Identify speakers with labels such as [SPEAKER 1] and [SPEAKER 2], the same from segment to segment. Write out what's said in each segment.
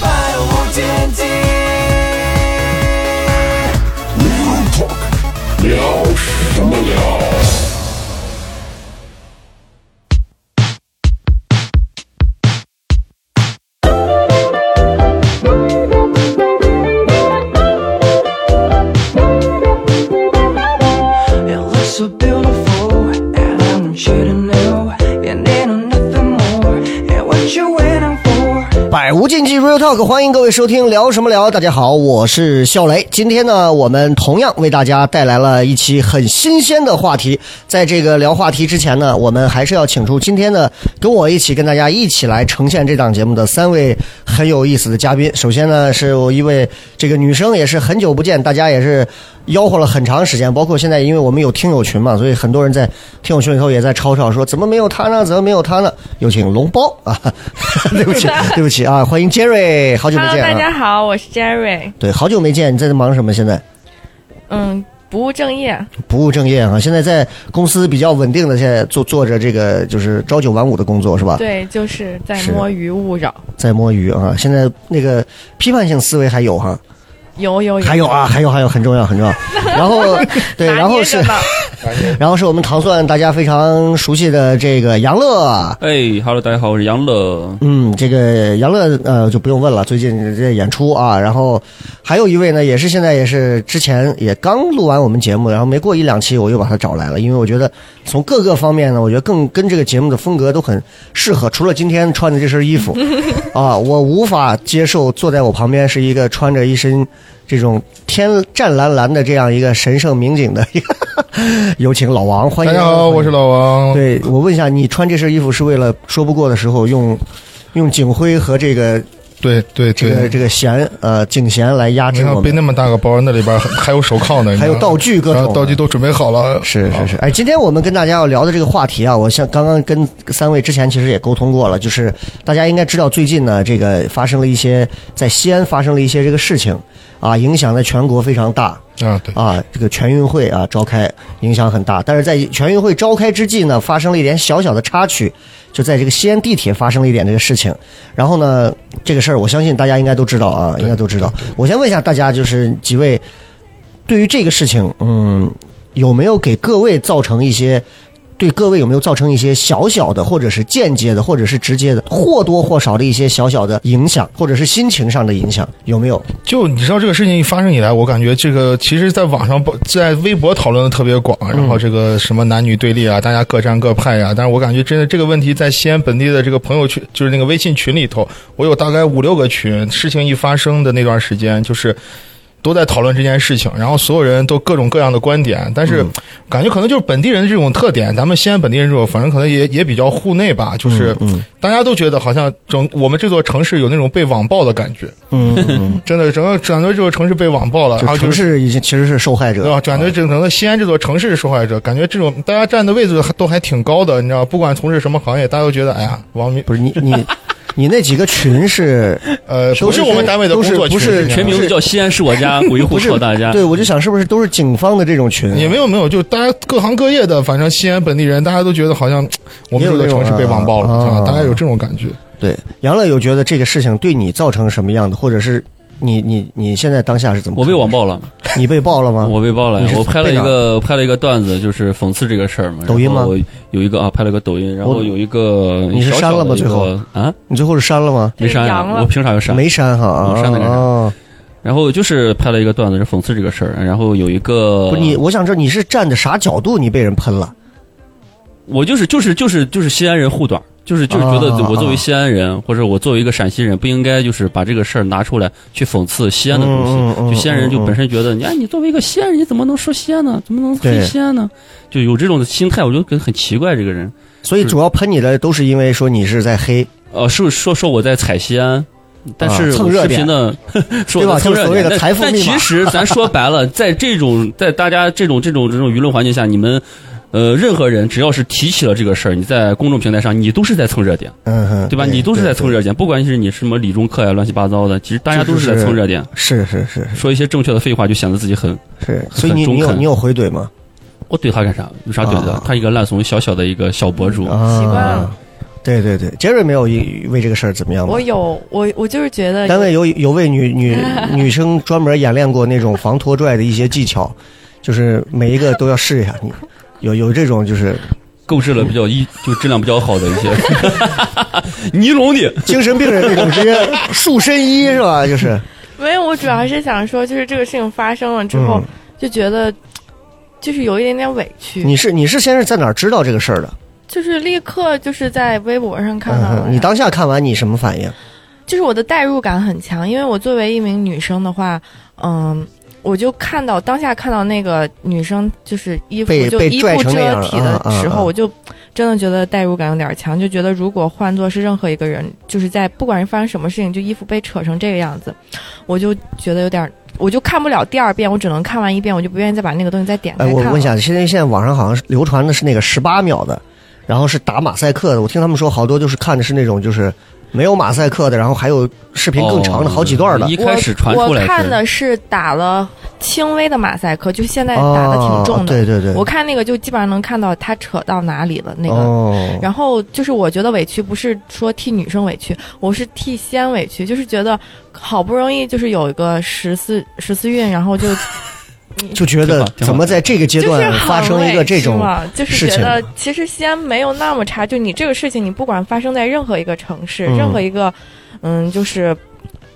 [SPEAKER 1] 百无禁忌。It looks so beautiful, and I want you to know you need nothing more. And what you waiting for?
[SPEAKER 2] 百无禁忌 Real Talk，欢迎各位收听聊什么聊。大家好，我是笑雷。今天呢，我们同样为大家带来了一期很新鲜的话题。在这个聊话题之前呢，我们还是要请出今天呢跟我一起跟大家一起来呈现这档节目的三位很有意思的嘉宾。首先呢，是我一位这个女生，也是很久不见，大家也是吆喝了很长时间。包括现在，因为我们有听友群嘛，所以很多人在听友群里头也在吵吵说怎么没有她呢？怎么没有她呢？有请龙包啊！ 对不起，对不起啊！欢迎 Jerry，好久没
[SPEAKER 3] Hello，
[SPEAKER 2] 见
[SPEAKER 3] 大
[SPEAKER 2] 啊！
[SPEAKER 3] 家好，我是 Jerry。
[SPEAKER 2] 对，好久没见，你在忙什么？现在
[SPEAKER 3] 嗯，不务正业，
[SPEAKER 2] 不务正业啊！现在在公司比较稳定的，现在做做着这个就是朝九晚五的工作是吧？
[SPEAKER 3] 对，就是在
[SPEAKER 2] 是
[SPEAKER 3] 摸鱼勿扰。
[SPEAKER 2] 在摸鱼啊！现在那个批判性思维还有哈、
[SPEAKER 3] 有有有，
[SPEAKER 2] 还有啊，还有还有，很重要很重要。然后对，
[SPEAKER 3] 拿捏着呢，
[SPEAKER 2] 然后是 然后是我们糖蒜大家非常熟悉的这个杨乐，
[SPEAKER 4] 哎哈喽，大家好，我是杨乐。
[SPEAKER 2] 嗯，这个杨乐呃就不用问了，最近这演出啊，然后还有一位呢，也是现在也是之前也刚录完我们节目，然后没过一两期我又把他找来了，因为我觉得从各个方面呢，我觉得更跟这个节目的风格都很适合，除了今天穿的这身衣服啊，我无法接受坐在我旁边是一个穿着一身这种天湛蓝蓝的这样一个神圣明警的一 个，有请老王，欢迎
[SPEAKER 5] 大家好，我是老王。
[SPEAKER 2] 对，我问一下，你穿这身衣服是为了说不过的时候用用警徽和这个
[SPEAKER 5] 对对
[SPEAKER 2] 这个
[SPEAKER 5] 对，
[SPEAKER 2] 这个弦呃警弦来压
[SPEAKER 5] 你
[SPEAKER 2] 制我
[SPEAKER 5] 看背
[SPEAKER 2] 们？
[SPEAKER 5] 那么大个包，那里边还还有手铐呢，你知道
[SPEAKER 2] 还
[SPEAKER 5] 吗
[SPEAKER 2] 有道具各
[SPEAKER 5] 然
[SPEAKER 2] 种
[SPEAKER 5] 后道具哦都准备好了。
[SPEAKER 2] 是
[SPEAKER 5] 好
[SPEAKER 2] 是是，哎，今天我们跟大家要聊的这个话题啊，我像刚刚跟三位之前其实也沟通过了，就是大家应该知道最近呢，这个发生了一些在西安发生了一些这个事情啊，影响在全国非常大。
[SPEAKER 5] 啊，对，
[SPEAKER 2] 啊，这个全运会啊召开影响很大，但是在全运会召开之际呢，发生了一点小小的插曲，就在这个西安地铁发生了一点这个事情。然后呢，这个事儿我相信大家应该都知道啊，应该都知道。我先问一下大家，就是几位对于这个事情，嗯，有没有给各位造成一些？对各位有没有造成一些小小的，或者是间接的，或者是直接的，或多或少的一些小小的影响，或者是心情上的影响，有没有？
[SPEAKER 5] 就你知道这个事情一发生以来，我感觉这个其实在网上在微博讨论的特别广，然后这个什么男女对立啊，大家各站各派呀、但是我感觉真的这个问题在西安本地的这个朋友圈，就是那个微信群里头，我有大概五六个群，事情一发生的那段时间，就是都在讨论这件事情，然后所有人都各种各样的观点，但是感觉可能就是本地人的这种特点，咱们西安本地人这种，反正可能也也比较户内吧，就是大家都觉得好像整我们这座城市有那种被网暴的感觉，
[SPEAKER 2] 嗯， 嗯
[SPEAKER 5] 真的整个整个这座城市被网暴了，啊
[SPEAKER 2] 就
[SPEAKER 5] 然后
[SPEAKER 2] 城
[SPEAKER 5] 就是。呃
[SPEAKER 2] 市啊已经其实是受害者，
[SPEAKER 5] 对吧？啊感觉整整个西安这座城市是受害者，感觉这种大家站的位置还都还挺高的，你知道，不管从事什么行业，大家都觉得，哎呀，王明，
[SPEAKER 2] 不是你你 你那几个群 是
[SPEAKER 5] 呃，
[SPEAKER 2] 都
[SPEAKER 5] 不
[SPEAKER 2] 是
[SPEAKER 5] 是我们单位的
[SPEAKER 2] 都
[SPEAKER 5] 工
[SPEAKER 2] 是
[SPEAKER 5] 作
[SPEAKER 2] 不
[SPEAKER 5] 群，
[SPEAKER 2] 是
[SPEAKER 5] 你知道
[SPEAKER 4] 全
[SPEAKER 5] 吗
[SPEAKER 4] 名字叫西安是我家，我一户
[SPEAKER 2] 不是
[SPEAKER 4] 靠大家。
[SPEAKER 2] 对，我就想是不是都是警方的这种群？
[SPEAKER 5] 啊
[SPEAKER 2] 啊
[SPEAKER 5] 也没有没有，就大家各行各业的，反正西安本地人，大家都觉得好像我们这个城市被网暴了，
[SPEAKER 2] 也有那种啊
[SPEAKER 5] 啊，大家有这种感觉。
[SPEAKER 2] 对。杨乐有觉得这个事情对你造成什么样的，或者是你你你现在当下是怎么？
[SPEAKER 4] 我被网，暴了，
[SPEAKER 2] 你被爆了吗？
[SPEAKER 4] 我被爆了
[SPEAKER 2] 你。是
[SPEAKER 4] 我拍了
[SPEAKER 2] 被
[SPEAKER 4] 一
[SPEAKER 2] 哪
[SPEAKER 4] 个拍了一个段子，就是讽刺这个事儿嘛。
[SPEAKER 2] 抖音吗
[SPEAKER 4] 然后我有一个啊，拍了个抖音，然后
[SPEAKER 2] 我
[SPEAKER 4] 有一个
[SPEAKER 2] 你是
[SPEAKER 4] 小小
[SPEAKER 2] 删了
[SPEAKER 4] 的
[SPEAKER 2] 吗
[SPEAKER 4] 一
[SPEAKER 2] 最后
[SPEAKER 4] 个啊，
[SPEAKER 2] 你最后是删了吗？
[SPEAKER 4] 没删
[SPEAKER 3] 阳
[SPEAKER 4] 啊，
[SPEAKER 3] 了
[SPEAKER 4] 我凭啥要删？
[SPEAKER 2] 没删哈啊
[SPEAKER 4] 我删了个啥
[SPEAKER 2] 哦，
[SPEAKER 4] 然后就是拍了一个段子，是讽刺这个事儿。然后有一个
[SPEAKER 2] 不是
[SPEAKER 4] 呃
[SPEAKER 2] 你，我想知道你是站着啥角度你被人喷了？
[SPEAKER 4] 我就是就是就是就是西安人护短儿，就是就是觉得
[SPEAKER 2] 啊
[SPEAKER 4] 我作为西安人，或者我作为一个陕西人，不应该就是把这个事儿拿出来去讽刺西安的东西。
[SPEAKER 2] 嗯嗯嗯
[SPEAKER 4] 就西安人就
[SPEAKER 2] 嗯嗯
[SPEAKER 4] 本身觉得，你哎，你作为一个西安人，你怎么能说西安呢？怎么能黑
[SPEAKER 2] 对
[SPEAKER 4] 西安呢？就有这种心态，我就觉得很奇怪。这个人，
[SPEAKER 2] 所以主要喷你的都是因为说你是在黑
[SPEAKER 4] 呃，是说说我在踩西安，但是
[SPEAKER 2] 啊蹭热
[SPEAKER 4] 视
[SPEAKER 2] 点
[SPEAKER 4] 频呢，说
[SPEAKER 2] 对吧
[SPEAKER 4] 的 蹭
[SPEAKER 2] 就是
[SPEAKER 4] 热
[SPEAKER 2] 所谓的
[SPEAKER 4] 点但
[SPEAKER 2] 财富
[SPEAKER 4] 但
[SPEAKER 2] 密码
[SPEAKER 4] 其实咱说白了，在这种在大家这种这种这种舆论环境下，你们呃任何人只要是提起了这个事儿，你在公众平台上，你都是在蹭热点，
[SPEAKER 2] 嗯哼，
[SPEAKER 4] 对吧？你都是在蹭
[SPEAKER 2] 对
[SPEAKER 4] 热点，不管是你什么理中客呀、乱七八糟的，其实大家都是在蹭热点，
[SPEAKER 2] 是是是
[SPEAKER 4] 说一些正确的废话，就显得自己很。
[SPEAKER 2] 是，所以你
[SPEAKER 4] 很中
[SPEAKER 2] 你有
[SPEAKER 4] 肯
[SPEAKER 2] 你有回怼吗？
[SPEAKER 4] 我怼他干啥？有啥怼的？
[SPEAKER 2] 啊
[SPEAKER 4] 他一个烂怂小小的一个小博主，
[SPEAKER 2] 啊，
[SPEAKER 3] 习惯了。
[SPEAKER 2] 对对对，杰瑞没有为为这个事儿怎么样吗
[SPEAKER 3] 我？有我我就是觉得
[SPEAKER 2] 单位有有位女 女女生专门演练过那种防拖拽的一些技巧，就是每一个都要试一下。你有有这种就是
[SPEAKER 4] 购置了比较一就质量比较好的一些 尼 龙的，
[SPEAKER 2] 精神病人那种直接束身衣是吧？就是
[SPEAKER 3] 没有，我主要是想说，就是这个事情发生了之后，
[SPEAKER 2] 嗯
[SPEAKER 3] 就觉得就是有一点点委屈，
[SPEAKER 2] 你是你是先是在哪儿知道这个事儿的？
[SPEAKER 3] 就是立刻就是在微博上看
[SPEAKER 2] 嗯
[SPEAKER 3] 到了呀、
[SPEAKER 2] 哼，你当下看完你什么反应？
[SPEAKER 3] 就是我的代入感很强，因为我作为一名女生的话，嗯，我就看到当下看到那个女生就是衣服
[SPEAKER 2] 被
[SPEAKER 3] 就
[SPEAKER 2] 被
[SPEAKER 3] 衣
[SPEAKER 2] 拽
[SPEAKER 3] 不
[SPEAKER 2] 成那样
[SPEAKER 3] 遮
[SPEAKER 2] 了
[SPEAKER 3] 体的
[SPEAKER 2] 啊啊
[SPEAKER 3] 时候，
[SPEAKER 2] 啊
[SPEAKER 3] 我就真的觉得代入感有点强，就觉得如果换作是任何一个人，就是在不管是发生什么事情，就衣服被扯成这个样子，我就觉得有点。我就看不了第二遍，我只能看完一遍，我就不愿意再把那个东西再点开
[SPEAKER 2] 哎，
[SPEAKER 3] 看
[SPEAKER 2] 我
[SPEAKER 3] 了。
[SPEAKER 2] 问一下，现在现在网上好像是流传的是那个十八秒的，然后是打马赛克的。我听他们说，好多就是看的是那种就是没有马赛克的，然后还有视频更长的、
[SPEAKER 4] 哦
[SPEAKER 2] 好几段的。
[SPEAKER 4] 一开始传
[SPEAKER 3] 我
[SPEAKER 4] 出来
[SPEAKER 3] 我
[SPEAKER 4] 是
[SPEAKER 3] 看的是打了轻微的马赛克，就现在打的挺
[SPEAKER 2] 哦
[SPEAKER 3] 重的。
[SPEAKER 2] 对对对，
[SPEAKER 3] 我看那个就基本上能看到他扯到哪里了那个。
[SPEAKER 2] 哦，
[SPEAKER 3] 然后就是我觉得委屈，不是说替女生委屈，我是替西安委屈，就是觉得好不容易就是有一个十四十四孕，然后就
[SPEAKER 2] 就觉得
[SPEAKER 4] 挺好
[SPEAKER 2] 怎么在这 个阶
[SPEAKER 3] 就是
[SPEAKER 2] 段
[SPEAKER 3] 很
[SPEAKER 2] 发生一个这
[SPEAKER 3] 委屈
[SPEAKER 2] 种
[SPEAKER 3] 嘛，就是
[SPEAKER 2] 事
[SPEAKER 3] 觉
[SPEAKER 2] 情
[SPEAKER 3] 得其实西安没有那么差，就你这个事情，你不管发生在任何一个城市，
[SPEAKER 2] 嗯
[SPEAKER 3] 任何一个，嗯，就是。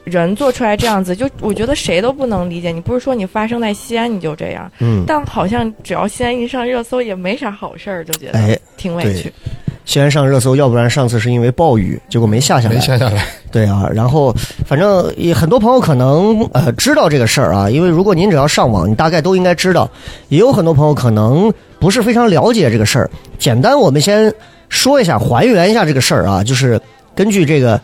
[SPEAKER 3] 人做出来这样子，就我觉得谁都不能理解。你不是说你发生在西安你就这样，
[SPEAKER 2] 嗯，
[SPEAKER 3] 但好像只要西安一上热搜也没啥好事儿，就觉得
[SPEAKER 2] 哎，
[SPEAKER 3] 挺委
[SPEAKER 2] 对
[SPEAKER 3] 屈。
[SPEAKER 2] 西安上热搜，要不然上次是因为暴雨，结果没下下来。
[SPEAKER 5] 没下下来。
[SPEAKER 2] 对啊，然后反正也很多朋友可能呃知道这个事儿啊，因为如果您只要上网，你大概都应该知道。也有很多朋友可能不是非常了解这个事儿。简单，我们先说一下，还原一下这个事儿啊，就是根据这个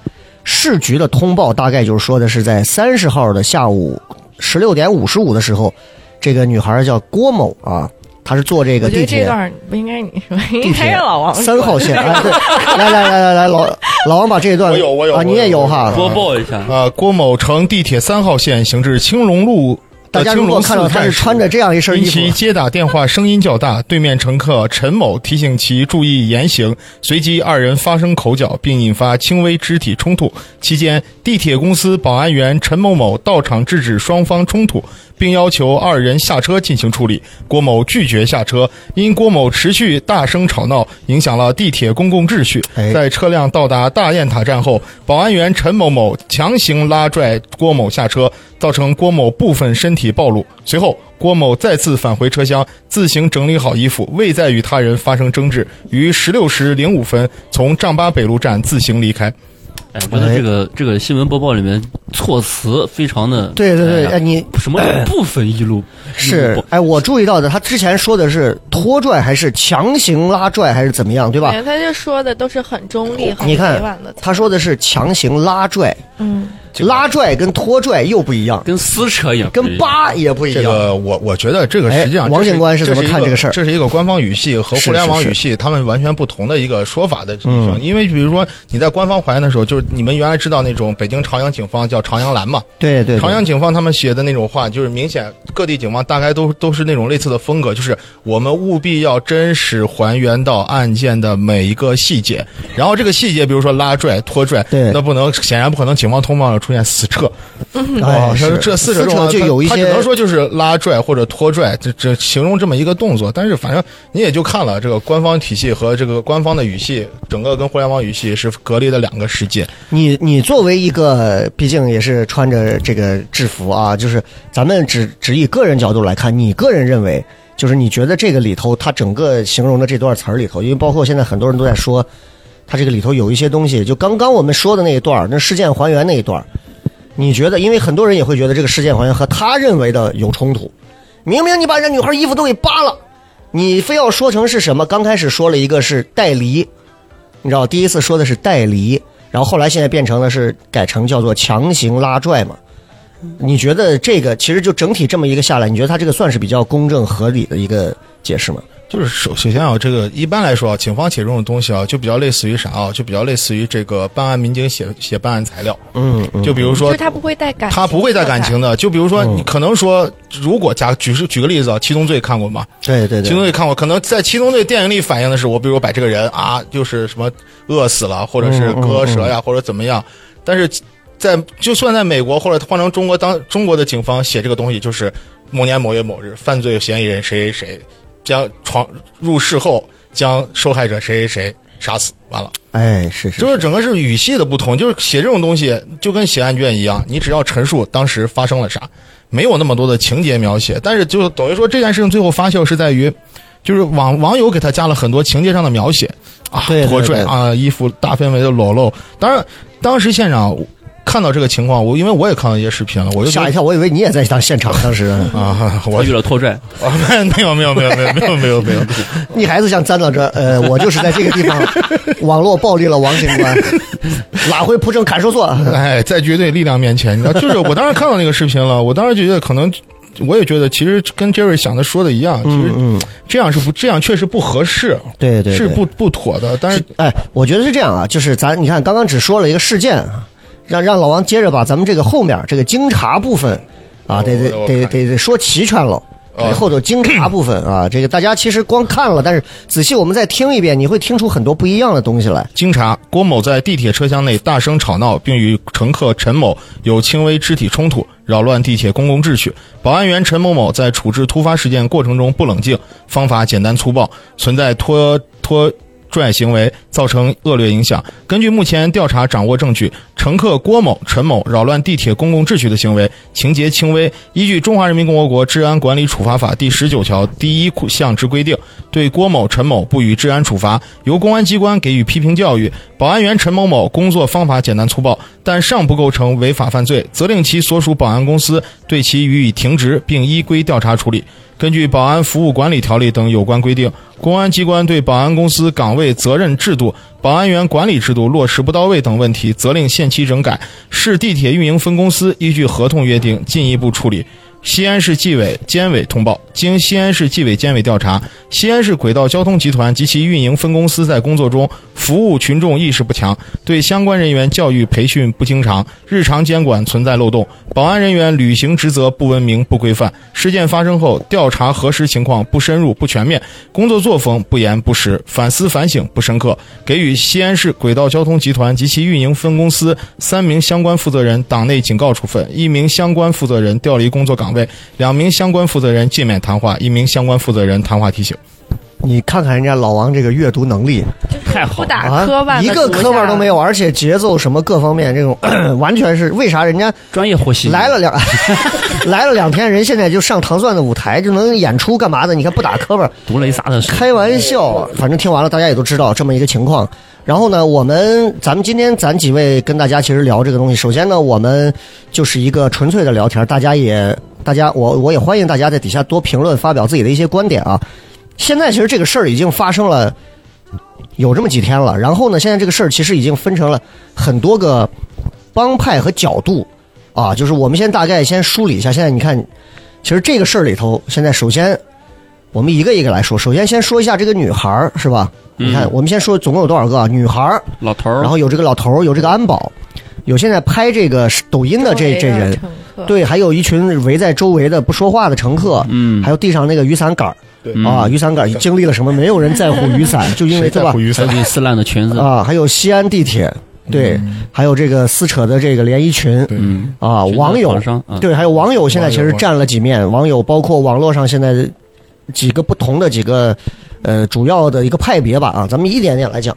[SPEAKER 2] 市局的通报，大概就是说的是在三十号的下午十六点五十五的时候，这个女孩叫郭某啊，她是坐这个
[SPEAKER 3] 我
[SPEAKER 2] 地
[SPEAKER 3] 觉得这
[SPEAKER 2] 铁。
[SPEAKER 3] 段不应该你说，
[SPEAKER 2] 地
[SPEAKER 3] 应该
[SPEAKER 2] 铁
[SPEAKER 3] 让老王说
[SPEAKER 2] 三号线，哎，对，来来来来来，老老王把这一段
[SPEAKER 5] 我有我有
[SPEAKER 2] 啊，
[SPEAKER 5] 我有
[SPEAKER 2] 你也有
[SPEAKER 5] 我有
[SPEAKER 2] 哈，
[SPEAKER 4] 播报一下。
[SPEAKER 5] 啊，郭某乘地铁三号线行至青龙路，
[SPEAKER 2] 大家
[SPEAKER 5] 呃
[SPEAKER 2] 如
[SPEAKER 5] 青
[SPEAKER 2] 果
[SPEAKER 5] 龙
[SPEAKER 2] 看到
[SPEAKER 5] 寺
[SPEAKER 2] 他
[SPEAKER 5] 站
[SPEAKER 2] 是
[SPEAKER 5] 时
[SPEAKER 2] 穿着这样一身
[SPEAKER 5] 因
[SPEAKER 2] 衣服，
[SPEAKER 5] 其接打电话声音较大，对面乘客陈某提醒其注意言行，随即二人发生口角，并引发轻微肢体冲突。期间，地铁公司保安员陈某某到场制止双方冲突，并要求二人下车进行处理。郭某拒绝下车，因郭某持续大声吵闹，影响了地铁公共秩序。
[SPEAKER 2] 哎
[SPEAKER 5] 在车辆到达大雁塔站后，保安员陈某某强行拉拽郭某下车，造成郭某部分身体暴露。随后，郭某再次返回车厢，自行整理好衣服，未再与他人发生争执，于十六时零五分从丈八北路站自行离开。
[SPEAKER 4] 哎，我觉得这个这个新闻播报里面措辞非常的
[SPEAKER 2] 对对对，
[SPEAKER 4] 哎
[SPEAKER 2] 哎，
[SPEAKER 4] 呀
[SPEAKER 5] 嗯
[SPEAKER 2] 你
[SPEAKER 4] 什么部分一路一路
[SPEAKER 2] 是
[SPEAKER 4] 播
[SPEAKER 2] 哎，我注意到的，他之前说的是拖拽还是强行拉拽还是怎么样，对吧？
[SPEAKER 3] 对，他就说的都是很中立、很
[SPEAKER 2] 你
[SPEAKER 3] 委
[SPEAKER 2] 看
[SPEAKER 3] 婉的词。
[SPEAKER 2] 他说的是强行拉拽，
[SPEAKER 3] 嗯，
[SPEAKER 2] 拉拽跟拖拽又不一样，
[SPEAKER 4] 跟撕扯一样，
[SPEAKER 2] 跟扒也不一
[SPEAKER 5] 这
[SPEAKER 2] 样。
[SPEAKER 5] 个我我觉得这个实际上
[SPEAKER 2] 哎
[SPEAKER 5] 这
[SPEAKER 2] 王警官是
[SPEAKER 5] 是
[SPEAKER 2] 怎么看这
[SPEAKER 5] 这
[SPEAKER 2] 个事儿
[SPEAKER 5] 这是一个官方语系和
[SPEAKER 2] 是
[SPEAKER 5] 互联网
[SPEAKER 2] 是嗯
[SPEAKER 5] 语系他们完全不同的一个说法的地方。因为比如说你在官方还原的时候，就是你们原来知道那种北京朝阳警方叫朝阳蓝嘛，
[SPEAKER 2] 对对，对
[SPEAKER 5] 朝阳警方他们写的那种话，就是明显各地警方大概都都是那种类似的风格，就是我们务必要真实还原到案件的每一个细节。然后这个细节，比如说拉拽、拖拽，
[SPEAKER 2] 对
[SPEAKER 5] 那不能显然不可能，警方通报上出现死扯，
[SPEAKER 2] 哎
[SPEAKER 5] 哦，他说
[SPEAKER 2] 是
[SPEAKER 5] 这四
[SPEAKER 2] 扯
[SPEAKER 5] 种啊
[SPEAKER 2] 就有一
[SPEAKER 5] 他他只
[SPEAKER 2] 些
[SPEAKER 5] 能说就是拉拽或者拖拽，这这形容这么一个动作。但是反正你也就看了这个官方体系和这个官方的语系，整个跟互联网语系是隔离的两个世界。
[SPEAKER 2] 你你作为一个，毕竟也是穿着这个制服啊，就是咱们只只以个人角度来看，你个人认为，就是你觉得这个里头，它整个形容的这段词儿里头，因为包括现在很多人都在说，它这个里头有一些东西，就刚刚我们说的那一段儿，那事件还原那一段儿，你觉得，因为很多人也会觉得这个事件还原和他认为的有冲突，明明你把人家女孩衣服都给扒了，你非要说成是什么？刚开始说了一个是带离，你知道，第一次说的是带离，然后后来现在变成了是改成叫做强行拉拽嘛。你觉得这个其实就整体这么一个下来，你觉得他这个算是比较公正合理的一个解释吗？
[SPEAKER 5] 就是首首先啊，这个一般来说啊，警方写这种东西啊，就比较类似于啥啊，就比较类似于这个办案民警写写办案材料，
[SPEAKER 2] 嗯，嗯
[SPEAKER 5] 就比如
[SPEAKER 3] 就
[SPEAKER 5] 说
[SPEAKER 3] 是他不会带感情，
[SPEAKER 5] 他不会带感情。的，就比如说你可能说，如果假举是举个例子啊，《七宗罪》看过吗？
[SPEAKER 2] 对对
[SPEAKER 5] 七宗
[SPEAKER 2] 对，
[SPEAKER 5] 罪看过，可能在七宗罪电影里反映的是我，比如把这个人啊，就是什么饿死了，或者
[SPEAKER 2] 嗯
[SPEAKER 5] 是割舌呀，或者怎么样。但是在就算在美国或者换成中国当中国的警方写这个东西，就是某年某月某日，犯罪嫌疑人谁谁谁将闯入室后将受害者谁谁谁杀死，完了，
[SPEAKER 2] 哎，是是，
[SPEAKER 5] 就是整个是语系的不同，就是写这种东西就跟写案卷一样，你只要陈述当时发生了啥，没有那么多的情节描写，但是就等于说这件事情最后发酵是在于，就是网网友给他加了很多情节上的描写啊，
[SPEAKER 2] 对对
[SPEAKER 5] 脱拽
[SPEAKER 2] 对
[SPEAKER 5] 啊，衣服大范围的裸露。当然，当时现场看到这个情况，我因为我也看到一些视频了，我就觉
[SPEAKER 2] 吓
[SPEAKER 5] 得
[SPEAKER 2] 一跳，我以为你也在当现 场，当时
[SPEAKER 5] 啊，我
[SPEAKER 4] 我遇了拖拽，
[SPEAKER 5] 啊 没有没有没有没有没有没有没有，
[SPEAKER 2] 你孩子想粘到这儿，呃，我就是在这个地方， 网络暴力了王警官，拉回朴正看守所。
[SPEAKER 5] 哎，在绝对力量面前，你知道，就是我当时看到那个视频了，我当时觉得可能，我也觉得其实跟 Jerry 想的说的一样，其实
[SPEAKER 2] 嗯，
[SPEAKER 5] 这样是不这样确实不合适，
[SPEAKER 2] 对对对
[SPEAKER 5] 是不不妥的。但是
[SPEAKER 2] 哎，我觉得是这样啊，就是咱你看，刚刚只说了一个事件啊，让让老王接着把咱们这个后面这个侦查部分啊，得得
[SPEAKER 5] 哦我
[SPEAKER 2] 得
[SPEAKER 5] 看
[SPEAKER 2] 得得说齐全喽。
[SPEAKER 5] 哦
[SPEAKER 2] 后头侦查部分啊，这个大家其实光看了，但是仔细我们再听一遍，你会听出很多不一样的东西来。
[SPEAKER 5] 经查，郭某在地铁车厢内大声吵闹，并与乘客陈某有轻微肢体冲突，扰乱地铁公共秩序。保安员陈某某在处置突发事件过程中不冷静，方法简单粗暴，存在拖拖拽行为，造成恶劣影响。根据目前调查掌握证据，乘客郭某、陈某扰乱地铁公共秩序的行为情节轻微，依据《中华人民共和国治安管理处罚法》第十九条第一项之规定，对郭某、陈某不予治安处罚，由公安机关给予批评教育。保安员陈某某工作方法简单粗暴，但尚不构成违法犯罪，责令其所属保安公司对其予以停职，并依规调查处理。根据《保安服务管理条例》等有关规定，公安机关对保安公司岗位责任制度、保安员管理制度落实不到位等问题，责令限期整改。市地铁运营分公司依据合同约定进一步处理。西安市纪委监委通报，经西安市纪委监委调查，西安市轨道交通集团及其运营分公司在工作中服务群众意识不强，对相关人员教育培训不经常，日常监管存在漏洞，保安人员履行职责不文明不规范。事件发生后，调查核实情况不深入不全面，工作作风不严不实，反思反省不深刻，给予西安市轨道交通集团及其运营分公司三名相关负责人党内警告处分，一名相关负责人调离工作岗位，两名相关负责人诫勉谈话，一名相关负责人谈话提醒。
[SPEAKER 2] 你看看人家老王这个阅读能力
[SPEAKER 4] 太
[SPEAKER 3] 不
[SPEAKER 4] 好了。
[SPEAKER 3] 打
[SPEAKER 2] 啊
[SPEAKER 3] 磕绊、，
[SPEAKER 2] 一个磕巴都没。有，而且节奏什么各方面这种 完全是为啥人家
[SPEAKER 4] 专业获悉
[SPEAKER 2] 来了，两来了两 天，人现在就上糖蒜的舞台就能演出干嘛的？你看不打磕巴，
[SPEAKER 4] 读雷萨的书，
[SPEAKER 2] 开玩笑，反正听完了大家也都知道这么一个情况。然后呢，我们咱们今天咱几位跟大家其实聊这个东西，首先呢，我们就是一个纯粹的聊天，大家也大家我我也欢迎大家在底下多评论发表自己的一些观点啊。现在其实这个事儿已经发生了有这么几天了，然后呢，现在这个事儿其实已经分成了很多个帮派和角度啊，就是我们先大概先梳理一下。现在你看，其实这个事儿里头，现在首先我们一个一个来说，首先先说一下这个女孩儿是吧？
[SPEAKER 5] 嗯
[SPEAKER 2] 你看，我们先说总共有多少个、啊、女孩儿，
[SPEAKER 4] 老头儿，
[SPEAKER 2] 然后有这个老头儿，有这个安保，有现在拍这个抖音的这这人，，对，还有一群围在周围的不说话的乘客，
[SPEAKER 4] 嗯
[SPEAKER 2] 还有地上那个雨伞杆儿，
[SPEAKER 5] 对
[SPEAKER 2] 啊，雨伞杆儿经历了什么？没有人在乎雨 伞，就因为
[SPEAKER 5] 嗯谁
[SPEAKER 2] 对
[SPEAKER 5] 在
[SPEAKER 2] 吧
[SPEAKER 5] 乎？雨
[SPEAKER 4] 还
[SPEAKER 5] 伞嗯
[SPEAKER 4] 有？你撕烂的裙子，
[SPEAKER 2] 啊，还有西安地铁，对，还有这个撕扯的这个连衣裙
[SPEAKER 5] 对
[SPEAKER 4] 嗯，
[SPEAKER 2] 啊，
[SPEAKER 4] 裙子
[SPEAKER 2] 网友
[SPEAKER 4] 烫伤啊
[SPEAKER 2] 对，还有网友现在其
[SPEAKER 5] 网
[SPEAKER 2] 实
[SPEAKER 5] 友
[SPEAKER 2] 占了几面，网友包括网络上现在几个不同的几个呃主要的一个派别吧啊，咱们一点点来讲。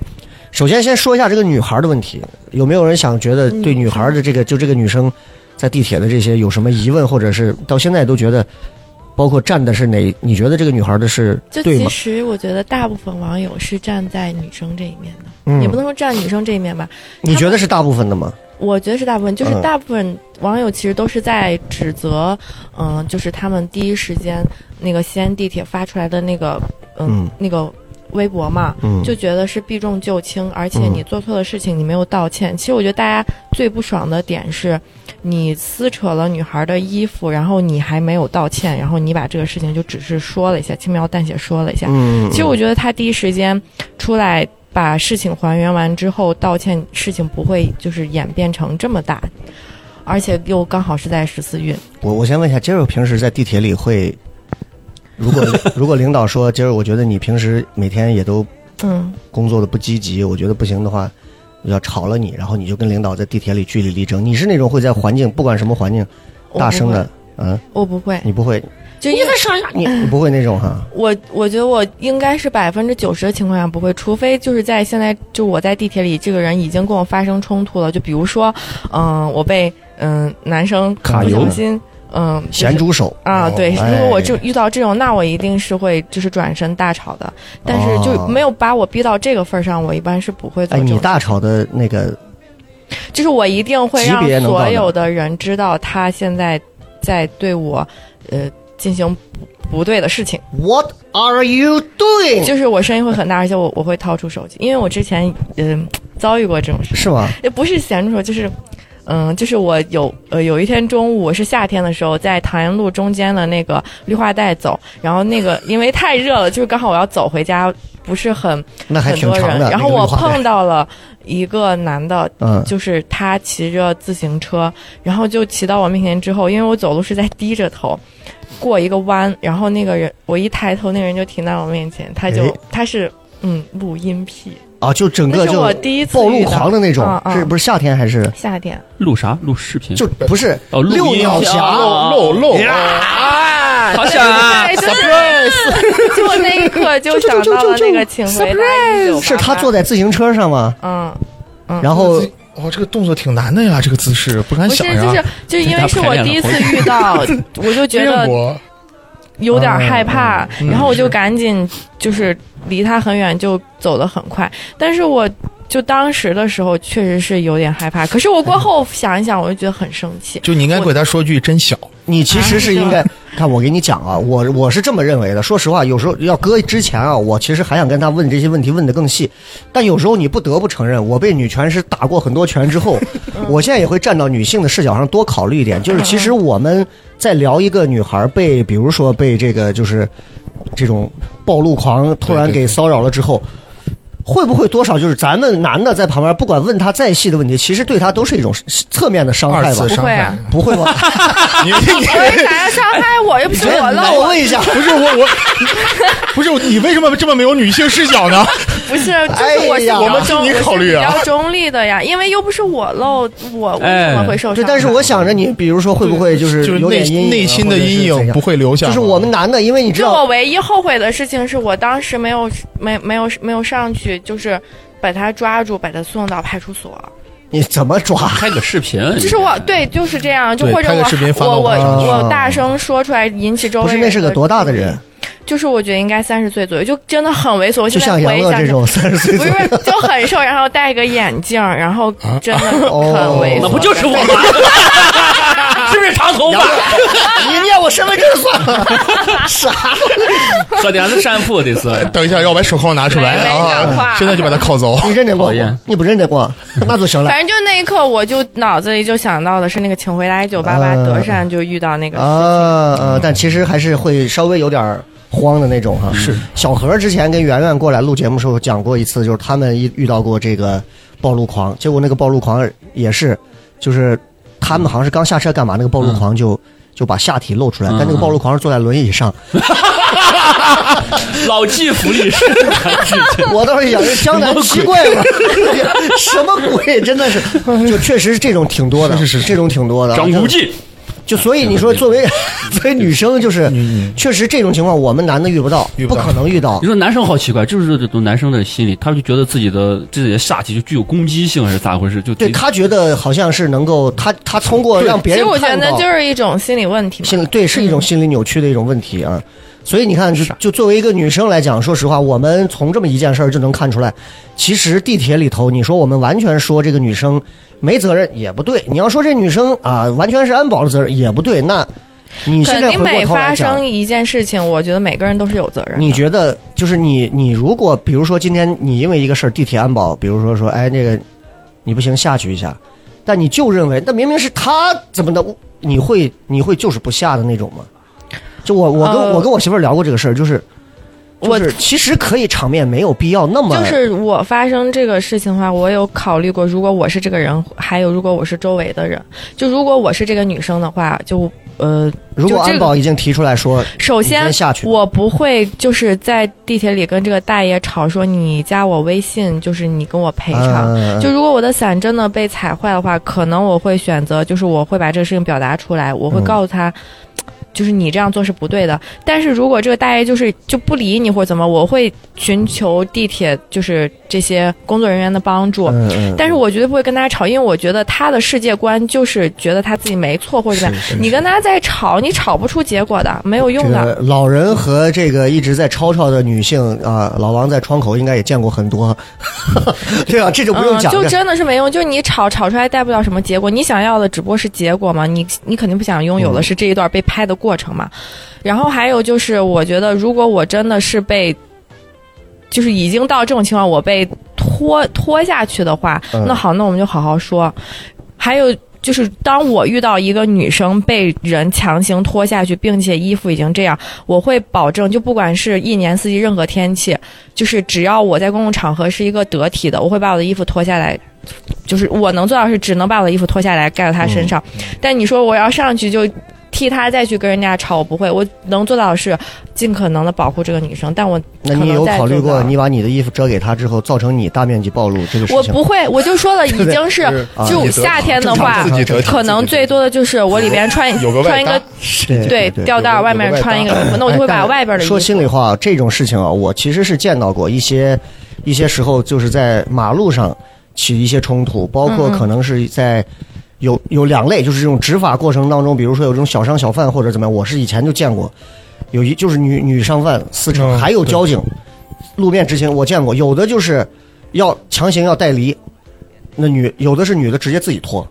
[SPEAKER 2] 首先，先说一下这个女孩的问题，有没有人想觉
[SPEAKER 3] 嗯
[SPEAKER 2] 得对女孩的这个就这个女生在地铁的这些有什么疑问，或者是到现在都觉得，包括站的是哪？你觉得这个女孩的是
[SPEAKER 3] 就
[SPEAKER 2] 对
[SPEAKER 3] 其
[SPEAKER 2] 吗？
[SPEAKER 3] 实我觉得大部分网友是站在女生这一面的，
[SPEAKER 2] 嗯
[SPEAKER 3] 也不能说站女生这一面吧。
[SPEAKER 2] 你觉得是大部分的吗？
[SPEAKER 3] 我觉得是大部分，就是
[SPEAKER 2] 嗯
[SPEAKER 3] 大部分网友其实都是在指责，嗯、就是他们第一时间那个西安地铁发出来的那个，嗯，
[SPEAKER 2] 嗯
[SPEAKER 3] 那个微博嘛，
[SPEAKER 2] 嗯
[SPEAKER 3] 就觉得是避重就轻，而且
[SPEAKER 2] 嗯
[SPEAKER 3] 你做错的事情你没有道歉。其实我觉得大家最不爽的点是，你撕扯了女孩的衣服，然后你还没有道歉，然后你把这个事情就只是说了一下，轻描淡写说了一下。
[SPEAKER 2] 嗯，
[SPEAKER 3] 其实我觉得他第一时间出来把事情还原完之后道歉，事情不会就是演变成这么大，而且又刚好是在十四运，
[SPEAKER 2] 我我先问一下，杰儿平时在地铁里会，如果如果领导说杰儿，我觉得你平时每天也都
[SPEAKER 3] 嗯，
[SPEAKER 2] 工作的不积极，我觉得不行的话，我要炒了你，然后你就跟领导在地铁里据理力争。你是那种会在环境不管什么环境
[SPEAKER 3] 我
[SPEAKER 2] 大
[SPEAKER 3] 不
[SPEAKER 2] 声
[SPEAKER 3] 会
[SPEAKER 2] 的，嗯，
[SPEAKER 3] 我不会，
[SPEAKER 2] 你不会，
[SPEAKER 3] 就因为
[SPEAKER 2] 你你不会那种哈，
[SPEAKER 3] 我我觉得我应该是百分之九十的情况下不会，除非就是在现在就我在地铁里，这个人已经跟我发生冲突了，就比如说，嗯、我被嗯、男生
[SPEAKER 2] 卡
[SPEAKER 3] 不
[SPEAKER 2] 油
[SPEAKER 3] 小
[SPEAKER 2] 了
[SPEAKER 3] 心，嗯、就是
[SPEAKER 2] 咸猪手。
[SPEAKER 3] 啊，
[SPEAKER 5] 哦
[SPEAKER 3] 对，
[SPEAKER 2] 哎
[SPEAKER 3] 如果我就遇到这种，那我一定是会就是转身大吵的，但是就
[SPEAKER 2] 哦
[SPEAKER 3] 没有把我逼到这个份儿上，我一般是不会做
[SPEAKER 2] 哎，
[SPEAKER 3] 这种
[SPEAKER 2] 你
[SPEAKER 3] 事。
[SPEAKER 2] 大吵的那个，
[SPEAKER 3] 就是我一定会
[SPEAKER 2] 级
[SPEAKER 3] 让
[SPEAKER 2] 别能到
[SPEAKER 3] 所
[SPEAKER 2] 哪
[SPEAKER 3] 有的人知道他现在在对我，呃，进行不不对的事情。
[SPEAKER 2] What are you doing？
[SPEAKER 3] 就是我声音会很大，而且我我会掏出手机，因为我之前嗯、遭遇过这种事，
[SPEAKER 2] 是吗？
[SPEAKER 3] 也不是闲着说，就是。嗯，就是我有呃有一天中午，我是夏天的时候，在唐园路中间的那个绿化带走，然后那个因为太热了，就是刚好我要走回家，不是很
[SPEAKER 2] 那还
[SPEAKER 3] 很
[SPEAKER 2] 挺
[SPEAKER 3] 多
[SPEAKER 2] 长
[SPEAKER 3] 人，
[SPEAKER 2] 的。
[SPEAKER 3] 然后
[SPEAKER 2] 那个
[SPEAKER 3] 我
[SPEAKER 2] 绿化带
[SPEAKER 3] 碰到了一个男的，
[SPEAKER 2] 嗯
[SPEAKER 3] 就是他骑着自行车，然后就骑到我面前之后，因为我走路是在低着头，过一个弯，然后那个人我一抬头，那个人就停在我面前，他就、
[SPEAKER 2] 哎
[SPEAKER 3] 他是嗯录音癖，
[SPEAKER 2] 啊，就整
[SPEAKER 3] 那
[SPEAKER 2] 个
[SPEAKER 3] 是
[SPEAKER 2] 就
[SPEAKER 3] 我第一次
[SPEAKER 2] 暴露
[SPEAKER 3] 遇到
[SPEAKER 2] 狂的那种
[SPEAKER 3] 嗯，嗯
[SPEAKER 2] 是不是夏天还是
[SPEAKER 3] 夏天
[SPEAKER 4] 录啥？录视频？
[SPEAKER 2] 就不是
[SPEAKER 4] 哦录
[SPEAKER 2] 六
[SPEAKER 4] 音
[SPEAKER 2] 鸟
[SPEAKER 4] 啊
[SPEAKER 2] 侠？
[SPEAKER 5] 露露露，
[SPEAKER 3] 啊，
[SPEAKER 4] 好想啊
[SPEAKER 3] 对对对， 就那一刻就想到了那个请回答一九
[SPEAKER 2] 是他坐
[SPEAKER 3] 的，
[SPEAKER 2] 在自行车上吗？
[SPEAKER 3] 嗯。
[SPEAKER 2] 然后
[SPEAKER 5] 哇，这个动作挺难的呀，这个姿势不敢
[SPEAKER 3] 不是
[SPEAKER 5] 想，
[SPEAKER 3] 就是。
[SPEAKER 5] 呀
[SPEAKER 3] 就是因为是我第一次遇到，我就觉
[SPEAKER 2] 哎
[SPEAKER 3] 得
[SPEAKER 5] 我
[SPEAKER 3] 有点害怕，
[SPEAKER 5] 嗯
[SPEAKER 3] 然后我就是赶紧就是离他很远，就走得很快。但是我就当时的时候确实是有点害怕，可是我过后想一想，我就觉得很生 气。
[SPEAKER 5] 就你应该给他说句真小，
[SPEAKER 2] 你其实是应该、看我给你讲啊，我我是这么认为的。说实话，有时候要搁之前啊，我其实还想跟他问这些问题，问得更细。但有时候你不得不承认，我被女拳师打过很多拳之后，我现在也会站到女性的视角上多考虑一点。就是其实我们在聊一个女孩被，比如说被这个就是这种暴露狂突然
[SPEAKER 5] 对对
[SPEAKER 2] 给骚扰了之后。会不会多少就是咱们男的在旁边，不管问他再细的问题，其实对他都是一种侧面的伤害
[SPEAKER 5] 二
[SPEAKER 2] 吧
[SPEAKER 5] 次？伤
[SPEAKER 3] 不会
[SPEAKER 5] 害
[SPEAKER 3] 啊。
[SPEAKER 2] 不会吧？
[SPEAKER 5] 你你
[SPEAKER 3] 我
[SPEAKER 2] 哎
[SPEAKER 3] 为哎啥要伤害我？又不是
[SPEAKER 2] 那
[SPEAKER 3] 我漏啊
[SPEAKER 2] 我，问一下，
[SPEAKER 5] 不是我我， 不是你为什么这么没有女性视角呢？
[SPEAKER 3] 不是，就是我
[SPEAKER 2] 哎
[SPEAKER 3] 是
[SPEAKER 2] 呀
[SPEAKER 3] 比
[SPEAKER 2] 我
[SPEAKER 3] 较
[SPEAKER 5] 们替
[SPEAKER 3] 中，
[SPEAKER 5] 你考虑啊
[SPEAKER 3] 我是比较中立的呀，因为又不是我漏，我为什
[SPEAKER 5] 哎
[SPEAKER 3] 么会受伤？
[SPEAKER 2] 对，但是我想着你，比如说会不会就是
[SPEAKER 5] 就是
[SPEAKER 2] 有
[SPEAKER 5] 内
[SPEAKER 2] 点阴影，啊
[SPEAKER 5] 内心的
[SPEAKER 2] 或者是
[SPEAKER 5] 阴
[SPEAKER 2] 怎
[SPEAKER 5] 影
[SPEAKER 2] 样
[SPEAKER 5] 不会留下吗。
[SPEAKER 2] 就是我们男的，因为你知
[SPEAKER 3] 是我
[SPEAKER 2] 道，
[SPEAKER 3] 唯一后悔的事情，是我当时没有没没有没有上去，就是把他抓住，把他送到派出所。
[SPEAKER 2] 你怎么抓？
[SPEAKER 4] 拍个视频？
[SPEAKER 3] 就是我对，就是这样，就
[SPEAKER 5] 对
[SPEAKER 3] 或者
[SPEAKER 5] 拍个
[SPEAKER 3] 我
[SPEAKER 5] 视频发到
[SPEAKER 3] 我我
[SPEAKER 5] 网啊
[SPEAKER 2] 上
[SPEAKER 3] 我大声说出来，引起周围
[SPEAKER 2] 不是
[SPEAKER 3] 人
[SPEAKER 2] 那是个
[SPEAKER 3] 的
[SPEAKER 2] 多大的人？
[SPEAKER 3] 就是我觉得应该三十岁左右，就真的很猥琐。我
[SPEAKER 2] 就
[SPEAKER 3] 现在
[SPEAKER 2] 像杨
[SPEAKER 3] 回
[SPEAKER 2] 乐
[SPEAKER 3] 想
[SPEAKER 2] 这
[SPEAKER 3] 起来，
[SPEAKER 2] 种三十岁
[SPEAKER 3] 不
[SPEAKER 2] 左
[SPEAKER 3] 是
[SPEAKER 2] 右
[SPEAKER 3] 不是 就很瘦，然后戴个眼镜，然后
[SPEAKER 5] 啊
[SPEAKER 3] 真的很
[SPEAKER 2] 哦
[SPEAKER 3] 猥琐。
[SPEAKER 4] 那不就是我吗？ 是不是长头
[SPEAKER 2] 杨乐
[SPEAKER 4] 发？，
[SPEAKER 2] 你念我身份证算了，傻。
[SPEAKER 4] 喝点子善腹 得是。
[SPEAKER 5] 等一下，要把手铐拿出来
[SPEAKER 3] 没没讲话
[SPEAKER 5] 啊！现在就把他铐走。
[SPEAKER 2] 你认得过
[SPEAKER 4] 讨厌
[SPEAKER 2] 我？你不认得过，那就行了
[SPEAKER 3] 反。正就那一刻，我就脑子里就想到的是那个《请回答一九八八》，德善就遇到那个
[SPEAKER 2] 嗯啊啊！但其实还是会稍微有点儿慌的那种哈。是小何之前跟圆圆过来录节目时候讲过一次，就是他们一遇到过这个暴露狂，结果那个暴露狂也是，就是他们好像是刚下车干嘛，那个暴露狂就、就把下体露出来，但那个暴露狂是坐在轮椅上。
[SPEAKER 4] 老骥伏枥，是
[SPEAKER 2] 我倒是想，这江南奇怪吗？ 什么鬼？真的是，就确实是这种挺多的，
[SPEAKER 5] 是是是
[SPEAKER 2] 这种挺多的。
[SPEAKER 4] 张 无忌。
[SPEAKER 2] 就所
[SPEAKER 5] 哎
[SPEAKER 2] 以你说， 作为作为女生，就是确实这种情况，我们男的遇不到，
[SPEAKER 5] 嗯遇
[SPEAKER 2] 不
[SPEAKER 5] 不到
[SPEAKER 2] 可能遇到
[SPEAKER 4] 你。说男生好奇怪，就是这种男生的心理，他就觉得自己的自己的下体就具有攻击性，还是咋回事？就
[SPEAKER 2] 对他觉得好像是能够，他他通过让别
[SPEAKER 3] 其实
[SPEAKER 2] 人
[SPEAKER 3] 我觉
[SPEAKER 2] 看
[SPEAKER 3] 得
[SPEAKER 2] 到，
[SPEAKER 3] 就是嗯一种心理问题嘛。
[SPEAKER 2] 心理对是一种心理扭曲的一种问题啊。所以你看，就
[SPEAKER 5] 啊
[SPEAKER 2] 就作为一个女生来讲，说实话，我们从这么一件事儿就能看出来，其实地铁里头，你说我们完全说这个女生没责任也不对，你要说这女生啊完全是安保的责任也不对，那你现
[SPEAKER 3] 肯
[SPEAKER 2] 在
[SPEAKER 3] 定
[SPEAKER 2] 回过
[SPEAKER 3] 每
[SPEAKER 2] 头来
[SPEAKER 3] 发
[SPEAKER 2] 讲
[SPEAKER 3] 生，一件事情，我觉得每个人都是有责任的。
[SPEAKER 2] 你觉得就是你你如果比如说今天你因为一个事儿地铁安保，比如说说哎那个你不行下去一下，但你就认为那明明是他怎么的，我你会你会就是不下的那种吗？就我我跟、
[SPEAKER 3] 呃
[SPEAKER 2] 我跟我媳妇儿聊过这个事儿，就是。就是其实可以场面没有必要那么
[SPEAKER 3] 就是我发生这个事情的话，我有考虑过，如果我是这个人，还有如果我是周围的人，就如果我是这个女生的话，就呃，
[SPEAKER 2] 如果
[SPEAKER 3] 就这
[SPEAKER 2] 安
[SPEAKER 3] 个
[SPEAKER 2] 保已经提出来说，
[SPEAKER 3] 首
[SPEAKER 2] 你
[SPEAKER 3] 先
[SPEAKER 2] 先下去
[SPEAKER 3] 我不会就是在地铁里跟这个大爷吵说你加我微信，就是你跟我赔偿。
[SPEAKER 2] 嗯
[SPEAKER 3] 就如果我的伞真的被踩坏的话，可能我会选择，就是我会把这个事情表达出来，我会
[SPEAKER 2] 嗯
[SPEAKER 3] 告诉他，就是你这样做是不对的。但是如果这个大爷就是就不理你或者怎么，我会寻求地铁就是这些工作人员的帮助。
[SPEAKER 2] 嗯嗯，
[SPEAKER 3] 但是我绝对不会跟他吵，因为我觉得他的世界观就是觉得他自己没错或者怎么样。
[SPEAKER 2] 是
[SPEAKER 3] 你跟他再吵，你吵不出结果的，没有用
[SPEAKER 2] 这
[SPEAKER 3] 的。
[SPEAKER 2] 个老人和这个一直在吵吵的女性啊，老王在窗口应该也见过很 多，对啊，这就不用讲
[SPEAKER 3] 嗯，就
[SPEAKER 2] 了。
[SPEAKER 3] 真的是没用。就你吵吵出来带不了什么结果，你想要的只不过是结果嘛，你你肯定不想拥有
[SPEAKER 2] 嗯
[SPEAKER 3] 的是这一段被拍的过程嘛。然后还有就是，我觉得如果我真的是被，就是已经到这种情况，我被拖拖下去的话，
[SPEAKER 2] 嗯
[SPEAKER 3] 那好，那我们就好好说。还有。就是当我遇到一个女生被人强行拖下去，并且衣服已经这样，我会保证，就不管是一年四季任何天气，就是只要我在公共场合是一个得体的，我会把我的衣服脱下来。就是我能做到是只能把我的衣服脱下来盖到他身上，
[SPEAKER 2] 嗯
[SPEAKER 3] 但你说我要上去就替他再去跟人家吵，我不会，我能做到的是尽可能的保护这个女生，但我
[SPEAKER 2] 那
[SPEAKER 3] 可
[SPEAKER 2] 你
[SPEAKER 3] 能
[SPEAKER 2] 有
[SPEAKER 3] 再
[SPEAKER 2] 考虑
[SPEAKER 3] 做不
[SPEAKER 2] 过
[SPEAKER 3] 到
[SPEAKER 2] 你把你的衣服遮给他之后，造成你大面积暴露这个事
[SPEAKER 3] 我
[SPEAKER 2] 情？
[SPEAKER 3] 不会，我就说了，已
[SPEAKER 2] 对
[SPEAKER 3] 经是
[SPEAKER 2] 啊
[SPEAKER 3] 就
[SPEAKER 5] 你得
[SPEAKER 3] 夏天的话
[SPEAKER 5] 自己得体，
[SPEAKER 3] 可能最多的就是我里边穿
[SPEAKER 5] 有个外
[SPEAKER 3] 穿一个
[SPEAKER 5] 搭
[SPEAKER 2] 对
[SPEAKER 3] 对吊带儿，
[SPEAKER 5] 有个
[SPEAKER 3] 外面
[SPEAKER 5] 外搭
[SPEAKER 3] 穿一个衣服，那
[SPEAKER 2] 哎
[SPEAKER 3] 我就会把外边的衣服
[SPEAKER 2] 说心里话，这种事情啊，我其实是见到过一些，一些时候就是在马路上起一些冲突，包
[SPEAKER 3] 嗯
[SPEAKER 2] 括可能是在有有两类，就是这种执法过程当中，比如说有这种小商小贩或者怎么样，我是以前就见过，有一就是女女商贩撕扯，
[SPEAKER 5] 嗯
[SPEAKER 2] 还有交警路面执勤，我见过，有的就是要强行要带离。那女有的是女的直接自己脱，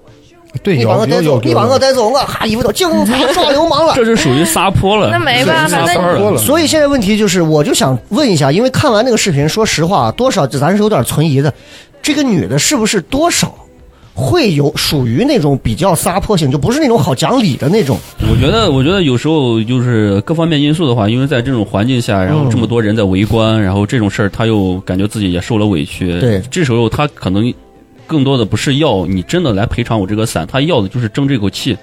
[SPEAKER 5] 对，
[SPEAKER 2] 你
[SPEAKER 5] 有
[SPEAKER 2] 把我带
[SPEAKER 5] 哎有
[SPEAKER 2] 走
[SPEAKER 5] 有，
[SPEAKER 2] 你把我带走，我哈衣服都警察耍流氓了，
[SPEAKER 4] 这是属于撒泼了，
[SPEAKER 3] 那没办法
[SPEAKER 4] 这是撒泼
[SPEAKER 5] 那你
[SPEAKER 4] 了。
[SPEAKER 2] 所以现在问题就是，我就想问一下，因为看完那个视频，说实话，多少咱是有点存疑的。这个女的是不是多少会有属于那种比较撒泼型，就不是那种好讲理的那种？
[SPEAKER 4] 我觉得，我觉得有时候就是各方面因素的话，因为在这种环境下，然后这么
[SPEAKER 5] 嗯
[SPEAKER 4] 多人在围观，然后这种事儿，他又感觉自己也受了委屈。
[SPEAKER 2] 对
[SPEAKER 4] 这时候他可能更多的不是要你真的来赔偿我这个伞，他要的就是争这口气，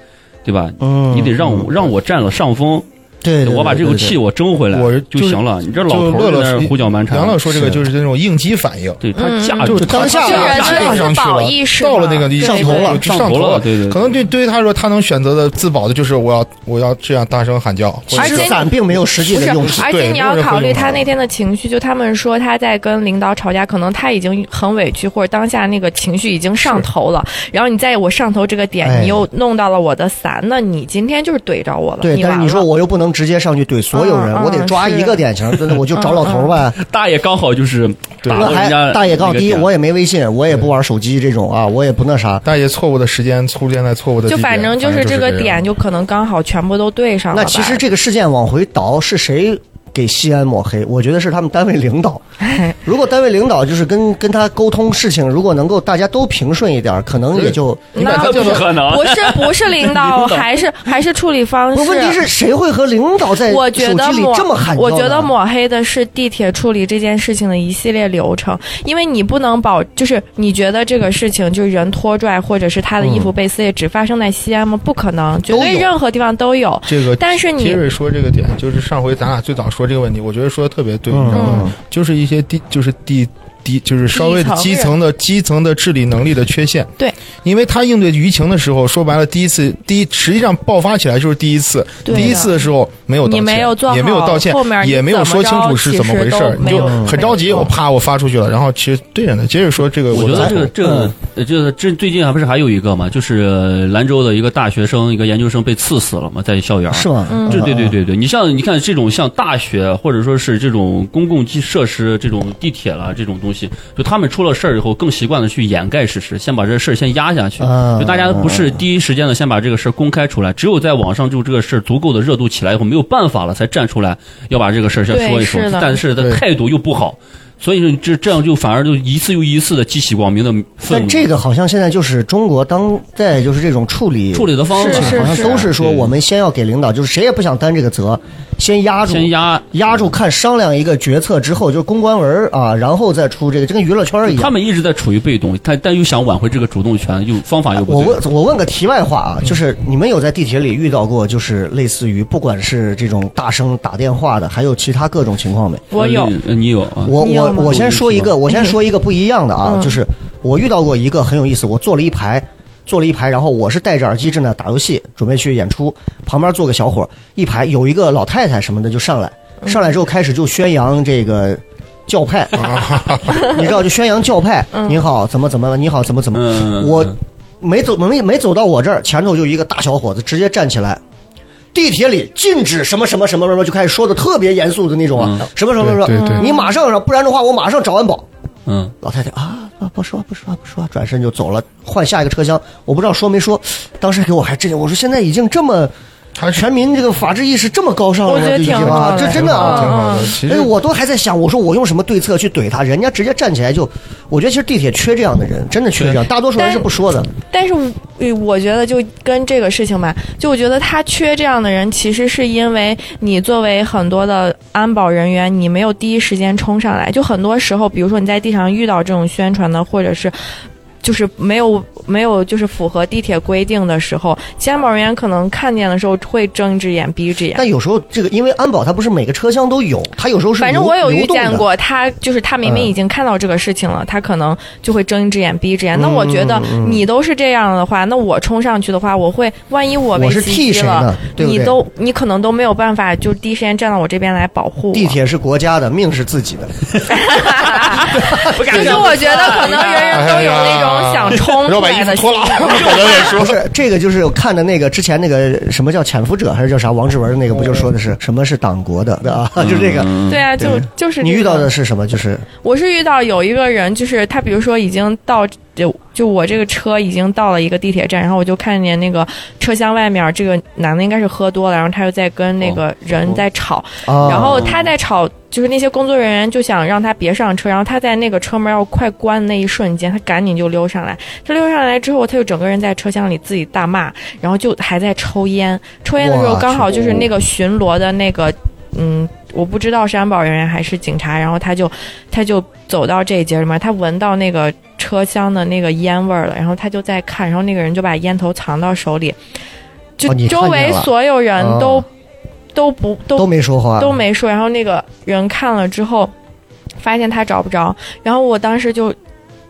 [SPEAKER 4] 对吧？
[SPEAKER 2] 嗯
[SPEAKER 4] 你得让我让我占了上风，
[SPEAKER 2] 对
[SPEAKER 4] 我把这口气我争回来
[SPEAKER 5] 我
[SPEAKER 4] 就
[SPEAKER 5] 就是
[SPEAKER 4] 行了。你这老
[SPEAKER 5] 就
[SPEAKER 4] 头
[SPEAKER 5] 乐
[SPEAKER 4] 儿在
[SPEAKER 5] 乐
[SPEAKER 4] 那儿胡搅蛮缠，
[SPEAKER 5] 杨老说这个
[SPEAKER 2] 是
[SPEAKER 5] 就是那种应激反应。
[SPEAKER 4] 对啊他
[SPEAKER 3] 嗯嗯
[SPEAKER 4] 驾驭
[SPEAKER 5] 就是
[SPEAKER 4] 不住
[SPEAKER 5] 当下
[SPEAKER 3] 就
[SPEAKER 5] 架
[SPEAKER 3] 是
[SPEAKER 5] 上
[SPEAKER 3] 这种
[SPEAKER 5] 去
[SPEAKER 3] 自保
[SPEAKER 5] 了
[SPEAKER 3] 意，识
[SPEAKER 5] 到了
[SPEAKER 3] 嘛
[SPEAKER 5] 那个地
[SPEAKER 2] 上头了
[SPEAKER 4] 上
[SPEAKER 5] 上
[SPEAKER 4] 头
[SPEAKER 5] 了
[SPEAKER 4] 了，。对对，对
[SPEAKER 5] 可能对对于他来说，他能选择的自保的就是我要我要这样大声喊叫，或
[SPEAKER 2] 其
[SPEAKER 5] 者
[SPEAKER 3] 而且
[SPEAKER 2] 实伞并没有实际
[SPEAKER 3] 不
[SPEAKER 2] 的
[SPEAKER 3] 是
[SPEAKER 2] 用处，，
[SPEAKER 3] 而且
[SPEAKER 5] 对
[SPEAKER 3] 你
[SPEAKER 5] 没有
[SPEAKER 3] 要
[SPEAKER 5] 人会
[SPEAKER 3] 考虑
[SPEAKER 5] 用它
[SPEAKER 3] 他那天的情绪，就他们说他在跟领导吵架，可能他已经很委屈，或者当下那个情绪已经上头了。然后你在我上头这个点，
[SPEAKER 2] 哎
[SPEAKER 3] 你又弄到了我的伞，那你今天就是怼着我了。
[SPEAKER 2] 对，但
[SPEAKER 3] 完
[SPEAKER 2] 是
[SPEAKER 3] 了
[SPEAKER 2] 你说我又不能直接上去怼所有人，
[SPEAKER 3] 嗯嗯嗯
[SPEAKER 2] 我得抓一个典型，真的我就找老头儿吧。
[SPEAKER 4] 大爷刚好就是打
[SPEAKER 2] 那
[SPEAKER 4] 了
[SPEAKER 2] 还
[SPEAKER 4] 人家
[SPEAKER 2] 大爷告
[SPEAKER 4] 那个
[SPEAKER 2] 第一，
[SPEAKER 4] 点
[SPEAKER 2] 我也没微信，我也不玩手机这种啊，我也不那啥。
[SPEAKER 5] 大爷错误的时间出现在错误的地
[SPEAKER 3] 就
[SPEAKER 5] 点，
[SPEAKER 3] 反正就是这个点，就可能刚好全部都对上了
[SPEAKER 2] 那
[SPEAKER 3] 吧。
[SPEAKER 2] 其实这个事件往回倒，是谁给西安抹黑？我觉得是他们单位领 导。如果单位领导就是跟跟他沟通事情，如果能够大家都平顺一点儿，可能也就。
[SPEAKER 5] 你 把他
[SPEAKER 3] 那
[SPEAKER 5] 叫
[SPEAKER 4] 不
[SPEAKER 5] 到
[SPEAKER 4] 可能，
[SPEAKER 3] 不是不是领导，
[SPEAKER 4] 领导
[SPEAKER 3] 还是还是处理方
[SPEAKER 2] 不
[SPEAKER 3] 式。
[SPEAKER 2] 问题是谁会和领导在
[SPEAKER 3] 我
[SPEAKER 2] 手
[SPEAKER 3] 觉
[SPEAKER 2] 机
[SPEAKER 3] 得
[SPEAKER 2] 里
[SPEAKER 3] 抹，
[SPEAKER 2] 这么喊叫呢？
[SPEAKER 3] 我觉得抹黑的是地铁处理这件事情的一系列流程，因为你不能保，就是你觉得这个事情就是人拖拽，或者是他的衣服被撕裂，只发生在西安吗？不可能，绝
[SPEAKER 2] 嗯都
[SPEAKER 3] 对
[SPEAKER 2] 有
[SPEAKER 3] 任何地方都有。
[SPEAKER 5] 这个
[SPEAKER 3] 但是你
[SPEAKER 5] Terry 说这个点，就是上回咱俩最早说这个问题，我觉得说的特别对，
[SPEAKER 2] 嗯
[SPEAKER 5] 你知道吗？就是一些低，就是低低，就是稍微的
[SPEAKER 3] 底层
[SPEAKER 5] 基层的基层的治理能力的缺陷。
[SPEAKER 3] 对，
[SPEAKER 5] 因为他应对舆情的时候，说白了，第一次，第一实际上爆发起来就是第一次，
[SPEAKER 3] 对
[SPEAKER 5] 第一次的时候没有道歉，
[SPEAKER 3] 你没有做好
[SPEAKER 5] 也没有道歉
[SPEAKER 3] 后面，你
[SPEAKER 5] 也没有说清楚是怎么回事儿，
[SPEAKER 3] 怎
[SPEAKER 5] 你
[SPEAKER 3] 么着其实都没
[SPEAKER 5] 就
[SPEAKER 3] 有
[SPEAKER 5] 很着急，
[SPEAKER 3] 嗯
[SPEAKER 5] 我啪我发出去了，然后其实对着呢。接着说这个，
[SPEAKER 4] 我觉得这个这个
[SPEAKER 2] 嗯
[SPEAKER 4] 呃就是这最近还不是还有一个嘛，就是兰州的一个大学生，一个研究生被刺死了嘛，在校园。
[SPEAKER 2] 是吗？
[SPEAKER 3] 嗯
[SPEAKER 4] 对对对对对，你像你看这种像大学或者说是这种公共基设施、这种地铁啦这种东西，就他们出了事儿以后，更习惯的去掩盖事实，先把这事儿先压下去。
[SPEAKER 2] 啊
[SPEAKER 4] 就大家不是第一时间的先把这个事儿公开出来，只有在网上就这个事儿足够的热度起来以后，没有办法了，才站出来要把这个事儿先说一说
[SPEAKER 3] 对是。的
[SPEAKER 4] 但是
[SPEAKER 5] 对
[SPEAKER 4] 的态度又不好，所以说这这样就反而就一次又一次的激起网民的愤
[SPEAKER 2] 但
[SPEAKER 4] 怒。
[SPEAKER 2] 这个好像现在就是中国当代就是这种处理
[SPEAKER 4] 处理的方式
[SPEAKER 3] 是是
[SPEAKER 2] 好像都是说
[SPEAKER 4] 对
[SPEAKER 2] 我们先要给领导，就是谁也不想担这个责，先压住，
[SPEAKER 4] 先压
[SPEAKER 2] 压住，看商量一个决策之后，就是公关文儿啊，然后再出这个，就跟娱乐圈儿一
[SPEAKER 4] 他
[SPEAKER 2] 样。
[SPEAKER 4] 们一直在处于被动，但但又想挽回这个主动权，又方法又
[SPEAKER 2] 我
[SPEAKER 4] 不对。
[SPEAKER 2] 问我问个题外话啊，
[SPEAKER 4] 嗯
[SPEAKER 2] 就是你们有在地铁里遇到过，就是类似于不管是这种大声打电话的，还有其他各种情况没？
[SPEAKER 3] 我有
[SPEAKER 4] 呃，你呃你有啊？
[SPEAKER 2] 我
[SPEAKER 3] 你有
[SPEAKER 2] 我
[SPEAKER 3] 吗
[SPEAKER 2] 我先说一个，
[SPEAKER 4] 嗯
[SPEAKER 2] 我先说一个不一样的啊，
[SPEAKER 3] 嗯
[SPEAKER 2] 就是我遇到过一个很有意思，我坐了一排，坐了一排，然后我是戴着耳机正在打游戏，准备去演出，旁边坐个小伙，一排有一个老太太什么的就上来，
[SPEAKER 3] 嗯
[SPEAKER 2] 上来之后开始就宣扬这个。教 派，你知道就宣扬教派。
[SPEAKER 3] 嗯
[SPEAKER 2] 你好，怎么怎么了？你好，怎么怎么？
[SPEAKER 4] 嗯
[SPEAKER 2] 我没走，没没走到我这儿，前头就一个大小伙子直接站起来，地铁里禁止什么什么什么什么，就开始说的特别严肃的那种啊，
[SPEAKER 4] 嗯
[SPEAKER 2] 什么什么什么，
[SPEAKER 5] 对对对
[SPEAKER 2] 你马上上，不然的话我马上找安保。
[SPEAKER 4] 嗯，
[SPEAKER 2] 老太太啊，啊不说不说不说，转身就走了，换下一个车厢。我不知道说没说，当时给我还震惊，我说现在已经这么
[SPEAKER 5] 他是
[SPEAKER 2] 全民这个法治意识这么高尚了
[SPEAKER 3] 哎我
[SPEAKER 2] 吗，
[SPEAKER 3] 觉得
[SPEAKER 2] 这已经
[SPEAKER 3] 挺好
[SPEAKER 2] 啊，
[SPEAKER 3] 的
[SPEAKER 2] 这真的啊，
[SPEAKER 5] 挺好
[SPEAKER 3] 嗯
[SPEAKER 5] 的
[SPEAKER 3] 嗯。
[SPEAKER 5] 其
[SPEAKER 2] 哎，
[SPEAKER 5] 实
[SPEAKER 2] 我都还在想，我说我用什么对策去怼他，人家直接站起来就，我觉得其实地铁缺这样的人，真的缺这样，大多数人是不说的。
[SPEAKER 3] 但是我，呃我觉得就跟这个事情吧，就我觉得他缺这样的人，其实是因为你作为很多的安保人员，你没有第一时间冲上来。就很多时候，比如说你在地上遇到这种宣传的，或者是。就是没有没有，就是符合地铁规定的时候，其安保人员可能看见的时候会睁一只眼闭一只眼。
[SPEAKER 2] 但有时候这个，因为安保它不是每个车厢都有，它有时候是
[SPEAKER 3] 反正
[SPEAKER 2] 流
[SPEAKER 3] 我有遇
[SPEAKER 2] 流动的嗯
[SPEAKER 3] 见过他，就是他明明已经看到这个事情了，他可能就会睁一只眼闭一只眼。那我觉
[SPEAKER 2] 嗯
[SPEAKER 3] 得你都是这样的话，那我冲上去的话，我会万一我被
[SPEAKER 2] 我是替
[SPEAKER 3] 袭击
[SPEAKER 2] 谁
[SPEAKER 3] 了
[SPEAKER 2] 呢，对不对
[SPEAKER 3] 你都你可能都没有办法，就第一时间站到我这边来保护我。
[SPEAKER 2] 地，铁是国家的，命是自己的。
[SPEAKER 3] 就是我觉得可能人人都有那
[SPEAKER 2] 哎
[SPEAKER 3] 种想冲
[SPEAKER 5] 要
[SPEAKER 3] 出
[SPEAKER 5] 把衣
[SPEAKER 3] 来
[SPEAKER 5] 服
[SPEAKER 3] 的
[SPEAKER 5] 脱
[SPEAKER 3] 心
[SPEAKER 5] 了，
[SPEAKER 3] 理。
[SPEAKER 5] 我在这
[SPEAKER 2] 不
[SPEAKER 5] 说。
[SPEAKER 2] 是这个，就是我看的那个之前那个什么叫潜伏者还是叫啥王志文的那个，不就说的是什么是党国的对吧？
[SPEAKER 4] 嗯
[SPEAKER 2] 就这个，
[SPEAKER 3] 对啊，就就是
[SPEAKER 2] 你
[SPEAKER 3] 这
[SPEAKER 2] 遇到
[SPEAKER 3] 种
[SPEAKER 2] 的是什么？就是
[SPEAKER 3] 我是遇到有一个人，就是他，比如说已经到就就我这个车已经到了一个地铁站，然后我就看见那个车厢外面这个男的应该是喝多了，然后他又在跟那个人在吵，
[SPEAKER 2] 啊，
[SPEAKER 3] 然后他在吵，就是那些工作人员就想让他别上车，然后他在那个车门要快关的那一瞬间，他赶紧就溜上来。他溜上来之后，他就整个人在车厢里自己大骂，然后就还在抽烟。抽烟的时候
[SPEAKER 2] 哇
[SPEAKER 3] 刚好就是那个巡逻的那个，嗯，我不知道是安保人员还是警察，然后他就他就走到这一节里面，他闻到那个车厢的那个烟味儿了，然后他就在看，然后那个人就把烟头藏到手里，就
[SPEAKER 2] 哦你看
[SPEAKER 3] 周
[SPEAKER 2] 见
[SPEAKER 3] 围
[SPEAKER 2] 了
[SPEAKER 3] 所有人都、
[SPEAKER 2] 哦
[SPEAKER 3] 都不都
[SPEAKER 2] 都没说话，
[SPEAKER 3] 都没说。然后那个人看了之后，发现他找不着，然后我当时就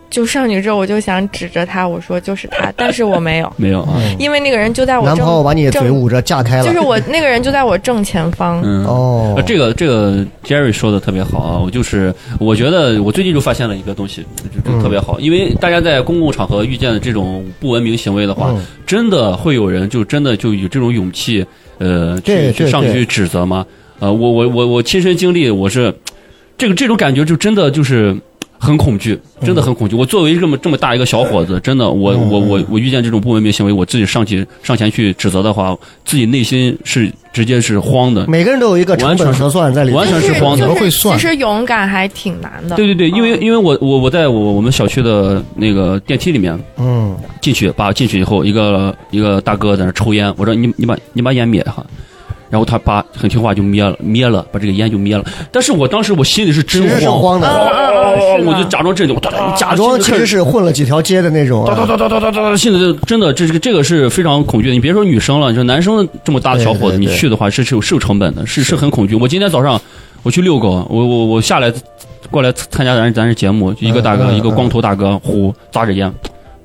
[SPEAKER 3] 就上去之后，我就想指着他，我说就是他，但是我没有，
[SPEAKER 4] 没有啊？
[SPEAKER 2] 嗯。
[SPEAKER 3] 因为那个人就在我
[SPEAKER 2] 男
[SPEAKER 3] 正
[SPEAKER 2] 朋友把你嘴捂着架开了，
[SPEAKER 3] 就是我那个人就在我正前方。
[SPEAKER 4] 嗯。
[SPEAKER 2] 哦
[SPEAKER 4] 呃，，这个这个 Jerry 说的特别好啊，我就是我觉得我最近就发现了一个东西，就
[SPEAKER 2] 嗯
[SPEAKER 4] 就特别好，因为大家在公共场合遇见的这种不文明行为的话，
[SPEAKER 2] 嗯
[SPEAKER 4] 真的会有人就真的就有这种勇气，呃，
[SPEAKER 2] 对
[SPEAKER 4] 去去
[SPEAKER 2] 对
[SPEAKER 4] 上去
[SPEAKER 2] 对
[SPEAKER 4] 去指责吗？呃，我我我我亲身经历，我是这个这种感觉就真的就是。很恐惧，
[SPEAKER 2] 嗯
[SPEAKER 4] 真的很恐惧。我作为这么这么大一个小伙子，真的，我我我
[SPEAKER 2] 嗯
[SPEAKER 4] 我遇见这种不文明行为，我自己上去上前去指责的话，自己内心是直接是慌的，
[SPEAKER 2] 每个人都有一个成
[SPEAKER 4] 完全
[SPEAKER 2] 本
[SPEAKER 4] 是
[SPEAKER 2] 核算在里面，
[SPEAKER 4] 完全
[SPEAKER 3] 就是
[SPEAKER 4] 慌的
[SPEAKER 3] 就
[SPEAKER 5] 会算
[SPEAKER 3] 其实勇敢还挺难的。
[SPEAKER 4] 对对对，因为
[SPEAKER 3] 嗯
[SPEAKER 4] 因为我我我在我我们小区的那个电梯里面
[SPEAKER 2] 嗯，
[SPEAKER 4] 进去，把进去以后，一个一个大哥在那抽烟，我说你你把你把烟灭哈，然后他把很听话就灭了灭了，把这个烟就灭了。但是我当时我心里是
[SPEAKER 2] 其
[SPEAKER 4] 真
[SPEAKER 2] 实是
[SPEAKER 4] 慌，
[SPEAKER 2] 慌哦
[SPEAKER 3] 嗯
[SPEAKER 2] 的，啊
[SPEAKER 3] 嗯嗯，是的
[SPEAKER 4] 哦我就假装镇定，我哒哒哒
[SPEAKER 2] 假装其实是混了几条街的那种啊，
[SPEAKER 4] 哒哒哒哒哒哒，现在就真的这这个这个是非常恐惧的。你别说女生了，你说男生这么大的小伙
[SPEAKER 2] 对
[SPEAKER 4] 子，
[SPEAKER 2] 对
[SPEAKER 4] 你
[SPEAKER 2] 对
[SPEAKER 4] 去的话是是有是有成本的，是是很恐惧。我今天早上我去遛狗，我我我下来过来参加咱咱这节目，就一个大哥，
[SPEAKER 2] 嗯嗯
[SPEAKER 4] 一个光头大哥，呼扎着烟，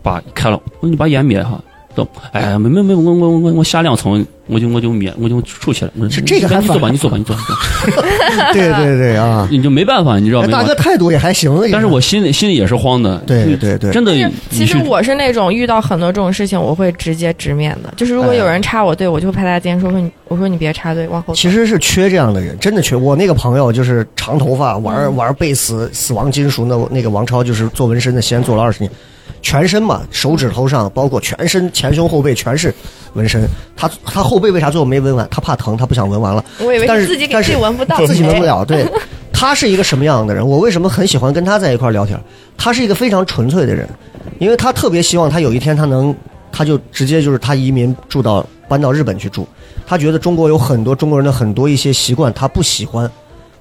[SPEAKER 4] 把开了，我说你把烟灭哈。走，哎，没没没，我我我我我下两层，我就我就免我就怵起来。我说
[SPEAKER 2] 是这个还
[SPEAKER 4] 你做吧，
[SPEAKER 2] 反
[SPEAKER 4] 你做吧， 你做吧，你做吧
[SPEAKER 2] 对对对啊，
[SPEAKER 4] 你就没办法，你知道
[SPEAKER 2] 哎
[SPEAKER 4] 没
[SPEAKER 2] 大
[SPEAKER 4] 办
[SPEAKER 2] 哥
[SPEAKER 4] 法。
[SPEAKER 2] 态度也还行，
[SPEAKER 4] 但是我心里心里也是慌的，
[SPEAKER 2] 对对对
[SPEAKER 4] 真的
[SPEAKER 3] 但是，其
[SPEAKER 4] 你
[SPEAKER 3] 实
[SPEAKER 4] 是
[SPEAKER 3] 我是那种遇到很多这种事情，我会直接直面的。就是如果有人插我队，我就会拍他肩说说你，我说你别插队，往后走。
[SPEAKER 2] 其实是缺这样的人，真的缺。我那个朋友就是长头发，玩玩贝斯、死亡金属那那个王超，就是做纹身的，西安做了二十年，全身嘛，手指头上包括全身前胸后背全是纹身。他他后背为啥最后没纹完？他怕疼，他不想纹完了。
[SPEAKER 3] 我以为
[SPEAKER 2] 但
[SPEAKER 3] 是
[SPEAKER 2] 是
[SPEAKER 3] 自己给
[SPEAKER 2] 但
[SPEAKER 3] 自己
[SPEAKER 2] 是
[SPEAKER 3] 闻不到，
[SPEAKER 2] 自己闻不了。 对，他是一个什么样的人？我为什么很喜欢跟他在一块儿聊天？他是一个非常纯粹的人，因为他特别希望他有一天他能，他就直接就是他移民住到搬到日本去住。他觉得中国有很多中国人的很多一些习惯他不喜欢，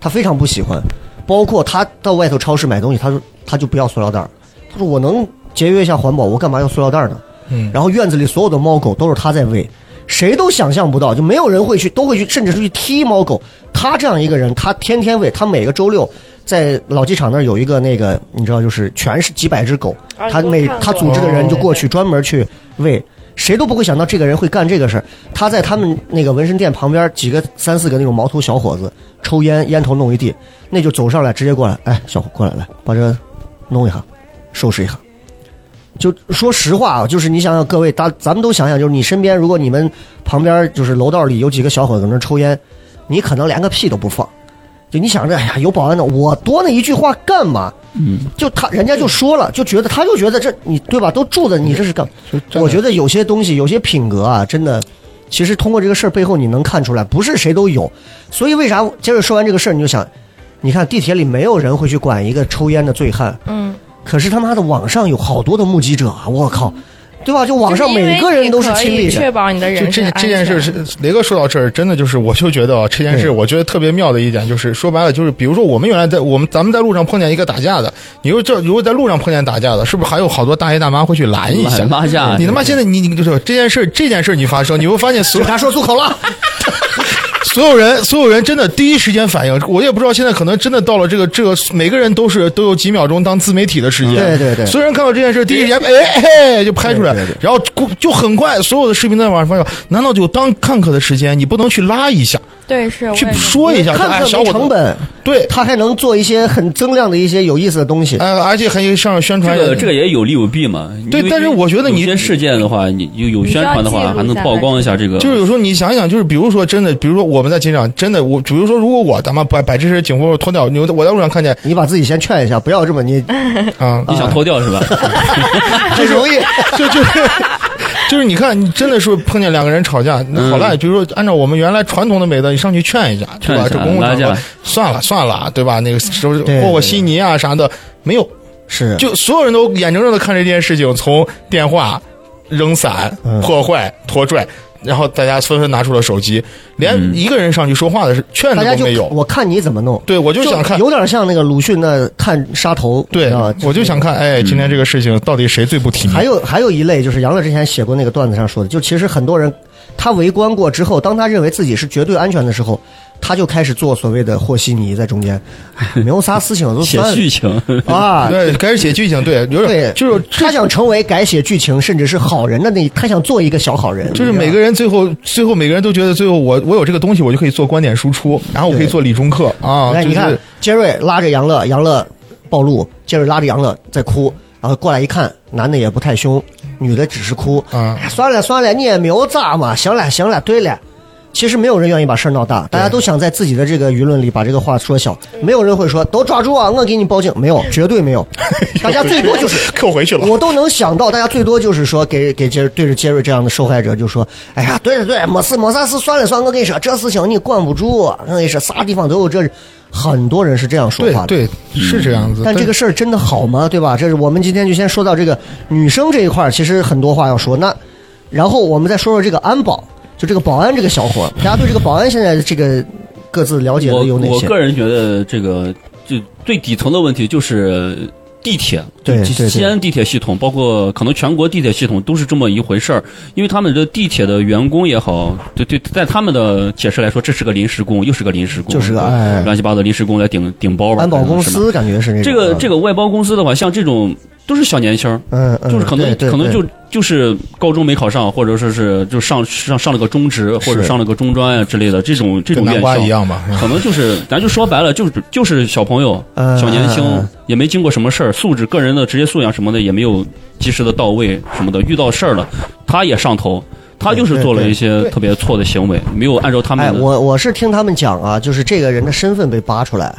[SPEAKER 2] 他非常不喜欢，包括他到外头超市买东西，他说他就不要塑料袋儿，他说我能节约一下环保，我干嘛要塑料袋儿呢？
[SPEAKER 5] 嗯
[SPEAKER 2] 然后院子里所有的猫狗都是他在喂，谁都想象不到，就没有人会去，都会去，甚至是去踢猫狗。他这样一个人，他天天喂，他每个周六在老机场那儿有一个那个，你知道，就是全是几百只狗，
[SPEAKER 3] 啊
[SPEAKER 2] 他
[SPEAKER 3] 你都
[SPEAKER 2] 每
[SPEAKER 3] 看过
[SPEAKER 2] 他组织的人
[SPEAKER 4] 哦
[SPEAKER 3] 哦
[SPEAKER 2] 就过去专门去喂。谁都不会想到这个人会干这个事儿。他在他们那个纹身店旁边几个三四个那种毛头小伙子抽烟，烟头弄一地，那就走上来直接过来，哎，小伙过来来，把这弄一下，收拾一下。就说实话啊，就是你想想各位，大咱们都想想，就是你身边，如果你们旁边就是楼道里有几个小伙子搁那抽烟，你可能连个屁都不放。就你想着，哎呀，有保安的，我多那一句话干嘛？嗯，就他人家就说了，就觉得他就觉得这你对吧？都住的你这是干嘛？
[SPEAKER 5] 嗯
[SPEAKER 2] 我觉得有些东西，有些品格啊，真的，其实通过这个事儿背后你能看出来，不是谁都有。所以为啥接着说完这个事儿，你就想，你看地铁里没有人会去管一个抽烟的醉汉，
[SPEAKER 3] 嗯，
[SPEAKER 2] 可是他妈的网上有好多的目击者啊！我靠，对吧？就网上
[SPEAKER 3] 就是因为
[SPEAKER 2] 每个人都是
[SPEAKER 3] 你可
[SPEAKER 2] 亲
[SPEAKER 3] 以
[SPEAKER 2] 历
[SPEAKER 3] 确
[SPEAKER 2] 者，
[SPEAKER 3] 保你的
[SPEAKER 5] 就
[SPEAKER 3] 人身
[SPEAKER 5] 这
[SPEAKER 3] 安
[SPEAKER 5] 这件事
[SPEAKER 3] 全
[SPEAKER 5] 是雷哥说到这儿，真的就是我就觉得啊，这件事
[SPEAKER 2] 对
[SPEAKER 5] 我觉得特别妙的一点就是，说白了就是，比如说我们原来在我们咱们在路上碰见一个打架的，你说这如果在路上碰见打架的，是不是还有好多大爷大妈会去
[SPEAKER 2] 哎
[SPEAKER 5] 拦一下？
[SPEAKER 4] 拉架，
[SPEAKER 5] 你他妈现在你你就是这件事这件事你发生，你会发现所有
[SPEAKER 2] 警察说 粗口了，
[SPEAKER 5] 所有人，所有人真的第一时间反应，我也不知道现在可能真的到了这个这个，每个人都是都有几秒钟当自媒体的时间。
[SPEAKER 2] 对对对
[SPEAKER 5] 所有人看到这件事，第一时间哎哎就拍出来，
[SPEAKER 2] 对对对
[SPEAKER 5] 然后就很快，所有的视频在网上发酵。难道就当看客的时间，你不能去拉一下，
[SPEAKER 3] 对，是我
[SPEAKER 5] 去
[SPEAKER 3] 也
[SPEAKER 5] 说一下，
[SPEAKER 2] 看
[SPEAKER 5] 哎，
[SPEAKER 2] 看
[SPEAKER 5] 小
[SPEAKER 2] 没
[SPEAKER 5] 伙
[SPEAKER 2] 成
[SPEAKER 5] 子，
[SPEAKER 2] 本，
[SPEAKER 5] 对，
[SPEAKER 2] 他还能做一些很增量的一些有意思的东西。
[SPEAKER 5] 哎，而且还上宣
[SPEAKER 4] 这
[SPEAKER 5] 传。
[SPEAKER 4] 个这个也有利有弊嘛。
[SPEAKER 5] 对
[SPEAKER 4] 因为
[SPEAKER 5] 但是我觉得你
[SPEAKER 4] 有些事件的话，你有有宣传的
[SPEAKER 3] 你需
[SPEAKER 4] 话，
[SPEAKER 3] 要
[SPEAKER 4] 还能曝光一下这个。
[SPEAKER 5] 就是有时候你想一想，就是比如说真的，比如说我们在警场真的，我比如说如果我他妈把把这身警服脱掉，你我在路上看见
[SPEAKER 2] 你把自己先劝一下，不要这么你
[SPEAKER 5] 啊，
[SPEAKER 4] 你想脱掉是吧？
[SPEAKER 2] 啊 很容易。
[SPEAKER 5] 就就是。就是你看，你真的是碰见两个人吵架，那好赖，比如说按照我们原来传统的美德，你上去劝一下，对
[SPEAKER 4] 嗯劝
[SPEAKER 5] 吧？
[SPEAKER 4] 一下
[SPEAKER 5] 这公共
[SPEAKER 4] 拉
[SPEAKER 5] 场
[SPEAKER 4] 架
[SPEAKER 5] 合，算了算了，对吧？那个什么
[SPEAKER 2] 对
[SPEAKER 5] 和我稀泥啊啥的，没有，
[SPEAKER 2] 是，
[SPEAKER 5] 就所有人都眼睁睁的看着这件事情，从电话、扔伞
[SPEAKER 2] 嗯、
[SPEAKER 5] 破坏、拖拽，然后大家纷纷拿出了手机，
[SPEAKER 4] 嗯
[SPEAKER 5] 连一个人上去说话的是劝
[SPEAKER 2] 大家
[SPEAKER 5] 的
[SPEAKER 2] 就
[SPEAKER 5] 都没有。
[SPEAKER 2] 我看你怎么弄。
[SPEAKER 5] 对，我就想看，
[SPEAKER 2] 有点像那个鲁迅那看杀头，
[SPEAKER 5] 对
[SPEAKER 2] 啊，，
[SPEAKER 5] 我就想看，哎，今天这个事情到底谁最不体
[SPEAKER 2] 嗯
[SPEAKER 5] 面？
[SPEAKER 2] 还有还有一类就是杨乐之前写过那个段子上说的，就其实很多人他围观过之后，当他认为自己是绝对安全的时候，他就开始做所谓的和稀泥在中 间，哎没有啥事情都
[SPEAKER 4] 写
[SPEAKER 2] 算
[SPEAKER 4] 剧情，
[SPEAKER 2] 啊。
[SPEAKER 5] 对，开始写剧情， 对，有
[SPEAKER 2] 对
[SPEAKER 5] 点，就是
[SPEAKER 2] 他想成为改写剧情甚至是好人的那，他想做一个小好人，
[SPEAKER 5] 就是每个人最后最后每个人都觉得最后我我有这个东西，我就可以做观点输出，然后我可以做理中客啊，
[SPEAKER 2] 哎，
[SPEAKER 5] 就
[SPEAKER 2] 你 看
[SPEAKER 5] 是
[SPEAKER 2] 杰瑞拉着杨乐，杨乐暴露，杰瑞拉着杨乐在哭，然后过来一看，男的也不太凶，女的只是哭，
[SPEAKER 5] 啊
[SPEAKER 2] 哎算了算了，你也没有咋嘛，行了行了，对了。其实没有人愿意把事儿闹大，大家都想在自己的这个舆论里把这个话说小，没有人会说都抓住啊，我给你报警，没有，绝对没 有，大家最多就是
[SPEAKER 5] 扣回去了。
[SPEAKER 2] 我都能想到，大家最多就是说给给杰对着杰瑞这样的受害者就说，哎呀，对了对了，没事没啥事，算了算了，我跟你说，这事情你管不住，我跟你说，啥地方都有这，很多人是这样说
[SPEAKER 5] 对
[SPEAKER 2] 话的。
[SPEAKER 5] 对，是这样子。
[SPEAKER 2] 但这个事儿真的好吗？对吧？这是我们今天就先说到这个女生这一块儿，其实很多话要说。那然后我们再说说这个安保，就这个保安这个小伙儿，大家对这个保安现在这个各自了解的
[SPEAKER 4] 我
[SPEAKER 2] 有哪
[SPEAKER 4] 我
[SPEAKER 2] 些？
[SPEAKER 4] 个人觉得这个就最底层的问题就是地铁，
[SPEAKER 2] 对对
[SPEAKER 4] 就
[SPEAKER 2] 对
[SPEAKER 4] 西安地铁系统，包括可能全国地铁系统都是这么一回事儿。因为他们的地铁的员工也好，对对，在他们的解释来说，这是个临时工，又是个临时工，
[SPEAKER 2] 就是个哎
[SPEAKER 4] 乱七八糟的临时工来顶顶包吧。
[SPEAKER 2] 安保
[SPEAKER 4] 可能
[SPEAKER 2] 公
[SPEAKER 4] 是吧
[SPEAKER 2] 司感觉是那
[SPEAKER 4] 这
[SPEAKER 2] 种
[SPEAKER 4] 个
[SPEAKER 2] 啊
[SPEAKER 4] 这个外包公司的话，像这种都是小年轻儿，
[SPEAKER 2] 嗯嗯，
[SPEAKER 4] 就是可能
[SPEAKER 2] 对对
[SPEAKER 4] 可能
[SPEAKER 2] 对
[SPEAKER 4] 就就是高中没考上，或者说是就上上上了个中职或者
[SPEAKER 2] 是
[SPEAKER 4] 上了个中专啊之类的这种这
[SPEAKER 5] 跟
[SPEAKER 4] 种
[SPEAKER 5] 南
[SPEAKER 4] 院
[SPEAKER 5] 瓜
[SPEAKER 4] 校
[SPEAKER 5] 一。样吧？
[SPEAKER 4] 可能就是，咱就说白了，就是就是小朋友、
[SPEAKER 2] 嗯
[SPEAKER 4] 小年轻
[SPEAKER 2] 嗯嗯，
[SPEAKER 4] 也没经过什么事儿，素质、个人的职业素养什么的也没有及时的到位什么的，遇到事儿了，他也上头，他就是做了一些特别错的行为，没有按照他们
[SPEAKER 2] 哎，
[SPEAKER 4] 的。
[SPEAKER 2] 我我是听他们讲啊，就是这个人的身份被扒出来，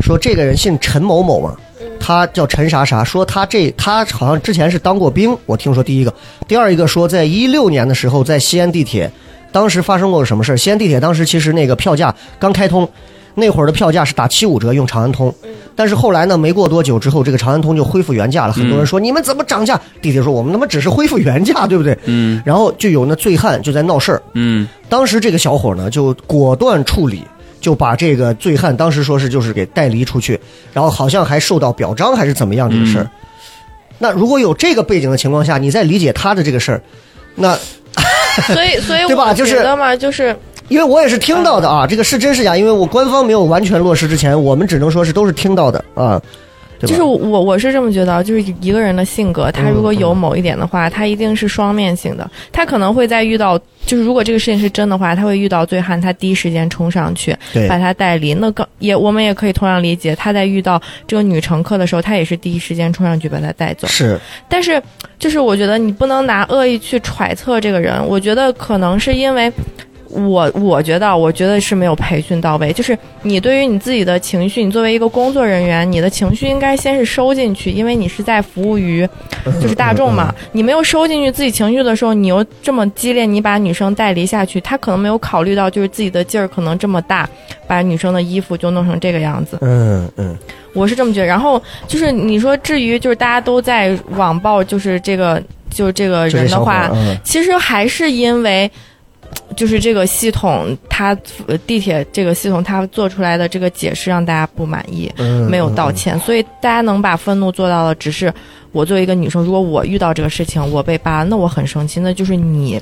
[SPEAKER 2] 说这个人姓陈某某嘛，他叫陈啥啥，说他这他好像之前是当过兵，我听说第一个，第二一个说在一六年的时候在西安地铁，当时发生过什么事儿？西安地铁当时其实那个票价刚开通。那会儿的票价是打七五折，用长安通，但是后来呢，没过多久之后，这个长安通就恢复原价了。很
[SPEAKER 4] 嗯
[SPEAKER 2] 多人说、你们怎么涨价？地铁说我们他妈只是恢复原价，对不对？嗯。然后就有那醉汉就在闹事儿，
[SPEAKER 4] 嗯，
[SPEAKER 2] 当时这个小伙呢就果断处理，就把这个醉汉当时说是就是给带离出去，然后好像还受到表彰还是怎么样这个
[SPEAKER 3] 嗯
[SPEAKER 2] 事儿。那如果有这个背景的情况下，你再理解他的这个事儿，那
[SPEAKER 3] 所以所以
[SPEAKER 2] 对吧
[SPEAKER 3] 我
[SPEAKER 2] 就
[SPEAKER 3] 觉
[SPEAKER 2] 是
[SPEAKER 3] 得嘛，就是
[SPEAKER 2] 因为我也是听到的啊，这个是真是假，因为我官方没有完全落实之前，我们只能说是都是听到的啊。对吧嗯
[SPEAKER 3] 就是我我是这么觉得，就是一个人的性格，他如果有某一点的话，他一定是双面性的。他可能会在遇到，就是如果这个事情是真的话，他会遇到醉汉，他第一时间冲上去
[SPEAKER 2] 对
[SPEAKER 3] 把他带离。那更也我们也可以同样理解，他在遇到这个女乘客的时候，他也是第一时间冲上去把她带走。
[SPEAKER 2] 是
[SPEAKER 3] 但是，就是我觉得你不能拿恶意去揣测这个人。我觉得可能是因为我，我觉得，我觉得是没有培训到位。就是你对于你自己的情绪，你作为一个工作人员，你的情绪应该先是收进去，因为你是在服务于 就是大众嘛。你没有收进去自己情绪的时候，你又这么激烈，你把女生带离下去，他可能没有考虑到就是自己的劲儿可能这么大，把女生的衣服就弄成这个样子。
[SPEAKER 2] 嗯嗯，
[SPEAKER 3] 我是这么觉得。然后就是你说，至于就是大家都在网暴，就是这个就是这个
[SPEAKER 2] 就这
[SPEAKER 3] 人的
[SPEAKER 2] 小伙
[SPEAKER 3] 话
[SPEAKER 2] 儿，嗯
[SPEAKER 3] 其实还是因为。就是这个系统，它呃地铁这个系统，它做出来的这个解释让大家不满意，
[SPEAKER 2] 嗯
[SPEAKER 3] 没有道歉，所以大家能把愤怒做到的，只是我作为一个女生，如果我遇到这个事情，我被扒，那我很生气，那就是你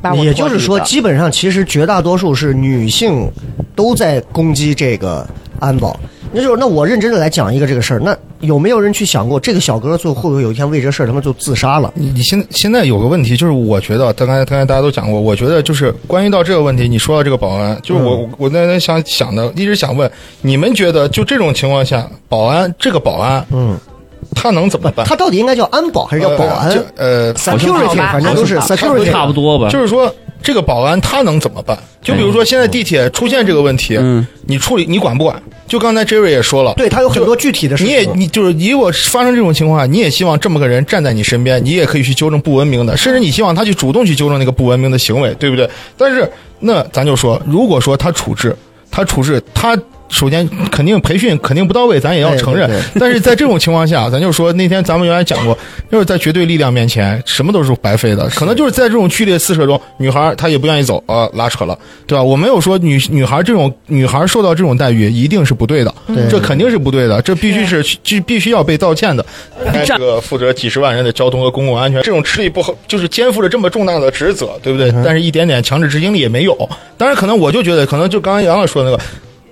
[SPEAKER 3] 把我
[SPEAKER 2] 也
[SPEAKER 3] 脱
[SPEAKER 2] 就
[SPEAKER 3] 离
[SPEAKER 2] 是说，
[SPEAKER 3] 的
[SPEAKER 2] 基本上其实绝大多数是女性都在攻击这个安保。那就是那我认真的来讲一个这个事儿，那有没有人去想过，这个小哥最后会不会有一天为这事儿他妈就自杀了？
[SPEAKER 5] 你你现现在有个问题，就是我觉得刚才刚才大家都讲过，我觉得就是关于到这个问题，你说到这个保安，就是我、
[SPEAKER 2] 嗯
[SPEAKER 5] 我我在那想想的，一直想问，你们觉得就这种情况下，保安这个保安，嗯，他能怎么办？
[SPEAKER 2] 他到底应该叫安保还是叫保安
[SPEAKER 5] 呃就呃，
[SPEAKER 2] ？security 反正都是
[SPEAKER 5] 好像差不多
[SPEAKER 2] security，
[SPEAKER 4] 差不多吧。
[SPEAKER 5] 就是说这个保安他能怎么办？就比如说现在地铁出现这个问题，
[SPEAKER 4] 嗯，
[SPEAKER 5] 你处理你管不管？就刚才 Jerry 也说了，
[SPEAKER 2] 对他有很多具体的事
[SPEAKER 5] 你
[SPEAKER 2] 情。
[SPEAKER 5] 也你就是，如果发生这种情况，你也希望这么个人站在你身边，你也可以去纠正不文明的，甚至你希望他去主动去纠正那个不文明的行为，对不对？但是那咱就说，如果说他处置，他处置他。首先，肯定培训肯定不到位，咱也要
[SPEAKER 2] 对
[SPEAKER 5] 承认。
[SPEAKER 2] 哎对
[SPEAKER 5] 但是在这种情况下，咱就说那天咱们原来讲过，就是在绝对力量面前，什么都是白费的。可能就是在这种剧烈撕扯中，女孩儿她也不愿意走啊、拉扯了，对吧？我没有说女女孩儿这种女孩儿受到这种待遇一定是不对的，
[SPEAKER 2] 对
[SPEAKER 5] 这肯定是不对的，这必须是这必须要被道歉的。这个负责几十万人的交通和公共安全，这种吃力不好，就是肩负着这么重大的职责，对不对？但是一点点强制执行力也没有。当然，可能我就觉得，可能就刚才杨老师说的那个。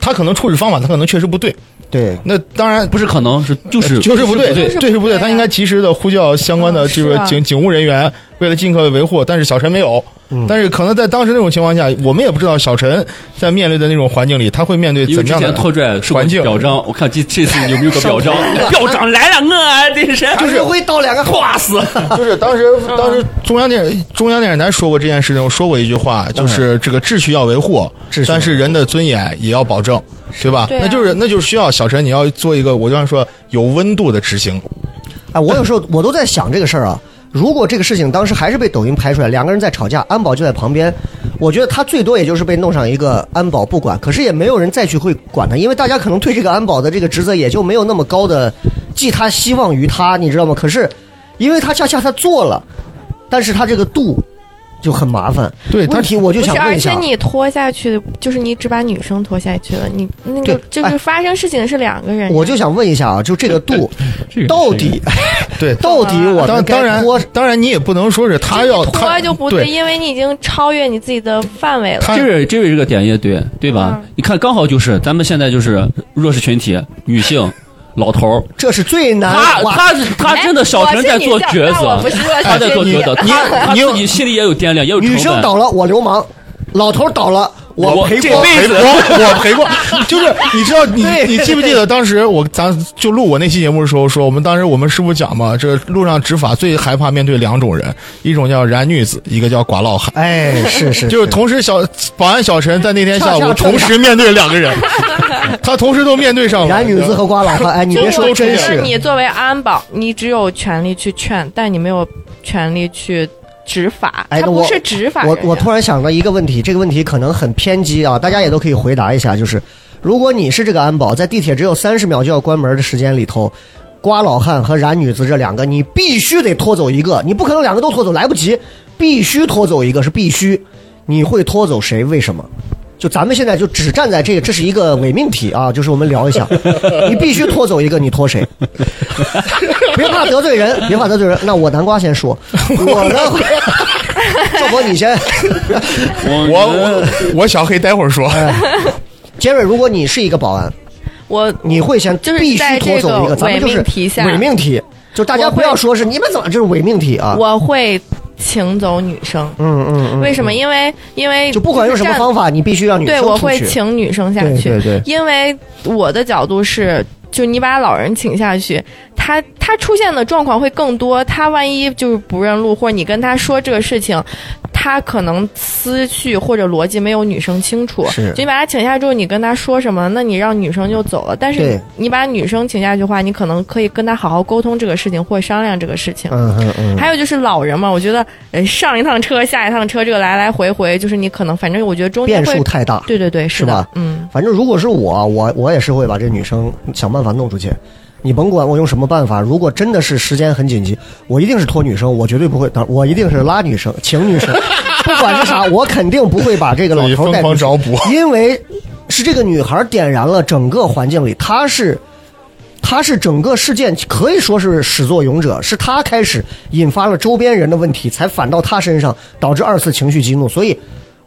[SPEAKER 5] 他可能处置方法，他可能确实不对。
[SPEAKER 2] 对，
[SPEAKER 5] 那当然
[SPEAKER 4] 不是可能是就是
[SPEAKER 5] 就是不对，
[SPEAKER 4] 不对
[SPEAKER 5] 对是不对，
[SPEAKER 3] 啊
[SPEAKER 5] 他应该及时的呼叫相关的
[SPEAKER 3] 嗯
[SPEAKER 5] 这
[SPEAKER 3] 是
[SPEAKER 5] 个
[SPEAKER 3] 啊
[SPEAKER 5] 警警务人员，为了尽快维护。但是小陈没有，但是可能在当时那种情况下，我们也不知道小陈在面对的那种环境里，他会面对
[SPEAKER 4] 因为
[SPEAKER 5] 怎
[SPEAKER 4] 之
[SPEAKER 5] 样的
[SPEAKER 4] 前拓拽受过
[SPEAKER 5] 环境
[SPEAKER 4] 表彰，我看这这次有没有个表 彰？表彰来了，我这是
[SPEAKER 2] 就是会到两 个
[SPEAKER 4] 挂死。
[SPEAKER 5] 就是 当时当时中央电中央电视台说过这件事情，说过一句话，就是这个秩序要维护
[SPEAKER 2] 秩序，
[SPEAKER 5] 但是人的尊严也要保证，对吧？
[SPEAKER 3] 对啊
[SPEAKER 5] 那就是那就是需要小陈，你要做一个，我就想说有温度的执行。
[SPEAKER 2] 哎，我有时候我都在想这个事儿啊。如果这个事情当时还是被抖音拍出来，两个人在吵架，安保就在旁边，我觉得他最多也就是被弄上一个安保不管，可是也没有人再去会管他，因为大家可能对这个安保的这个职责也就没有那么高的寄他希望于他，你知道吗？可是，因为他恰恰他做了，但是他这个度就很麻烦。
[SPEAKER 5] 对他
[SPEAKER 2] 问题我就
[SPEAKER 3] 不
[SPEAKER 2] 想
[SPEAKER 3] 是，
[SPEAKER 2] 问
[SPEAKER 3] 而
[SPEAKER 2] 一
[SPEAKER 3] 且
[SPEAKER 2] 下，啊
[SPEAKER 3] 你拖下去，就是你只把女生拖下去了，你那个
[SPEAKER 2] 对
[SPEAKER 3] 就是
[SPEAKER 2] 哎
[SPEAKER 3] 发生事情的是两个人。
[SPEAKER 2] 我就想问一下啊，就这个 度到底，
[SPEAKER 5] 对
[SPEAKER 2] 到底我
[SPEAKER 5] 啊当
[SPEAKER 2] 们
[SPEAKER 5] 当
[SPEAKER 2] 该
[SPEAKER 5] 然
[SPEAKER 2] 拖
[SPEAKER 5] 当然你也不能说是他要他
[SPEAKER 3] 拖就不对，
[SPEAKER 5] 对，
[SPEAKER 3] 因为你已经超越你自己的范围了。
[SPEAKER 5] 他
[SPEAKER 4] 这位这位这
[SPEAKER 3] 嗯
[SPEAKER 4] 个点也对，对吧？你看，刚好就是咱们现在就是弱势群体，女性， 老头儿，
[SPEAKER 2] 这是最
[SPEAKER 3] 啊
[SPEAKER 2] 难
[SPEAKER 4] 他
[SPEAKER 2] 哇
[SPEAKER 4] 他是他真的小陈在做抉
[SPEAKER 3] 哎我是你的但我不是
[SPEAKER 4] 择，
[SPEAKER 3] 我是
[SPEAKER 4] 他在做
[SPEAKER 3] 你
[SPEAKER 4] 抉
[SPEAKER 3] 的
[SPEAKER 4] 择，他他自己心里也有掂量，也有成
[SPEAKER 2] 女生
[SPEAKER 4] 本。
[SPEAKER 2] 倒了我流氓，老头倒了我
[SPEAKER 4] 我
[SPEAKER 2] 赔
[SPEAKER 4] 这
[SPEAKER 2] 光。
[SPEAKER 4] 辈
[SPEAKER 5] 陪
[SPEAKER 4] 子
[SPEAKER 5] 过，我陪过，就是你知道你
[SPEAKER 2] 对
[SPEAKER 5] 你记不记得当时我咱就录我那期节目的时候说，我们当时我们师傅讲嘛，这路上执法最害怕面对两种人，一种叫燃女子，一个叫寡老汉。
[SPEAKER 2] 哎，是是，
[SPEAKER 5] 就是同时小保安小陈在那天下
[SPEAKER 2] 恰恰
[SPEAKER 5] 午同时面对两个 人，他同时都面对上了。
[SPEAKER 2] 男女子和瓜老汉，哎，你别说，
[SPEAKER 5] 都
[SPEAKER 2] 真
[SPEAKER 5] 出
[SPEAKER 3] 就是
[SPEAKER 5] 现
[SPEAKER 3] 你作为安保，你只有权利去劝，但你没有权利去执法，
[SPEAKER 2] 哎
[SPEAKER 3] 他
[SPEAKER 2] 那我
[SPEAKER 3] 不是执法
[SPEAKER 2] 我
[SPEAKER 3] 人
[SPEAKER 2] 我
[SPEAKER 3] 呀
[SPEAKER 2] 突然想到一个问题，这个问题可能很偏激啊，大家也都可以回答一下。就是如果你是这个安保，在地铁只有三十秒就要关门的时间里头，瓜老汉和冉女子这两个，你必须得拖走一个，你不可能两个都拖走，来不及，必须拖走一个是必须。你会拖走谁？为什么？就咱们现在就只站在这个，这是一个伪命题啊，就是我们聊一下，你必须拖走一个，你拖谁？ 别怕得罪人，别怕得罪人。那我南瓜先说，我呢，赵博你先。
[SPEAKER 4] 我
[SPEAKER 5] 我我我小黑待会儿说，
[SPEAKER 2] 杰瑞，如果你是一个保安，
[SPEAKER 3] 我
[SPEAKER 2] 你会先
[SPEAKER 3] 就是
[SPEAKER 2] 必须
[SPEAKER 3] 在
[SPEAKER 2] 拖
[SPEAKER 3] 这
[SPEAKER 2] 走一
[SPEAKER 3] 个
[SPEAKER 2] 咱们就
[SPEAKER 3] 伪
[SPEAKER 2] 是
[SPEAKER 3] 命题下
[SPEAKER 2] 伪命题，就大家
[SPEAKER 3] 我会
[SPEAKER 2] 不要说是你们怎么这是伪命题啊？
[SPEAKER 3] 我会请走女生，
[SPEAKER 2] 嗯嗯嗯，
[SPEAKER 3] 为什么？因为因为
[SPEAKER 2] 就不管用什么
[SPEAKER 3] 站
[SPEAKER 2] 方法，你必须让女生
[SPEAKER 3] 对，
[SPEAKER 2] 出去。
[SPEAKER 3] 我会请女生下
[SPEAKER 2] 对
[SPEAKER 3] 去，
[SPEAKER 2] 对对
[SPEAKER 3] 因为我的角度是，就你把老人请下去，他他出现的状况会更多。他万一就是不认路，或者你跟他说这个事情，他可能思绪或者逻辑没有女生清楚。
[SPEAKER 2] 是
[SPEAKER 3] 就你把他请下之后，你跟他说什么，那你让女生就走了。但
[SPEAKER 2] 对
[SPEAKER 3] 是你把女生请下去的话，你可能可以跟他好好沟通这个事情，或者商量这个事情。
[SPEAKER 2] 嗯嗯嗯，
[SPEAKER 3] 还有就是老人嘛，我觉得，呃，上一趟车，下一趟车，这个来来回回，就是你可能，反正我觉得中间
[SPEAKER 2] 变
[SPEAKER 3] 会
[SPEAKER 2] 数太大。
[SPEAKER 3] 对对对，
[SPEAKER 2] 是
[SPEAKER 3] 的，
[SPEAKER 2] 吧
[SPEAKER 3] 嗯，
[SPEAKER 2] 反正如果是我，我我也是会把这女生想办法弄出去。你甭管我用什么办法，如果真的是时间很紧急，我一定是拖女生，我绝对不会，当我一定是拉女生、请女 生，不管是啥，我肯定不会把这个老
[SPEAKER 5] 自己
[SPEAKER 2] 头
[SPEAKER 5] 疯
[SPEAKER 2] 带出
[SPEAKER 5] 狂
[SPEAKER 2] 去
[SPEAKER 5] 找补。
[SPEAKER 2] 因为是这个女孩点燃了整个环境里，她是。她是整个事件可以说是始作俑者，是她开始引发了周边人的问题，才反到她身上，导致二次情绪激怒。所以，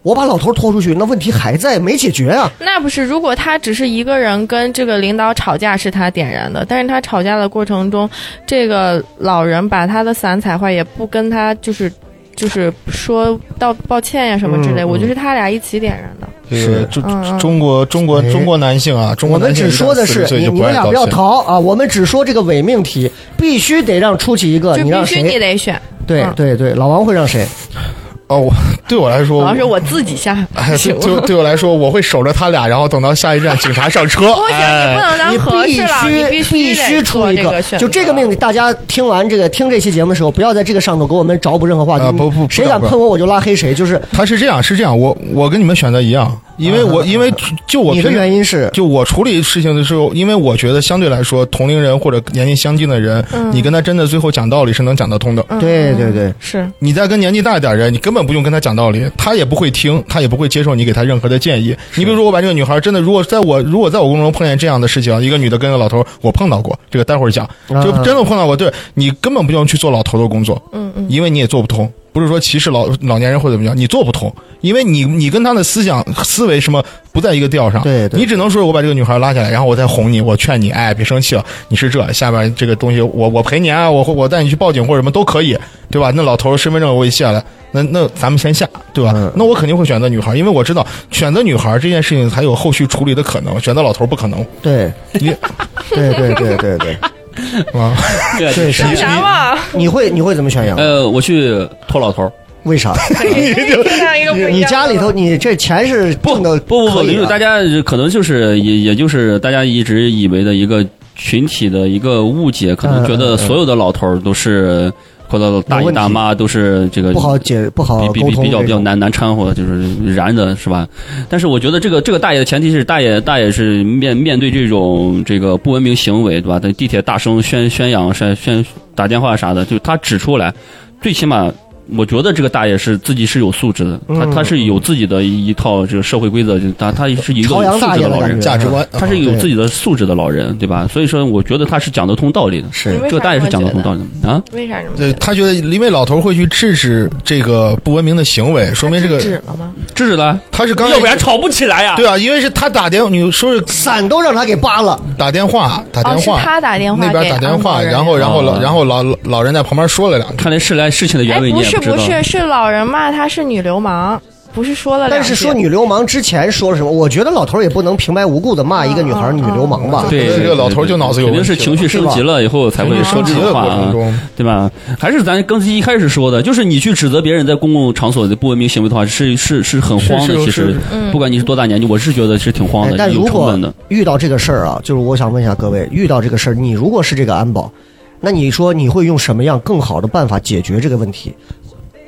[SPEAKER 2] 我把老头拖出去，那问题还在没解决啊！
[SPEAKER 3] 那不是，如果他只是一个人跟这个领导吵架是他点燃的，但是他吵架的过程中，这个老人把他的伞踩坏，也不跟他就是就是说道抱歉呀什么之类，
[SPEAKER 2] 嗯
[SPEAKER 3] 我觉得是他俩一起点燃的。
[SPEAKER 5] 这个中
[SPEAKER 3] 嗯嗯
[SPEAKER 5] 中国中国
[SPEAKER 2] 哎
[SPEAKER 5] 中国男性啊，中
[SPEAKER 2] 我
[SPEAKER 5] 国
[SPEAKER 2] 们
[SPEAKER 5] 男性
[SPEAKER 2] 只说的
[SPEAKER 5] 一
[SPEAKER 2] 是
[SPEAKER 5] 旦40岁
[SPEAKER 2] 你
[SPEAKER 5] 就
[SPEAKER 2] 你
[SPEAKER 5] 不
[SPEAKER 2] 们
[SPEAKER 5] 爱
[SPEAKER 2] 俩
[SPEAKER 5] 道
[SPEAKER 2] 不要
[SPEAKER 5] 歉。
[SPEAKER 2] 逃啊！我们只说这个伪命题，必须得让出去一个，
[SPEAKER 3] 就
[SPEAKER 2] 你让
[SPEAKER 3] 必须你
[SPEAKER 2] 谁？
[SPEAKER 3] 得选，
[SPEAKER 2] 对
[SPEAKER 3] 嗯
[SPEAKER 2] 对对，老王会让谁？
[SPEAKER 5] 哦，我对我来说，
[SPEAKER 3] 主要是我自己 下，
[SPEAKER 5] 哎，
[SPEAKER 3] 不
[SPEAKER 5] 对
[SPEAKER 3] 行，
[SPEAKER 5] 对对我来说，我会守着他俩，然后等到下一站警察上 车。
[SPEAKER 3] 不行，你不
[SPEAKER 5] 哎，
[SPEAKER 3] 能当和
[SPEAKER 2] 你
[SPEAKER 3] 事佬，你
[SPEAKER 2] 必
[SPEAKER 3] 须
[SPEAKER 2] 必须
[SPEAKER 3] 得
[SPEAKER 2] 出
[SPEAKER 3] 做
[SPEAKER 2] 一
[SPEAKER 3] 这个选择。
[SPEAKER 2] 就这个命题，大家听完这个听这期节目的时候，不要在这个上头给我们找补任何话题。
[SPEAKER 5] 啊不不不
[SPEAKER 2] 谁敢
[SPEAKER 5] 不
[SPEAKER 2] 喷我，我就拉黑谁。就是
[SPEAKER 5] 他是这样，是这样，我我跟你们选的一样，因为
[SPEAKER 3] 啊
[SPEAKER 5] 我因为就我
[SPEAKER 2] 你的
[SPEAKER 5] 平时
[SPEAKER 2] 原因是，
[SPEAKER 5] 就我处理事情的时候，因为我觉得相对来说，同龄人或者年纪相近的人，你跟他真的最后讲道理是能讲得通的。
[SPEAKER 3] 嗯
[SPEAKER 2] 对对对，
[SPEAKER 3] 是
[SPEAKER 5] 你再跟年纪大一点的人，你根本不用跟他讲道理，他也不会听，他也不会接受你给他任何的建议。你比如说，我把这个女孩真的，如果在我如果在我工作中碰见这样的事情，一个女的跟个老头儿，我碰到过，这个待会儿讲，就
[SPEAKER 2] 啊
[SPEAKER 5] 真的碰到过。对你根本不用去做老头的工作，嗯嗯，因为你也做不通。不是说歧视老老年人或者怎么样，你做不通，因为你你跟他的思想思维什么不在一个调上，
[SPEAKER 2] 对对
[SPEAKER 5] 你只能说我把这个女孩拉起来，然后我再哄你，我劝你，哎，别生气了，你是这下边这个东西我我陪你啊，我我带你去报警或者什么都可以，对吧？那老头儿身份证我也卸了，那那咱们先下，对吧？
[SPEAKER 2] 嗯
[SPEAKER 5] 那我肯定会选择女孩，因为我知道选择女孩这件事情才有后续处理的可能，选择老头儿不可能
[SPEAKER 2] 对
[SPEAKER 5] 你
[SPEAKER 2] 对对对对 对，
[SPEAKER 5] 啊。
[SPEAKER 4] 对
[SPEAKER 2] 对是
[SPEAKER 3] 干啥嘛？
[SPEAKER 2] 你会你会怎么选羊？
[SPEAKER 4] 呃，我去拖老头儿。
[SPEAKER 2] 为啥？
[SPEAKER 3] 听到一个不一样的
[SPEAKER 2] 你家里头你这钱是
[SPEAKER 4] 不
[SPEAKER 2] 挣的
[SPEAKER 4] 不不不，
[SPEAKER 2] 可以
[SPEAKER 4] 因为
[SPEAKER 2] 的
[SPEAKER 4] 啊大家可能就是也也就是大家一直以为的一个群体的一个误解，可能觉得所有的老头儿都是或者
[SPEAKER 2] 嗯
[SPEAKER 4] 大
[SPEAKER 2] 有
[SPEAKER 4] 爷
[SPEAKER 2] 问题
[SPEAKER 4] 大妈都是这个
[SPEAKER 2] 不好解不好呃
[SPEAKER 4] 比
[SPEAKER 2] 沟
[SPEAKER 4] 比比
[SPEAKER 2] 通
[SPEAKER 4] 比较
[SPEAKER 2] 这
[SPEAKER 4] 比较
[SPEAKER 2] 种。
[SPEAKER 4] 难难掺和，就是燃的是吧？但是我觉得这个这个大爷的前提是大爷大爷是面面对这种这个不文明行为对吧？在地铁大声宣宣扬宣宣打电话啥的，就他指出来，最起码我觉得这个大爷是自己是有素质的，
[SPEAKER 2] 嗯
[SPEAKER 4] 他他是有自己的一套这个社会规则，就他他是一个
[SPEAKER 2] 朝
[SPEAKER 4] 有
[SPEAKER 2] 阳
[SPEAKER 4] 素
[SPEAKER 2] 大
[SPEAKER 4] 质
[SPEAKER 2] 爷
[SPEAKER 4] 的
[SPEAKER 2] 的
[SPEAKER 4] 老
[SPEAKER 2] 感
[SPEAKER 4] 人
[SPEAKER 2] 觉，啊
[SPEAKER 5] 价值观
[SPEAKER 4] 他是有自己的素质的老人，对吧？所以说，我觉得他是讲得通道理的，
[SPEAKER 2] 是
[SPEAKER 4] 这个大爷是讲得通道理的啊。
[SPEAKER 3] 为啥这么觉
[SPEAKER 5] 对
[SPEAKER 3] 得？
[SPEAKER 5] 他觉得，因为老头会去制止这个不文明的行为，说明这
[SPEAKER 3] 制止
[SPEAKER 5] 个
[SPEAKER 3] 了吗？
[SPEAKER 4] 制止了，
[SPEAKER 5] 他是刚才
[SPEAKER 4] 要不然吵不起来呀。
[SPEAKER 5] 对啊，因为是他打电，你说是
[SPEAKER 2] 伞都让他给扒了，
[SPEAKER 5] 打电话，打电
[SPEAKER 3] 哦，是
[SPEAKER 5] 话，
[SPEAKER 3] 他打电话
[SPEAKER 5] 那边
[SPEAKER 3] 给
[SPEAKER 5] 打电
[SPEAKER 3] 安保
[SPEAKER 5] 话，
[SPEAKER 3] 人
[SPEAKER 5] 然后然后老
[SPEAKER 4] 哦
[SPEAKER 5] 然后老老老人在旁边说了两句，
[SPEAKER 4] 看来事来事情的
[SPEAKER 3] 哎，
[SPEAKER 4] 原委
[SPEAKER 3] 不
[SPEAKER 4] 你也
[SPEAKER 3] 是
[SPEAKER 4] 知道
[SPEAKER 3] 不。是，是老人骂她是女流氓，不是说了两
[SPEAKER 2] 但
[SPEAKER 3] 句，
[SPEAKER 2] 是说女流氓之前说了什么？我觉得老头儿也不能平白无故的骂一个女孩儿女流氓吧？
[SPEAKER 4] 对
[SPEAKER 5] 这
[SPEAKER 4] 对
[SPEAKER 5] 个
[SPEAKER 4] 对
[SPEAKER 5] 老头就脑子有
[SPEAKER 4] 肯定
[SPEAKER 5] 问题
[SPEAKER 4] 是
[SPEAKER 5] 了
[SPEAKER 4] 情绪升级了以后才会说
[SPEAKER 5] 升
[SPEAKER 4] 这
[SPEAKER 5] 级
[SPEAKER 4] 种
[SPEAKER 5] 的
[SPEAKER 4] 话
[SPEAKER 5] 过程
[SPEAKER 4] 啊，
[SPEAKER 5] 中，
[SPEAKER 4] 对吧？还是咱刚才一开始说的，就是你去指责别人在公共场所的不文明行为的话，是是是很慌的。
[SPEAKER 5] 是是
[SPEAKER 4] 其
[SPEAKER 5] 是
[SPEAKER 4] 实
[SPEAKER 5] 是，
[SPEAKER 3] 嗯
[SPEAKER 4] 不管你是多大年纪，我是觉得是挺慌
[SPEAKER 2] 哎
[SPEAKER 4] 的，
[SPEAKER 2] 但
[SPEAKER 4] 有
[SPEAKER 2] 如
[SPEAKER 4] 成
[SPEAKER 2] 果
[SPEAKER 4] 本的。
[SPEAKER 2] 遇到这个事儿啊，就是我想问一下各位，遇到这个事儿，你如果是这个安保，那你说你会用什么样更好的办法解决这个问题？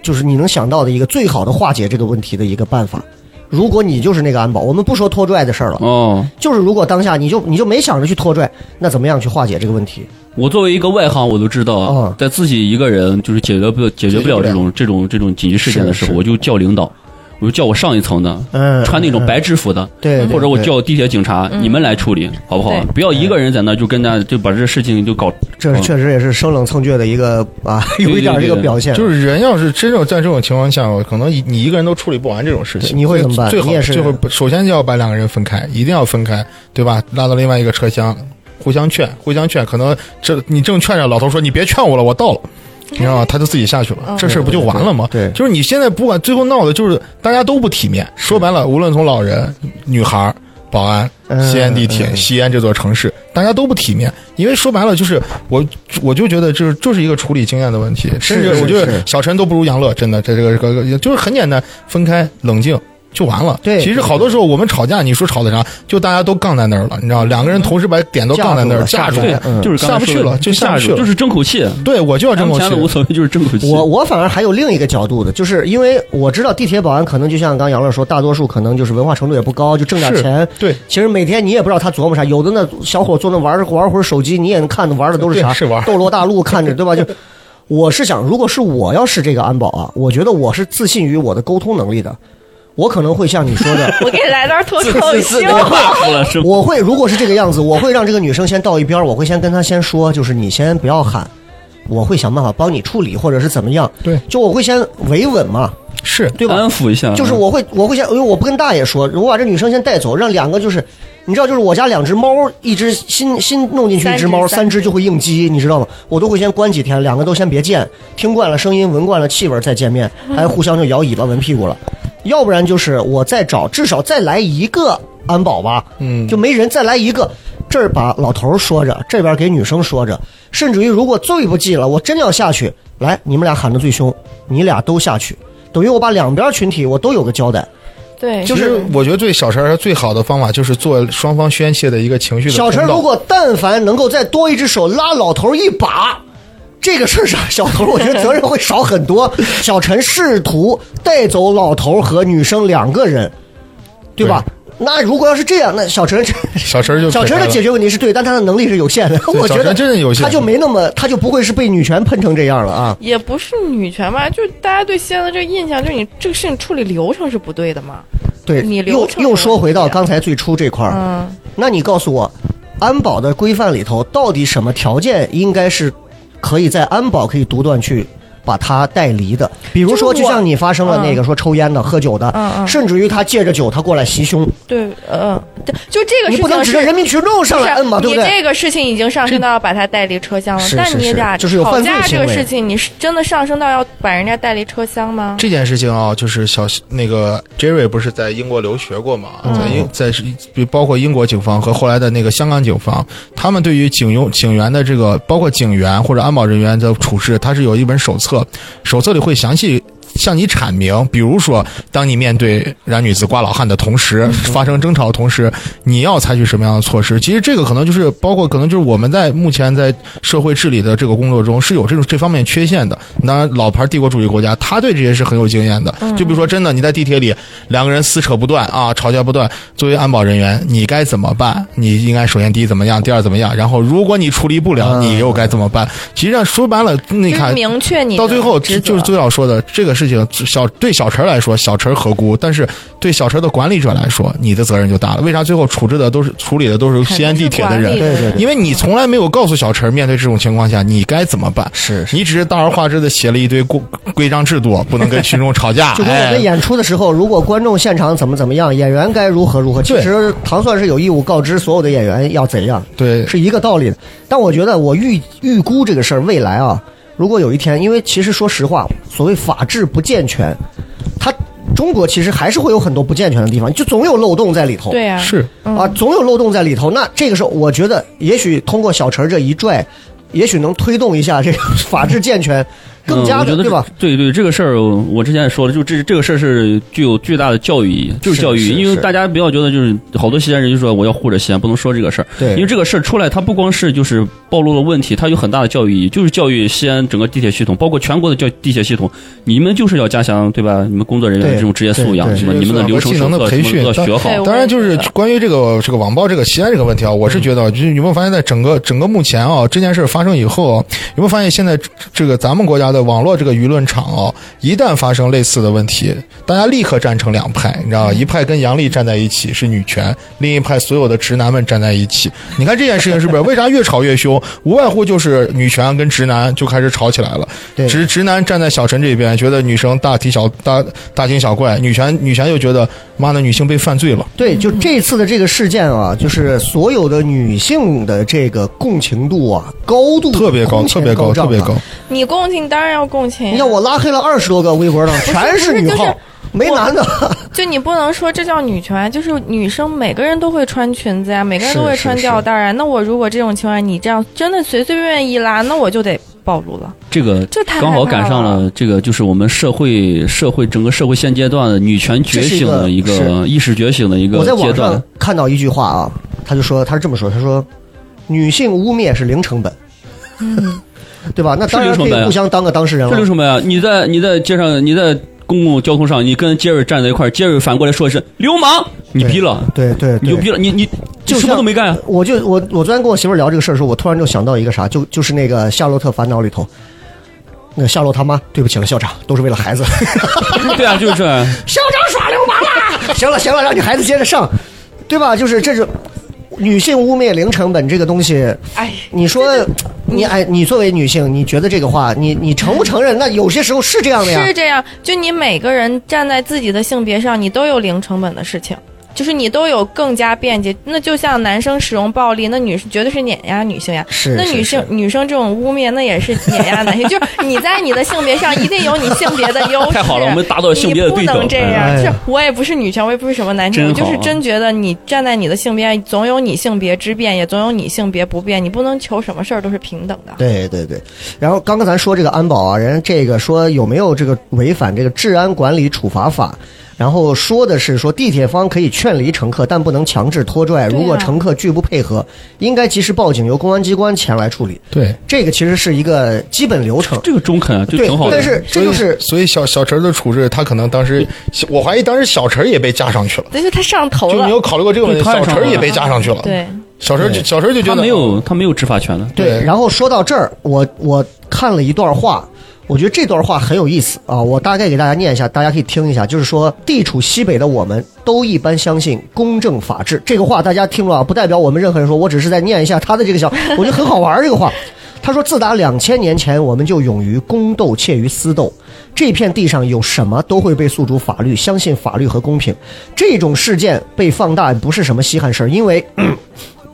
[SPEAKER 2] 就是你能想到的一个最好的化解这个问题的一个办法。如果你就是那个安保，我们不说拖拽的事儿了，
[SPEAKER 4] 哦，
[SPEAKER 2] 就是如果当下你就你就没想着去拖拽，那怎么样去化解这个问题？
[SPEAKER 4] 我作为一个外行，我都知道，
[SPEAKER 2] 哦
[SPEAKER 4] 在自己一个人就是解决不解决不了这种这种这种紧急事件的时
[SPEAKER 2] 是
[SPEAKER 4] 候，
[SPEAKER 2] 是
[SPEAKER 4] 我就叫领导，我就叫我上一层的，
[SPEAKER 2] 嗯，
[SPEAKER 4] 穿那种
[SPEAKER 2] 嗯
[SPEAKER 4] 白制服的，
[SPEAKER 2] 对，对
[SPEAKER 4] 或者我
[SPEAKER 2] 对
[SPEAKER 4] 叫地铁警察，你们来处理，好不好
[SPEAKER 3] 对？
[SPEAKER 4] 不要一个人在那就跟大家就把这事情就搞，
[SPEAKER 2] 这
[SPEAKER 4] 嗯
[SPEAKER 2] 确实也是生冷蹭倔的一个啊， 有一点儿这个表现，啊
[SPEAKER 5] 就是人要是真正在这种情况下，可能你一个人都处理不完这种事情，
[SPEAKER 2] 你会怎么办
[SPEAKER 5] 最好
[SPEAKER 2] 你也是
[SPEAKER 5] 最后首先就要把两个人分开，一定要分开，对吧？拉到另外一个车厢，互相劝，互相劝。可能这你正劝着，老头说你别劝我了，我到了。你知道吗？他就自己下去了，这事儿不就完了吗？
[SPEAKER 2] 对对对
[SPEAKER 5] 就是你现在不管最后闹的就是大家都不体面。说白了，无论从老人、女孩儿、保安、
[SPEAKER 2] 嗯
[SPEAKER 5] 西安地铁、
[SPEAKER 2] 嗯
[SPEAKER 5] 西安这座城市，大家都不体面。因为说白了，就是我我就觉得这就是一个处理经验的问题，甚至
[SPEAKER 2] 是
[SPEAKER 5] 我觉
[SPEAKER 2] 是
[SPEAKER 5] 得小陈都不如杨乐，真的，这这个这个就是很简单，分开冷静。就完了。
[SPEAKER 2] 对
[SPEAKER 5] 其实好多时候我们吵架，你说吵的啥，就大家都杠在那儿了，你知道，两个人同时把点都杠在那儿，
[SPEAKER 2] 架
[SPEAKER 5] 架
[SPEAKER 2] 住
[SPEAKER 5] 住
[SPEAKER 2] 了
[SPEAKER 4] 对
[SPEAKER 5] 了。，
[SPEAKER 2] 嗯
[SPEAKER 4] 就是刚才
[SPEAKER 5] 下不去
[SPEAKER 4] 说的
[SPEAKER 5] 了就下不去了
[SPEAKER 4] 就是争口气，
[SPEAKER 5] 对，我就要这
[SPEAKER 4] 挣
[SPEAKER 5] 么
[SPEAKER 4] 钱
[SPEAKER 5] 去
[SPEAKER 4] 了。无所谓，就是争口气。
[SPEAKER 2] 我我反而还有另一个角度的，就是因为我知道地铁保安可能就像刚杨乐说，大多数可能就是文化程度也不高，就挣点
[SPEAKER 5] 是
[SPEAKER 2] 钱。
[SPEAKER 5] 对，
[SPEAKER 2] 其实每天你也不知道他琢磨啥，有的那小伙坐那玩儿玩会儿手机，你也能看着玩的都是啥，
[SPEAKER 5] 对是玩儿
[SPEAKER 2] 斗罗大陆看着对吧？ 就我是想，如果是我要是这个安保啊，我觉得我是自信于我的沟通能力的，我可能会像你说的，
[SPEAKER 3] 我给来段脱口秀。
[SPEAKER 4] 话出来 是
[SPEAKER 2] 我会，如果是这个样子，我会让这个女生先到一边儿，我会先跟她先说，就是你先不要喊，我会想办法帮你处理，或者是怎么样。
[SPEAKER 5] 对
[SPEAKER 2] 就我会先维稳嘛，
[SPEAKER 5] 是
[SPEAKER 2] 对吧？
[SPEAKER 4] 安抚一下，
[SPEAKER 2] 就是我会，我会先，因为我不跟大爷说，我把这女生先带走，让两个就是，你知道，就是我家两只猫，一只新新弄进去一只猫，
[SPEAKER 3] 三只
[SPEAKER 2] 三只就会应激，你知道吗？我都会先关几天，两个都先别见，听惯了声音，闻惯了气味再见面，还互相就摇尾巴、闻屁股了。要不然就是我再找，至少再来一个安保吧，
[SPEAKER 5] 嗯
[SPEAKER 2] 就没人再来一个。这儿把老头儿说着，这边给女生说着，甚至于如果最不济了，我真要下去，来，你们俩喊得最凶，你俩都下去，等于我把两边群体我都有个交代。哎
[SPEAKER 3] 对，
[SPEAKER 5] 其实我觉得对小陈儿最好的方法就是做双方宣泄的一个情绪的
[SPEAKER 2] 小陈
[SPEAKER 5] 通道
[SPEAKER 2] 如果但凡能够再多一只手拉老头一把，这个事儿上小头我觉得责任会少很多。小陈试图带走老头和女生两个人，对吧？那如果要是这样，那小陈这
[SPEAKER 5] 小陈儿就
[SPEAKER 2] 小陈的
[SPEAKER 5] 解
[SPEAKER 2] 解决问题是对，但他的能力是有限的。 我觉
[SPEAKER 5] 嗯小
[SPEAKER 2] 得
[SPEAKER 5] 陈真的有限
[SPEAKER 2] 他就没那么，他就不会是被女权喷成这样了啊。
[SPEAKER 3] 也不是女权吧，就是大家对西安的这个印象，就是你这个事情处理流程是不对的嘛。
[SPEAKER 2] 对，
[SPEAKER 3] 你流
[SPEAKER 2] 又
[SPEAKER 3] 程
[SPEAKER 2] 又
[SPEAKER 3] 有
[SPEAKER 2] 说回到
[SPEAKER 3] 问题啊
[SPEAKER 2] 刚才最初这块儿，
[SPEAKER 3] 嗯，
[SPEAKER 2] 那你告诉我，安保的规范里头到底什么条件应该是可以在安保可以独断去把他带离的？比如说，
[SPEAKER 3] 就
[SPEAKER 2] 就是
[SPEAKER 3] 我
[SPEAKER 2] 像你发生了那个说抽烟的、喝酒的，
[SPEAKER 3] 嗯嗯
[SPEAKER 2] 甚至于他借着酒他过来袭胸，
[SPEAKER 3] 对，嗯，对就这个
[SPEAKER 2] 你
[SPEAKER 3] 事
[SPEAKER 2] 不能指
[SPEAKER 3] 情是
[SPEAKER 2] 着人民群众上来摁嘛，
[SPEAKER 3] 不
[SPEAKER 2] 对
[SPEAKER 3] 是
[SPEAKER 2] 不
[SPEAKER 3] 你
[SPEAKER 2] 对？
[SPEAKER 3] 这个事情已经上升到要把他带离车厢了，
[SPEAKER 2] 是是
[SPEAKER 3] 但你俩
[SPEAKER 2] 是就是有
[SPEAKER 3] 吵
[SPEAKER 2] 犯罪
[SPEAKER 3] 架这
[SPEAKER 2] 行
[SPEAKER 3] 个
[SPEAKER 2] 为
[SPEAKER 3] 事情，你是真的上升到要把人家带离车厢吗？
[SPEAKER 5] 这件事情啊，就是小那个 Jerry 不是在英国留学过嘛，
[SPEAKER 2] 嗯
[SPEAKER 5] 在英在是包括英国警方和后来的那个香港警方，他们对于警用警员的这个包括警员或者安保人员的处置，它是有一本手册，手册里会详细向你阐明，比如说，当你面对染女子挂老汉的同时，发生争吵的同时，你要采取什么样的措施？其实这个可能就是包括，可能就是我们在目前在社会治理的这个工作中是有这种这方面缺陷的。当然，老牌帝国主义国家，他对这些是很有经验的。就比如说，真的你在地铁里两个人撕扯不断啊，吵架不断，作为安保人员，你该怎么办？你应该首先第一怎么样，第二怎么样？然后如果你处理不了，
[SPEAKER 2] 嗯
[SPEAKER 5] 你又该怎么办？其实上说白了，你
[SPEAKER 3] 就是
[SPEAKER 5] 看
[SPEAKER 3] 明确你的
[SPEAKER 5] 到最后
[SPEAKER 3] 职
[SPEAKER 5] 就
[SPEAKER 3] 责
[SPEAKER 5] 就是最要说的这个事情，小对小陈儿来说，小陈儿何辜？但是对小陈儿的管理者来说，你的责任就大了。为啥最后处置的都是处理的都是西安地铁的
[SPEAKER 3] 肯定是管理
[SPEAKER 5] 人？
[SPEAKER 2] 对
[SPEAKER 3] 的
[SPEAKER 2] 对对
[SPEAKER 5] 因为你从来没有告诉小陈儿，面对这种情况下你该怎么办。
[SPEAKER 2] 是是。
[SPEAKER 5] 你只是大而化之的写了一堆规规章制度，不能跟群众 吵架。
[SPEAKER 2] 就跟我
[SPEAKER 5] 哎
[SPEAKER 2] 们，演出的时候，如果观众现场怎么怎么样，演员该如何如何，其
[SPEAKER 5] 对
[SPEAKER 2] 实糖蒜是有义务告知所有的演员要怎样，
[SPEAKER 5] 对，
[SPEAKER 2] 是一个道理的。但我觉得我预预估这个事儿未来啊，如果有一天，因为其实说实话，所谓法治不健全，它中国其实还是会有很多不健全的地方，就总有漏洞在里头。
[SPEAKER 3] 对啊，
[SPEAKER 5] 是
[SPEAKER 2] 啊，总有漏洞在里头。那这个时候，我觉得也许通过小陈儿这一拽，也许能推动一下这个法治健全，更
[SPEAKER 4] 嗯
[SPEAKER 2] 加
[SPEAKER 4] 我觉
[SPEAKER 2] 的、
[SPEAKER 4] 得
[SPEAKER 2] 对吧？
[SPEAKER 4] 这？对对，这个事儿我之前也说了，就这这个事儿是具有巨大的教育意义，就是
[SPEAKER 2] 是
[SPEAKER 4] 教育意
[SPEAKER 2] 是
[SPEAKER 4] 义，因为
[SPEAKER 2] 是
[SPEAKER 4] 大家不要觉得就是好多西安人就说我要护着西安，不能说这个事儿，
[SPEAKER 2] 对
[SPEAKER 4] 因为这个事儿出来，它不光是就是暴露了问题，它有很大的教育意义，就是教育西安整个地铁系统，包括全国的教地铁系统，你们就是要加强对吧？你们工作人员
[SPEAKER 2] 对
[SPEAKER 4] 这种职业素
[SPEAKER 2] 对
[SPEAKER 4] 养，
[SPEAKER 2] 对
[SPEAKER 4] 什么你们的流程
[SPEAKER 5] 技
[SPEAKER 4] 授
[SPEAKER 5] 能的
[SPEAKER 4] 课
[SPEAKER 5] 培
[SPEAKER 4] 什么
[SPEAKER 5] 训
[SPEAKER 4] 要学好
[SPEAKER 3] 对。
[SPEAKER 5] 当然，就是关于这个这个网暴这个西安这个问题啊，
[SPEAKER 4] 嗯
[SPEAKER 5] 我是觉得，就是有没有发现，在整个整个目前啊，这件事发生以后啊，有没有发现现在这这个咱们国家的网络这个舆论场啊，一旦发生类似的问题，大家立刻站成两派，你知道
[SPEAKER 4] 嗯
[SPEAKER 5] 吧？一派跟杨笠站在一起是女权，另一派所有的直男们站在一起。你看这件事情是不是？为啥越吵越凶？无外乎就是女权跟直男就开始吵起来了。
[SPEAKER 2] 对
[SPEAKER 5] 直直男站在小陈这边，觉得女生大题小大大惊小怪；女权女权又觉得妈的女性被犯罪了。
[SPEAKER 2] 对，
[SPEAKER 3] 嗯
[SPEAKER 2] 就这次的这个事件啊，就是所有的女性的这个共情度啊，高度
[SPEAKER 5] 特别高，
[SPEAKER 2] 空
[SPEAKER 5] 特
[SPEAKER 2] 前
[SPEAKER 5] 别
[SPEAKER 2] 高
[SPEAKER 5] 高，
[SPEAKER 2] 涨
[SPEAKER 5] 特
[SPEAKER 2] 啊
[SPEAKER 5] 别高。。
[SPEAKER 3] 你共情当然要共情，
[SPEAKER 2] 你看我拉黑了二十多个微博上，全
[SPEAKER 3] 不是
[SPEAKER 2] 女
[SPEAKER 3] 就是
[SPEAKER 2] 号，没男的。
[SPEAKER 3] 就你不能说这叫女权啊，就是女生每个人都会穿裙子呀、每个人都会穿吊带啊。那我如果这种情况下你这样真的随随便便一拉，那我就得暴露了。
[SPEAKER 4] 这个
[SPEAKER 3] 这太害
[SPEAKER 4] 刚好
[SPEAKER 3] 怕
[SPEAKER 4] 赶上
[SPEAKER 3] 了
[SPEAKER 4] 了，这个就是我们社会社会整个社会现阶段的女权觉醒的一
[SPEAKER 2] 这是一个
[SPEAKER 4] 个意识觉醒的一个
[SPEAKER 2] 我在
[SPEAKER 4] 阶
[SPEAKER 2] 网上
[SPEAKER 4] 段。
[SPEAKER 2] 看到一句话啊，他就说他是这么说，他说女性污蔑是零成本，
[SPEAKER 3] 嗯
[SPEAKER 2] 对吧？那当然
[SPEAKER 4] 是零
[SPEAKER 2] 可
[SPEAKER 4] 成本
[SPEAKER 2] 以
[SPEAKER 4] 啊
[SPEAKER 2] 互相当个当事人
[SPEAKER 4] 这就是
[SPEAKER 2] 了。
[SPEAKER 4] 什么呀？你在你在街上，你在公共交通上，你跟杰瑞站在一块儿，杰瑞反过来说一声“流氓”，你逼了，
[SPEAKER 2] 对对对，
[SPEAKER 4] 你就逼了，你你
[SPEAKER 2] 就
[SPEAKER 4] 什么
[SPEAKER 2] 像
[SPEAKER 4] 都没干啊。
[SPEAKER 2] 我就我我昨天跟我媳妇儿聊这个事儿的时候，我突然就想到一个啥，就就是那个《夏洛特烦恼》里头，那个夏洛他妈，对不起了，校长，都是为了孩子。
[SPEAKER 4] 对啊，就是这样。
[SPEAKER 2] 校长耍流氓啦！ 行了行了，让你孩子接着上，对吧？就是这种女性污蔑零成本这个东西，
[SPEAKER 3] 哎，
[SPEAKER 2] 你说你哎，你作为女性，你觉得这个话，你你承不承认？那有些时候是这样的呀。
[SPEAKER 3] 是这样，就你每个人站在自己的性别上，你都有零成本的事情。就是你都有更加便捷，那就像男生使用暴力，那女绝对是碾压女性呀。
[SPEAKER 2] 是
[SPEAKER 3] 那
[SPEAKER 2] 是
[SPEAKER 3] 女性女生这种污蔑，那也是碾压男性。就是你在你的性别上一定有你性别的优势。
[SPEAKER 4] 太好了我们达到了性别的对
[SPEAKER 3] 你
[SPEAKER 4] 等
[SPEAKER 3] 不能这
[SPEAKER 2] 哎
[SPEAKER 3] 样，就是我也不是女权，我也不是什么男权，我
[SPEAKER 4] 真好啊
[SPEAKER 3] 就是真觉得你站在你的性别，总有你性别之变，也总有你性别不变，你不能求什么事儿都是平等的。
[SPEAKER 2] 对对对，然后刚刚咱说这个安保啊，人家这个说有没有这个违反这个治安管理处罚法，然后说的是说地铁方可以劝离乘客，但不能强制拖拽，
[SPEAKER 3] 对啊
[SPEAKER 2] 如果乘客拒不配合，应该及时报警，由公安机关前来处理。
[SPEAKER 5] 对，
[SPEAKER 2] 这个其实是一个基本流程，
[SPEAKER 4] 这个中肯啊，就
[SPEAKER 2] 对
[SPEAKER 4] 挺好，的。
[SPEAKER 2] 但是这就是
[SPEAKER 5] 所以小小陈的处置，他可能当时，我怀疑当时小陈也被加上去了。
[SPEAKER 3] 但是他上头
[SPEAKER 5] 就
[SPEAKER 3] 了
[SPEAKER 5] 没，有考虑过这个问题，
[SPEAKER 4] 对他也
[SPEAKER 5] 小
[SPEAKER 4] 上
[SPEAKER 5] 陈
[SPEAKER 4] 头
[SPEAKER 5] 也
[SPEAKER 4] 了
[SPEAKER 5] 被加上去了。，
[SPEAKER 3] 对，
[SPEAKER 5] 小陈就小陈就
[SPEAKER 4] 他
[SPEAKER 5] 觉得哦
[SPEAKER 4] 没有他没有执法权的。
[SPEAKER 2] 对，
[SPEAKER 5] 对
[SPEAKER 2] 然后说到这儿，我我看了一段话，我觉得这段话很有意思啊，我大概给大家念一下，大家可以听一下，就是说地处西北的我们都一般相信公正法治，这个话大家听了啊，不代表我们任何人说，我只是在念一下他的这个想，我觉得很好玩儿这个话。他说：“自打两千年前，我们就勇于公斗，怯于私斗。这片地上有什么都会被诉诸法律，相信法律和公平。这种事件被放大不是什么稀罕事儿，因为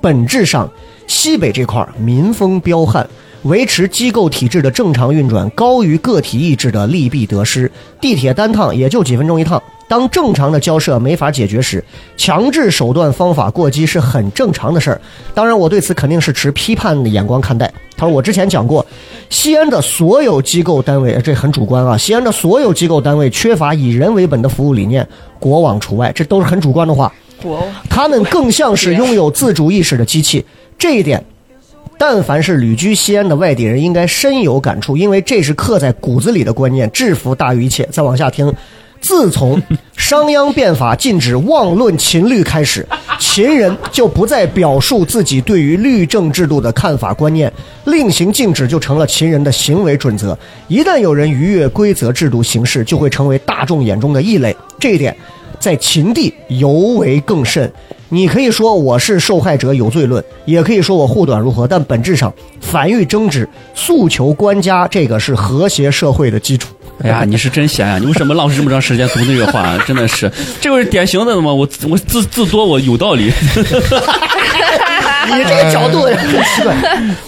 [SPEAKER 2] 本质上，西北这块儿民风彪悍，维持机构体制的正常运转高于个体意志的利弊得失。地铁单趟也就几分钟一趟，当正常的交涉没法解决时，强制手段方法过激是很正常的事儿。当然，我对此肯定是持批判的眼光看待。他说：“我之前讲过，西安的所有机构单位，呃这很主观啊。西安的所有机构单位缺乏以人为本的服务理念，国网除外，这都是很主观的话。
[SPEAKER 3] 国
[SPEAKER 2] 他们更像是拥有自主意识的机器。这一点，但凡是旅居西安的外地人，应该深有感触，因为这是刻在骨子里的观念：制服大于一切。再往下听。自从商鞅变法禁止妄论秦律开始，秦人就不再表述自己对于律政制度的看法观念，令行禁止就成了秦人的行为准则。一旦有人逾越规则制度形式，就会成为大众眼中的异类。这一点在秦地尤为更甚。你可以说我是受害者有罪论，也可以说我护短如何，但本质上，繁育争执、诉求官家，这个是和谐社会的基础。
[SPEAKER 4] 哎呀，你是真闲啊！你为什么浪费这么长时间读那个话？啊真的是，这不是典型的吗？我我字字多，我有道理。
[SPEAKER 2] 你呃这个角度很奇怪，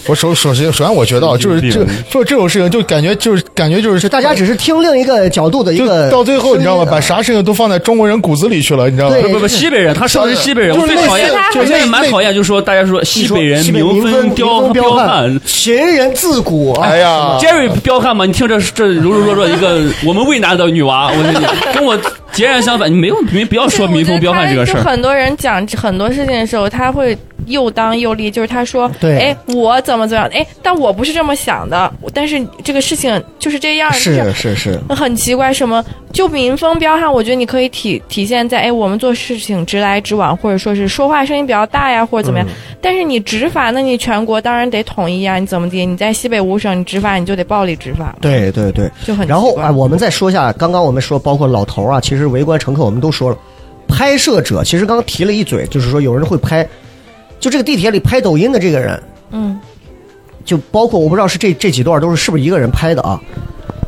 [SPEAKER 5] 我首首先首先我觉得啊，就是这做这种事情，就感觉就是感觉就是
[SPEAKER 2] 就大家只是听另一个角度的一
[SPEAKER 5] 就
[SPEAKER 2] 个，啊
[SPEAKER 5] 到最后你知道吗？把啥事情都放在中国人骨子里去了，你知道吗？
[SPEAKER 2] 对
[SPEAKER 4] 不不不，西北人，他说的是西北人，
[SPEAKER 5] 就
[SPEAKER 4] 我
[SPEAKER 5] 是
[SPEAKER 4] 最
[SPEAKER 5] 类似
[SPEAKER 4] 讨厌，
[SPEAKER 5] 就
[SPEAKER 4] 我
[SPEAKER 5] 是
[SPEAKER 4] 现在
[SPEAKER 5] 类
[SPEAKER 4] 蛮讨厌，就说大家说西北人
[SPEAKER 2] 西北
[SPEAKER 4] 民
[SPEAKER 2] 分
[SPEAKER 4] 彪
[SPEAKER 2] 彪
[SPEAKER 4] 悍。
[SPEAKER 2] 秦人自古啊
[SPEAKER 5] 哎呀，
[SPEAKER 4] Jerry 彪悍嘛，你听着这柔柔弱弱一个我们渭南的女娃，我跟你跟我截然相反，你没有没不要 说民风彪悍这个事
[SPEAKER 3] 就
[SPEAKER 4] 儿。
[SPEAKER 3] 很多人讲很多事情的时候，他会又当又立，就是他说，
[SPEAKER 2] 对
[SPEAKER 3] 哎，我怎么怎么样，哎，但我不是这么想的，但是这个事情就是这样，就是
[SPEAKER 2] 是是是，
[SPEAKER 3] 很奇怪，什么就民风彪悍，我觉得你可以体体现在哎，我们做事情直来直往，或者说是说话声音比较大呀，或者怎
[SPEAKER 2] 嗯
[SPEAKER 3] 么样。但是你执法，那你全国当然得统一呀，你怎么地？你在西北五省，你执法你就得暴力执法，
[SPEAKER 2] 对对对。
[SPEAKER 3] 就很奇
[SPEAKER 2] 然后
[SPEAKER 3] 怪
[SPEAKER 2] 啊，我们再说一下，刚刚我们说，包括老头儿啊，其实围观乘客我们都说了，拍摄者其实刚刚提了一嘴，就是说有人会拍，就这个地铁里拍抖音的这个人，
[SPEAKER 3] 嗯，
[SPEAKER 2] 就包括我不知道是这这几段都是是不是一个人拍的啊？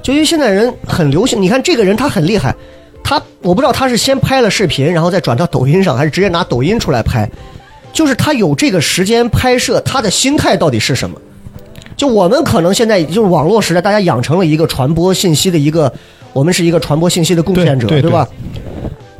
[SPEAKER 2] 就因为现在人很流行，你看这个人他很厉害，他我不知道他是先拍了视频，然后再转到抖音上，还是直接拿抖音出来拍，就是他有这个时间拍摄，他的心态到底是什么？就我们可能现在就是网络时代，大家养成了一个传播信息的一个，我们是一个传播信息的贡献者，
[SPEAKER 5] 对对
[SPEAKER 2] 吧？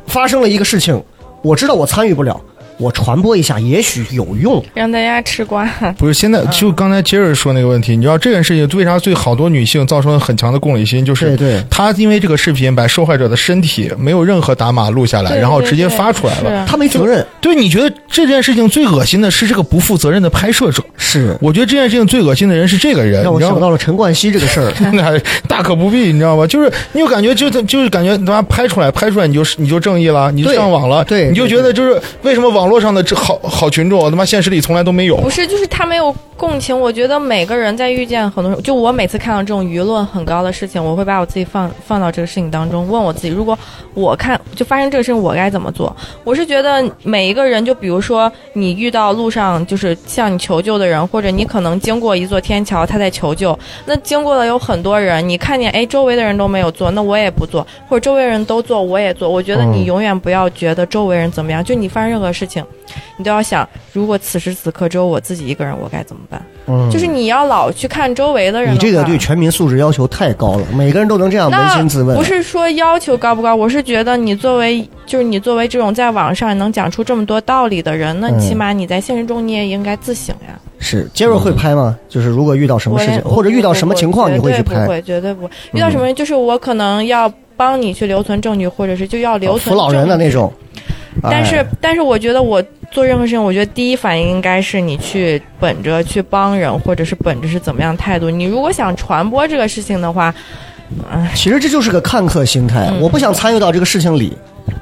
[SPEAKER 2] 发生了一个事情，我知道我参与不了，我传播一下，也许有用。
[SPEAKER 3] 让大家吃瓜。
[SPEAKER 5] 不是，现在
[SPEAKER 2] 嗯
[SPEAKER 5] 就刚才杰瑞说那个问题，你知道这件事情为啥对好多女性造成了很强的共理心，就
[SPEAKER 2] 对
[SPEAKER 5] 是
[SPEAKER 2] 对
[SPEAKER 5] 她因为这个视频把受害者的身体没有任何打码录下来，
[SPEAKER 3] 对
[SPEAKER 5] 然后
[SPEAKER 3] 对
[SPEAKER 5] 直接
[SPEAKER 3] 对
[SPEAKER 5] 发出来
[SPEAKER 3] 是
[SPEAKER 5] 了
[SPEAKER 3] 啊。
[SPEAKER 2] 他没责任，
[SPEAKER 5] 对，你觉得这件事情最恶心的是这个不负责任的拍摄者？
[SPEAKER 2] 是
[SPEAKER 5] 我觉得这件事情最恶心的人是这个人，
[SPEAKER 2] 让
[SPEAKER 5] 你
[SPEAKER 2] 我
[SPEAKER 5] 知道
[SPEAKER 2] 想
[SPEAKER 5] 吗？
[SPEAKER 2] 到了陈冠希这个事儿。
[SPEAKER 5] 那 大可不必，你知道吗？就是你有感觉就，就是感觉你他妈拍出来，拍出来你就你就正义了，你就
[SPEAKER 2] 对
[SPEAKER 5] 上网了，
[SPEAKER 2] 对
[SPEAKER 5] 你就
[SPEAKER 2] 对
[SPEAKER 5] 觉得就是为什么网络上的这好好群众，他妈现实里从来都没有。
[SPEAKER 3] 不是，就是他没有共情。我觉得每个人在遇见很多人，就我每次看到这种舆论很高的事情，我会把我自己放放到这个事情当中，问我自己，如果我看就发生这个事情，我该怎么做？我是觉得每一个人，就比如说你遇到路上就是向你求救的人，或者你可能经过一座天桥，他在求救，那经过的有很多人，你看见哎周围的人都没有做，那我也不做，或者周围人都做，我也做。我觉
[SPEAKER 2] 嗯
[SPEAKER 3] 得你永远不要觉得周围人怎么样，就你发生任何事情，你都要想，如果此时此刻只有我自己一个人，我该怎么办？
[SPEAKER 2] 嗯
[SPEAKER 3] 就是你要老去看周围的人的话。
[SPEAKER 2] 你这个对全民素质要求太高了，每个人都能这样扪
[SPEAKER 3] 那
[SPEAKER 2] 心自问。
[SPEAKER 3] 不是说要求高不高，我是觉得你作为就是你作为这种在网上能讲出这么多道理的人，那
[SPEAKER 2] 嗯
[SPEAKER 3] 起码你在现实中你也应该自省呀。
[SPEAKER 2] 是，杰瑞会拍吗？就是如果遇到什么事情，
[SPEAKER 3] 我
[SPEAKER 2] 或者遇到什么情况，你
[SPEAKER 3] 会
[SPEAKER 2] 会去
[SPEAKER 3] 不
[SPEAKER 2] 拍？啊嗯
[SPEAKER 3] 会，绝对不会。遇到什么人，就是我可能要帮你去留存证据，或者是就要留存
[SPEAKER 2] 扶哦老人的
[SPEAKER 3] 证据
[SPEAKER 2] 那。种。
[SPEAKER 3] 但是
[SPEAKER 2] 哎，
[SPEAKER 3] 但是我觉得我做任何事情，我觉得第一反应应该是你去本着去帮人，或者是本着是怎么样态度。你如果想传播这个事情的话，
[SPEAKER 2] 其实这就是个看客心态，
[SPEAKER 3] 嗯
[SPEAKER 2] 我不想参与到这个事情里。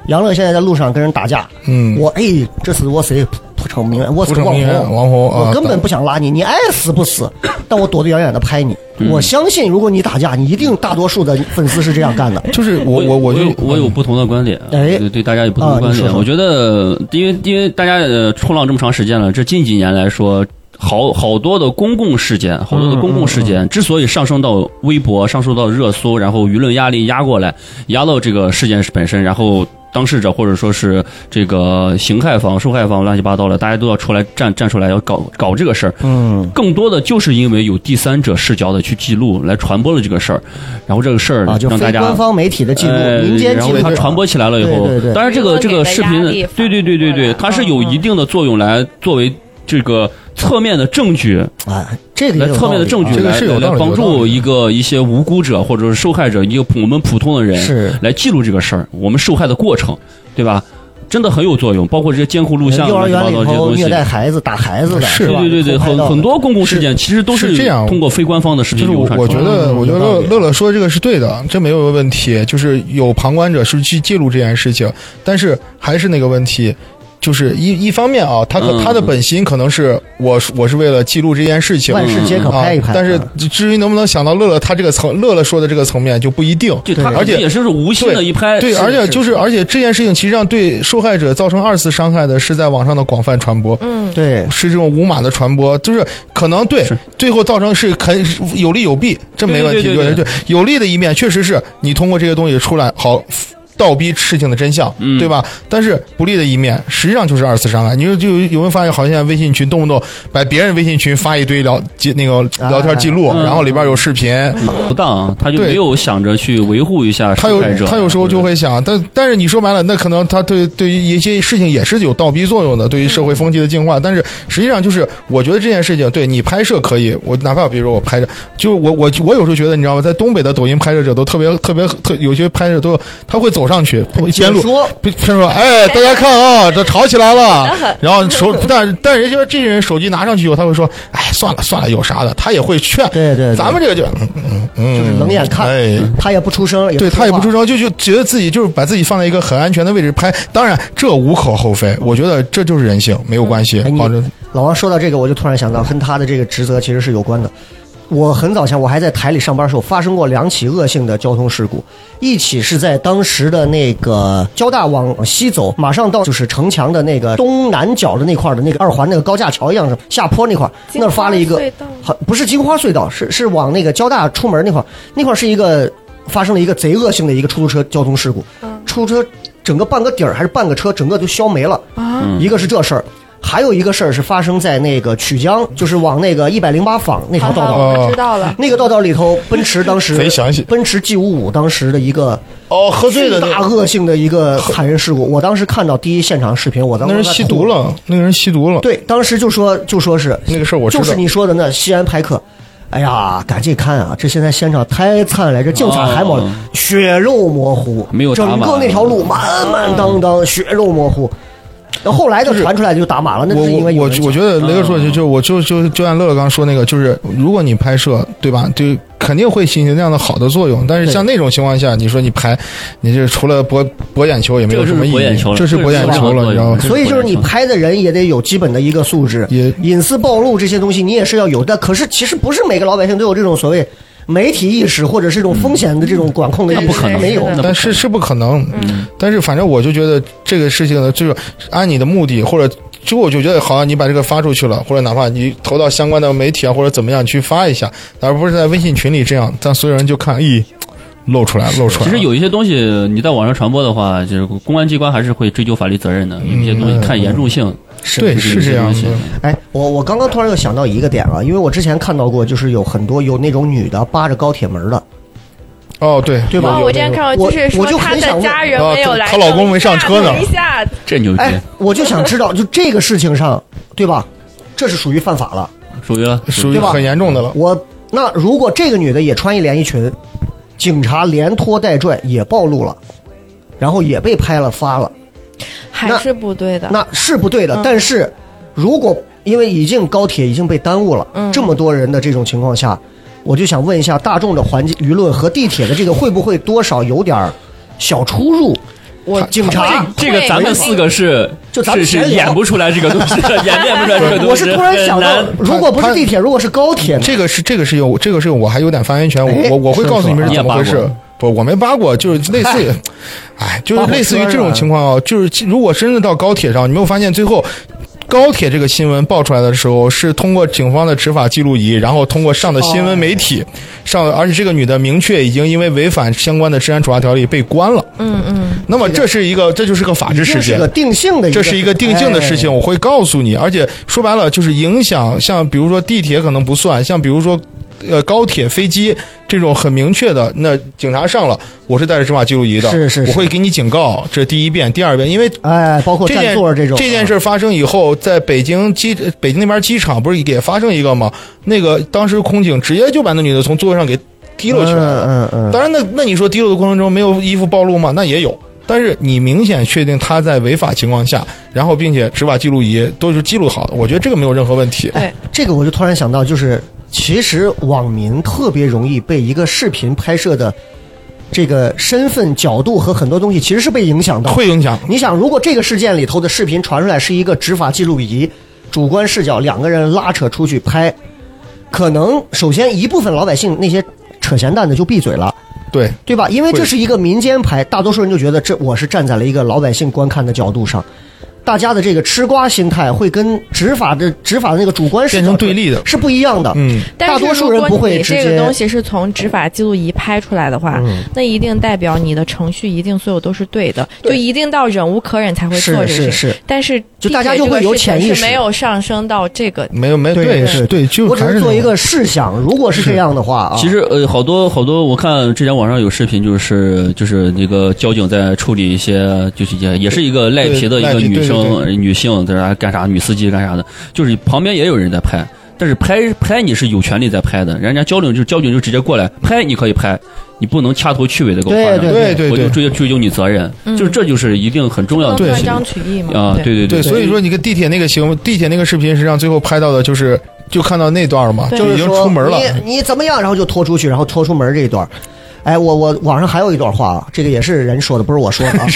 [SPEAKER 2] 杨乐现在在路上跟人打架，
[SPEAKER 5] 嗯
[SPEAKER 2] 我哎，这是我谁蒲城名媛，我是
[SPEAKER 5] 蒲
[SPEAKER 2] 网
[SPEAKER 5] 城名媛
[SPEAKER 2] 红，
[SPEAKER 5] 网红啊
[SPEAKER 2] 我根本不想拉你，你爱死不 死，但我躲得远远的拍你。
[SPEAKER 5] 嗯
[SPEAKER 2] 我相信，如果你打架，你一定大多数的粉丝是这样干 的。
[SPEAKER 5] 就是我我
[SPEAKER 4] 我
[SPEAKER 5] 就嗯
[SPEAKER 4] 有我有不同的观点，
[SPEAKER 2] 哎
[SPEAKER 4] 对对，大家有不同
[SPEAKER 2] 啊
[SPEAKER 4] 的观
[SPEAKER 2] 你说
[SPEAKER 4] 点。
[SPEAKER 2] 说
[SPEAKER 4] 我觉得，因为因为大家呃冲浪这么长时间了，这近几年来说。好好多的公共事件，好
[SPEAKER 5] 嗯
[SPEAKER 4] 多的公共事件之所以上升到微博、上升到热搜，然后舆论压力压过来，压到这个事件本身，然后当事者或者说是这个行害方、受害方乱七八糟的，大家都要出来站站出来，要搞搞这个事儿。
[SPEAKER 2] 嗯，
[SPEAKER 4] 更多的就是因为有第三者视角的去记录，来传播了这个事儿，然后这个事儿
[SPEAKER 2] 啊，就
[SPEAKER 4] 让大
[SPEAKER 2] 非
[SPEAKER 4] 家、
[SPEAKER 2] 官方媒体的记录，
[SPEAKER 4] 呃
[SPEAKER 2] 民间
[SPEAKER 4] 然
[SPEAKER 2] 记
[SPEAKER 4] 后
[SPEAKER 2] 录，
[SPEAKER 4] 它传播起来了以后，
[SPEAKER 2] 对对对
[SPEAKER 4] 当然这
[SPEAKER 3] 舆
[SPEAKER 4] 个
[SPEAKER 3] 论
[SPEAKER 4] 这
[SPEAKER 3] 给
[SPEAKER 4] 个
[SPEAKER 3] 的
[SPEAKER 4] 视
[SPEAKER 3] 压
[SPEAKER 4] 频，
[SPEAKER 3] 力
[SPEAKER 4] 对对对对对，它是有一定的作用来作为这个侧面的证据，
[SPEAKER 2] 哎，这个
[SPEAKER 4] 来
[SPEAKER 2] 也有
[SPEAKER 4] 侧面的
[SPEAKER 2] 道
[SPEAKER 4] 证
[SPEAKER 2] 理啊
[SPEAKER 4] 据
[SPEAKER 5] 这个
[SPEAKER 4] 来
[SPEAKER 5] 是有
[SPEAKER 4] 来
[SPEAKER 5] 道理
[SPEAKER 4] 帮
[SPEAKER 5] 有道
[SPEAKER 4] 助
[SPEAKER 5] 理
[SPEAKER 4] 一个一些无辜者或者是受害者，一个普我们普通的人
[SPEAKER 2] 是
[SPEAKER 4] 来记录这个事儿，我们受害的过程，对吧？真的很有作用，包括这些监控录像、啊
[SPEAKER 2] 呃幼
[SPEAKER 4] 乱
[SPEAKER 2] 儿
[SPEAKER 4] 七八
[SPEAKER 2] 园
[SPEAKER 4] 糟
[SPEAKER 2] 里
[SPEAKER 4] 这些
[SPEAKER 2] 头
[SPEAKER 4] 东西
[SPEAKER 2] 虐。待孩子、打孩子的，
[SPEAKER 5] 是
[SPEAKER 2] 吧？
[SPEAKER 4] 对对对，
[SPEAKER 2] 偷拍
[SPEAKER 4] 很
[SPEAKER 2] 到的
[SPEAKER 4] 很多公共事件其实都
[SPEAKER 5] 是这样
[SPEAKER 4] 通过非官方的视
[SPEAKER 5] 就
[SPEAKER 4] 频
[SPEAKER 5] 是
[SPEAKER 4] 流
[SPEAKER 5] 我
[SPEAKER 4] 传出
[SPEAKER 5] 我
[SPEAKER 4] 来
[SPEAKER 5] 觉
[SPEAKER 4] 的。
[SPEAKER 5] 得，
[SPEAKER 2] 嗯
[SPEAKER 5] 我觉得
[SPEAKER 2] 有道
[SPEAKER 5] 乐
[SPEAKER 2] 理
[SPEAKER 5] 乐乐说这个是对的，这没有问题。就是有旁观者是去记录这件事情，但是还是那个问题，就是一一方面啊，他可
[SPEAKER 4] 嗯
[SPEAKER 5] 他的本心可能是我是我是为了记录这件事
[SPEAKER 4] 嗯
[SPEAKER 5] 情。
[SPEAKER 2] 万事皆可
[SPEAKER 5] 啊
[SPEAKER 2] 拍一拍，
[SPEAKER 5] 但是至于能不能想到乐乐他这个层乐乐说的这个层面就不一定。
[SPEAKER 4] 就他
[SPEAKER 2] 对
[SPEAKER 4] 而
[SPEAKER 5] 而且
[SPEAKER 4] 且也是无心的一拍，
[SPEAKER 5] 对，
[SPEAKER 2] 是
[SPEAKER 5] 而且
[SPEAKER 2] 是
[SPEAKER 5] 就是，而且这件事情其实上对受害者造成二次伤害的是在网上的广泛传播，
[SPEAKER 3] 嗯，
[SPEAKER 2] 对，
[SPEAKER 5] 是这种无码的传播，就是可能对
[SPEAKER 4] 是
[SPEAKER 5] 最后造成是肯是有利有弊，这没问题。
[SPEAKER 4] 对对对对
[SPEAKER 5] 对，有利的一面确实是你通过这个东西出来好。倒逼事情的真相，
[SPEAKER 4] 嗯
[SPEAKER 5] 对吧？但是不利的一面，实际上就是二次伤害。你就就有没有发现，好像现在微信群动不动把别人微信群发一堆聊记那个聊天记录，
[SPEAKER 4] 哎
[SPEAKER 5] 然后里边有视频，
[SPEAKER 4] 不当，他就
[SPEAKER 5] 对
[SPEAKER 4] 没有想着去维护一下
[SPEAKER 5] 他
[SPEAKER 4] 受
[SPEAKER 5] 有
[SPEAKER 4] 害者。
[SPEAKER 5] 他有时候就
[SPEAKER 4] 或者
[SPEAKER 5] 会想，但但是你说白了，那可能他对对于一些事情也是有倒逼作用的，对于社会
[SPEAKER 2] 嗯
[SPEAKER 5] 风气的净化。但是实际上就是，我觉得这件事情对你拍摄可以，我哪怕比如说我拍摄，就是我我我有时候觉得，你知道吗，在东北的抖音拍摄者都特别特别特，有些拍摄都他会走上去边路。
[SPEAKER 2] 说
[SPEAKER 5] 边边说，哎，大家看啊，这吵起 来了。
[SPEAKER 2] 嗯
[SPEAKER 5] 然后手，但但人家这些人手机拿上去以后，他会说，哎，算了算了，有啥的。他也会劝。
[SPEAKER 2] 对对对
[SPEAKER 5] 咱们这个就，嗯嗯嗯，
[SPEAKER 2] 就是冷眼看
[SPEAKER 5] 哎，
[SPEAKER 2] 他也不出声，
[SPEAKER 5] 对他也不
[SPEAKER 2] 话
[SPEAKER 5] 出声，就就觉得自己就是把自己放在一个很安全的位置拍。当然，这无可厚非，我觉得这就是人性，没有关系
[SPEAKER 2] 哎。你
[SPEAKER 5] 保证
[SPEAKER 2] 老王说到这个，我就突然想到，跟他的这个职责其实是有关的。我很早前，我还在台里上班的时候，发生过两起恶性的交通事故。一起是在当时的那个交大往西走，马上到就是城墙的那个东南角的那块儿的那个二环那个高架桥一样的下坡那块儿，那儿发了一个
[SPEAKER 3] 金花隧道
[SPEAKER 2] 好，不是金花隧道，是是往那个交大出门那块儿，那块儿是一个发生了一个贼恶性的一个出租车交通事故，出租车整个半个底儿还是半个车，整个就消没了。
[SPEAKER 4] 嗯
[SPEAKER 2] 一个是这事儿，还有一个事儿是发生在那个曲江，就是往那个一百零八坊那条
[SPEAKER 3] 好
[SPEAKER 2] 道
[SPEAKER 3] 好，
[SPEAKER 2] 道。
[SPEAKER 5] 哦
[SPEAKER 3] 我知 道了。
[SPEAKER 2] 那个道道里头，奔驰当 时
[SPEAKER 5] 贼详细
[SPEAKER 2] 奔驰 G 五五当时的一个
[SPEAKER 5] 哦，喝醉
[SPEAKER 2] 巨
[SPEAKER 5] 的
[SPEAKER 2] 大
[SPEAKER 5] 那
[SPEAKER 2] 恶性的一个惨人事故。我当时看到第一现场视频，我当
[SPEAKER 5] 那
[SPEAKER 2] 时
[SPEAKER 5] 人
[SPEAKER 2] 在
[SPEAKER 5] 吸
[SPEAKER 2] 哭
[SPEAKER 5] 毒。了，那个人吸毒了。
[SPEAKER 2] 对，当时就说就说是
[SPEAKER 5] 那个事儿我知
[SPEAKER 2] 就
[SPEAKER 5] 道
[SPEAKER 2] 是你说的那西安派克。哎呀，赶紧看啊！这现在现场太惨了，这警察还没了
[SPEAKER 4] 哦
[SPEAKER 2] 血肉模糊，
[SPEAKER 4] 没有打
[SPEAKER 2] 整
[SPEAKER 4] 码
[SPEAKER 2] 个那条路满满当当，血肉模糊。然后后来就传出来就打码了，那
[SPEAKER 5] 我
[SPEAKER 2] 是因
[SPEAKER 5] 我
[SPEAKER 2] 为有
[SPEAKER 5] 我
[SPEAKER 2] 人
[SPEAKER 5] 我觉得雷哥说的就
[SPEAKER 4] 嗯
[SPEAKER 5] 就我就就就按乐乐刚说那个，就是如果你拍摄对吧，就肯定会进行那样的好的作用。但是像那种情况下，你说你拍，你这除了博博眼球也没有
[SPEAKER 4] 这
[SPEAKER 5] 什
[SPEAKER 4] 个
[SPEAKER 5] 么
[SPEAKER 4] 是
[SPEAKER 5] 意
[SPEAKER 4] 博眼
[SPEAKER 5] 义
[SPEAKER 4] 球，了
[SPEAKER 5] 这是博眼球了，你知道吗
[SPEAKER 4] 这？
[SPEAKER 2] 所以就是你拍的人也得有基本的一个素质，
[SPEAKER 5] 也
[SPEAKER 2] 隐私暴露这些东西你也是要有的。可是其实不是每个老百姓都有这种所谓媒体意识或者是这种风险的这种管控的意识，
[SPEAKER 3] 那不可能
[SPEAKER 2] 没有。
[SPEAKER 3] 是的
[SPEAKER 5] 但是是不可能。但是反正我就觉得这个事情呢，就是按你的目的或者。就我就觉得，好像你把这个发出去了，或者哪怕你投到相关的媒体啊，或者怎么样去发一下，而不是在微信群里这样，让所有人就看，咦，露出来，露出来
[SPEAKER 4] 其
[SPEAKER 5] 了。
[SPEAKER 4] 实有一些东西你在网上传播的话，就是公安机关还是会追究法律责任的。有一些东西看严重性，
[SPEAKER 5] 嗯对是这样
[SPEAKER 4] 有一些
[SPEAKER 5] 的
[SPEAKER 4] 东，西
[SPEAKER 2] 哎，我我刚刚突然又想到一个点啊，因为我之前看到过，就是有很多有那种女的扒着高铁门的，
[SPEAKER 5] 哦，对
[SPEAKER 2] 对吧
[SPEAKER 3] 哦，我之前看过，
[SPEAKER 2] 我
[SPEAKER 3] 就是说
[SPEAKER 2] 我就
[SPEAKER 3] 她
[SPEAKER 2] 很想
[SPEAKER 3] 的
[SPEAKER 2] 问
[SPEAKER 3] 家人
[SPEAKER 5] 啊
[SPEAKER 3] 没有
[SPEAKER 5] 她
[SPEAKER 3] 来，
[SPEAKER 5] 她老公没上车呢
[SPEAKER 3] 等一下，
[SPEAKER 4] 这牛逼，
[SPEAKER 2] 哎，我就想知道，就这个事情上，对吧？这是属于犯法了。
[SPEAKER 4] 属于啊了
[SPEAKER 5] 属于
[SPEAKER 2] 对吧
[SPEAKER 5] 很严重的了。
[SPEAKER 2] 我那如果这个女的也穿一连衣裙，警察连拖带拽也暴露了，然后也被拍了发了，
[SPEAKER 3] 还是不对的。
[SPEAKER 2] 那是不对的。
[SPEAKER 3] 嗯
[SPEAKER 2] 但是如果因为已经高铁已经被耽误了，
[SPEAKER 3] 嗯
[SPEAKER 2] 这么多人的这种情况下，我就想问一下大众的环境舆论和地铁的这个会不会多少有点儿小出入？
[SPEAKER 3] 我
[SPEAKER 2] 警察
[SPEAKER 4] 这个咱们四个是
[SPEAKER 2] 就咱们
[SPEAKER 4] 是
[SPEAKER 2] 闲
[SPEAKER 4] 是
[SPEAKER 2] 聊
[SPEAKER 4] 演不出来这个东 西的，演练不出来这个东西。
[SPEAKER 2] 我是突然想到
[SPEAKER 4] 很难，
[SPEAKER 2] 如果不是地铁，如果是高铁呢？
[SPEAKER 5] 这个是这个是有这个是有我还有点发言权，
[SPEAKER 2] 哎
[SPEAKER 5] 我我我会
[SPEAKER 2] 说
[SPEAKER 5] 告诉你
[SPEAKER 2] 说
[SPEAKER 5] 们是
[SPEAKER 4] 你也
[SPEAKER 5] 怎么
[SPEAKER 4] 扒
[SPEAKER 5] 回
[SPEAKER 4] 过
[SPEAKER 5] 事。不，我没扒过，就是类似于，哎，就是类似于这种情况啊，就是如果真的到高铁上，你没有发现最后。高铁这个新闻爆出来的时候，是通过警方的执法记录仪，然后通过上的新闻媒体、上的，而且这个女的明确已经因为违反相关的治安处罚条例被关了。
[SPEAKER 3] 嗯嗯，
[SPEAKER 5] 那么这是一个，这就是个法治事
[SPEAKER 2] 这是
[SPEAKER 5] 件
[SPEAKER 2] 个。定性的，
[SPEAKER 5] 这是一个定性的事情，
[SPEAKER 2] 哎
[SPEAKER 5] 我会告诉你。而且说白了，就是影响，像比如说地铁可能不算，像比如说，呃，高铁、飞机这种很明确的，那警察上了，我是带着执法记录仪的，
[SPEAKER 2] 是是是
[SPEAKER 5] 我会给你警告，这是第一遍、第二遍，因为
[SPEAKER 2] 哎，包括
[SPEAKER 5] 这
[SPEAKER 2] 占
[SPEAKER 5] 件
[SPEAKER 2] 座这种
[SPEAKER 5] 这件事发生以后，在北京机北京那边机场不是也发生一个吗？那个当时空警直接就把那女的从座位上给提溜起来了。
[SPEAKER 2] 嗯嗯嗯，
[SPEAKER 5] 当然那，那你说滴漏的过程中没有衣服暴露吗？那也有，但是你明显确定他在违法情况下，然后并且执法记录仪都是记录好的，我觉得这个没有任何问题。
[SPEAKER 3] 对，
[SPEAKER 2] 这个我就突然想到，就是其实网民特别容易被一个视频拍摄的这个身份角度和很多东西其实是被影响到的。
[SPEAKER 5] 会影响，
[SPEAKER 2] 你想，如果这个事件里头的视频传出来是一个执法记录仪，主观视角两个人拉扯出去拍，可能首先一部分老百姓那些扯闲蛋的就闭嘴了。
[SPEAKER 5] 对，
[SPEAKER 2] 对吧？因为
[SPEAKER 5] 会
[SPEAKER 2] 这是一个民间牌，大多数人就觉得这我是站在了一个老百姓观看的角度上，大家的这个吃瓜心态会跟执法的执法的那个主观视角
[SPEAKER 5] 变成对立的
[SPEAKER 2] 是不一样的。
[SPEAKER 5] 嗯，
[SPEAKER 3] 但
[SPEAKER 2] 大
[SPEAKER 3] 是
[SPEAKER 2] 多数
[SPEAKER 3] 如
[SPEAKER 2] 人
[SPEAKER 3] 果
[SPEAKER 2] 不会
[SPEAKER 3] 你
[SPEAKER 2] 直
[SPEAKER 3] 这个
[SPEAKER 2] 接嗯
[SPEAKER 3] 东西是从执法记录仪拍出来的话，那一定代表你的程序一定所有都是对的，就一定到忍无可忍才会
[SPEAKER 2] 是
[SPEAKER 3] 做这个
[SPEAKER 2] 是
[SPEAKER 3] 事。
[SPEAKER 2] 是
[SPEAKER 3] 但是
[SPEAKER 2] 就大家
[SPEAKER 3] 地铁
[SPEAKER 2] 就会
[SPEAKER 3] 这个
[SPEAKER 2] 有
[SPEAKER 3] 事情
[SPEAKER 2] 潜意识
[SPEAKER 3] 是没有上升到这
[SPEAKER 4] 嗯
[SPEAKER 3] 个
[SPEAKER 5] 没有没有
[SPEAKER 2] 对
[SPEAKER 5] 对
[SPEAKER 2] 是
[SPEAKER 5] 对，就
[SPEAKER 2] 我只
[SPEAKER 5] 还
[SPEAKER 2] 是
[SPEAKER 5] 是
[SPEAKER 2] 做
[SPEAKER 5] 那
[SPEAKER 2] 一
[SPEAKER 5] 种
[SPEAKER 2] 个试想，如果是这样的话啊，
[SPEAKER 4] 其实呃，好多好多，我看之前网上有视频，就是就是那个交警在处理一些，就是也也是一个赖皮的一
[SPEAKER 5] 赖
[SPEAKER 4] 个
[SPEAKER 5] 皮
[SPEAKER 4] 女
[SPEAKER 5] 对
[SPEAKER 4] 生、女性在那干啥，女司机干啥的，就是旁边也有人在拍。但是拍拍你是有权利在拍的，人家交警就交警就直接过来拍，你可以拍，你不能掐头去尾的给我
[SPEAKER 2] 对
[SPEAKER 4] 夸张
[SPEAKER 2] 对
[SPEAKER 5] 对对
[SPEAKER 4] 我就
[SPEAKER 5] 对。
[SPEAKER 4] 追追究你责任，
[SPEAKER 3] 嗯
[SPEAKER 4] 就是这就是一定很重要的
[SPEAKER 3] 不
[SPEAKER 5] 对
[SPEAKER 3] 能
[SPEAKER 4] 东
[SPEAKER 3] 断章
[SPEAKER 4] 西
[SPEAKER 3] 取义嘛？
[SPEAKER 4] 啊，对对
[SPEAKER 5] 对，所以说你跟地铁那个行，地铁那个视频实际上最后拍到的就是，就看到那段嘛，
[SPEAKER 3] 对
[SPEAKER 5] 就
[SPEAKER 2] 就
[SPEAKER 5] 已
[SPEAKER 2] 是
[SPEAKER 5] 经
[SPEAKER 2] 说
[SPEAKER 5] 出门了。
[SPEAKER 2] 你你怎么样，然后就拖出去，然后拖出门这一段儿。哎，我我网上还有一段话啊，这个也是人说的，不是我说的 啊，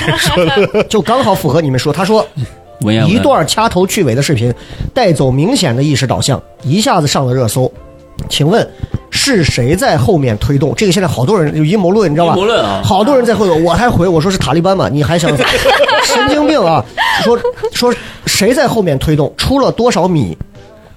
[SPEAKER 2] 就刚好符合你们说。他说，
[SPEAKER 4] 文言文
[SPEAKER 2] 一段掐头去尾的视频，带走明显的意识导向，一下子上了热搜。请问是谁在后面推动？这个现在好多人有阴谋论，你知道吧？
[SPEAKER 4] 阴谋论啊
[SPEAKER 2] 好多人在会我还回我说是塔利班嘛，你还 想神经病啊？说说谁在后面推动？出了多少米？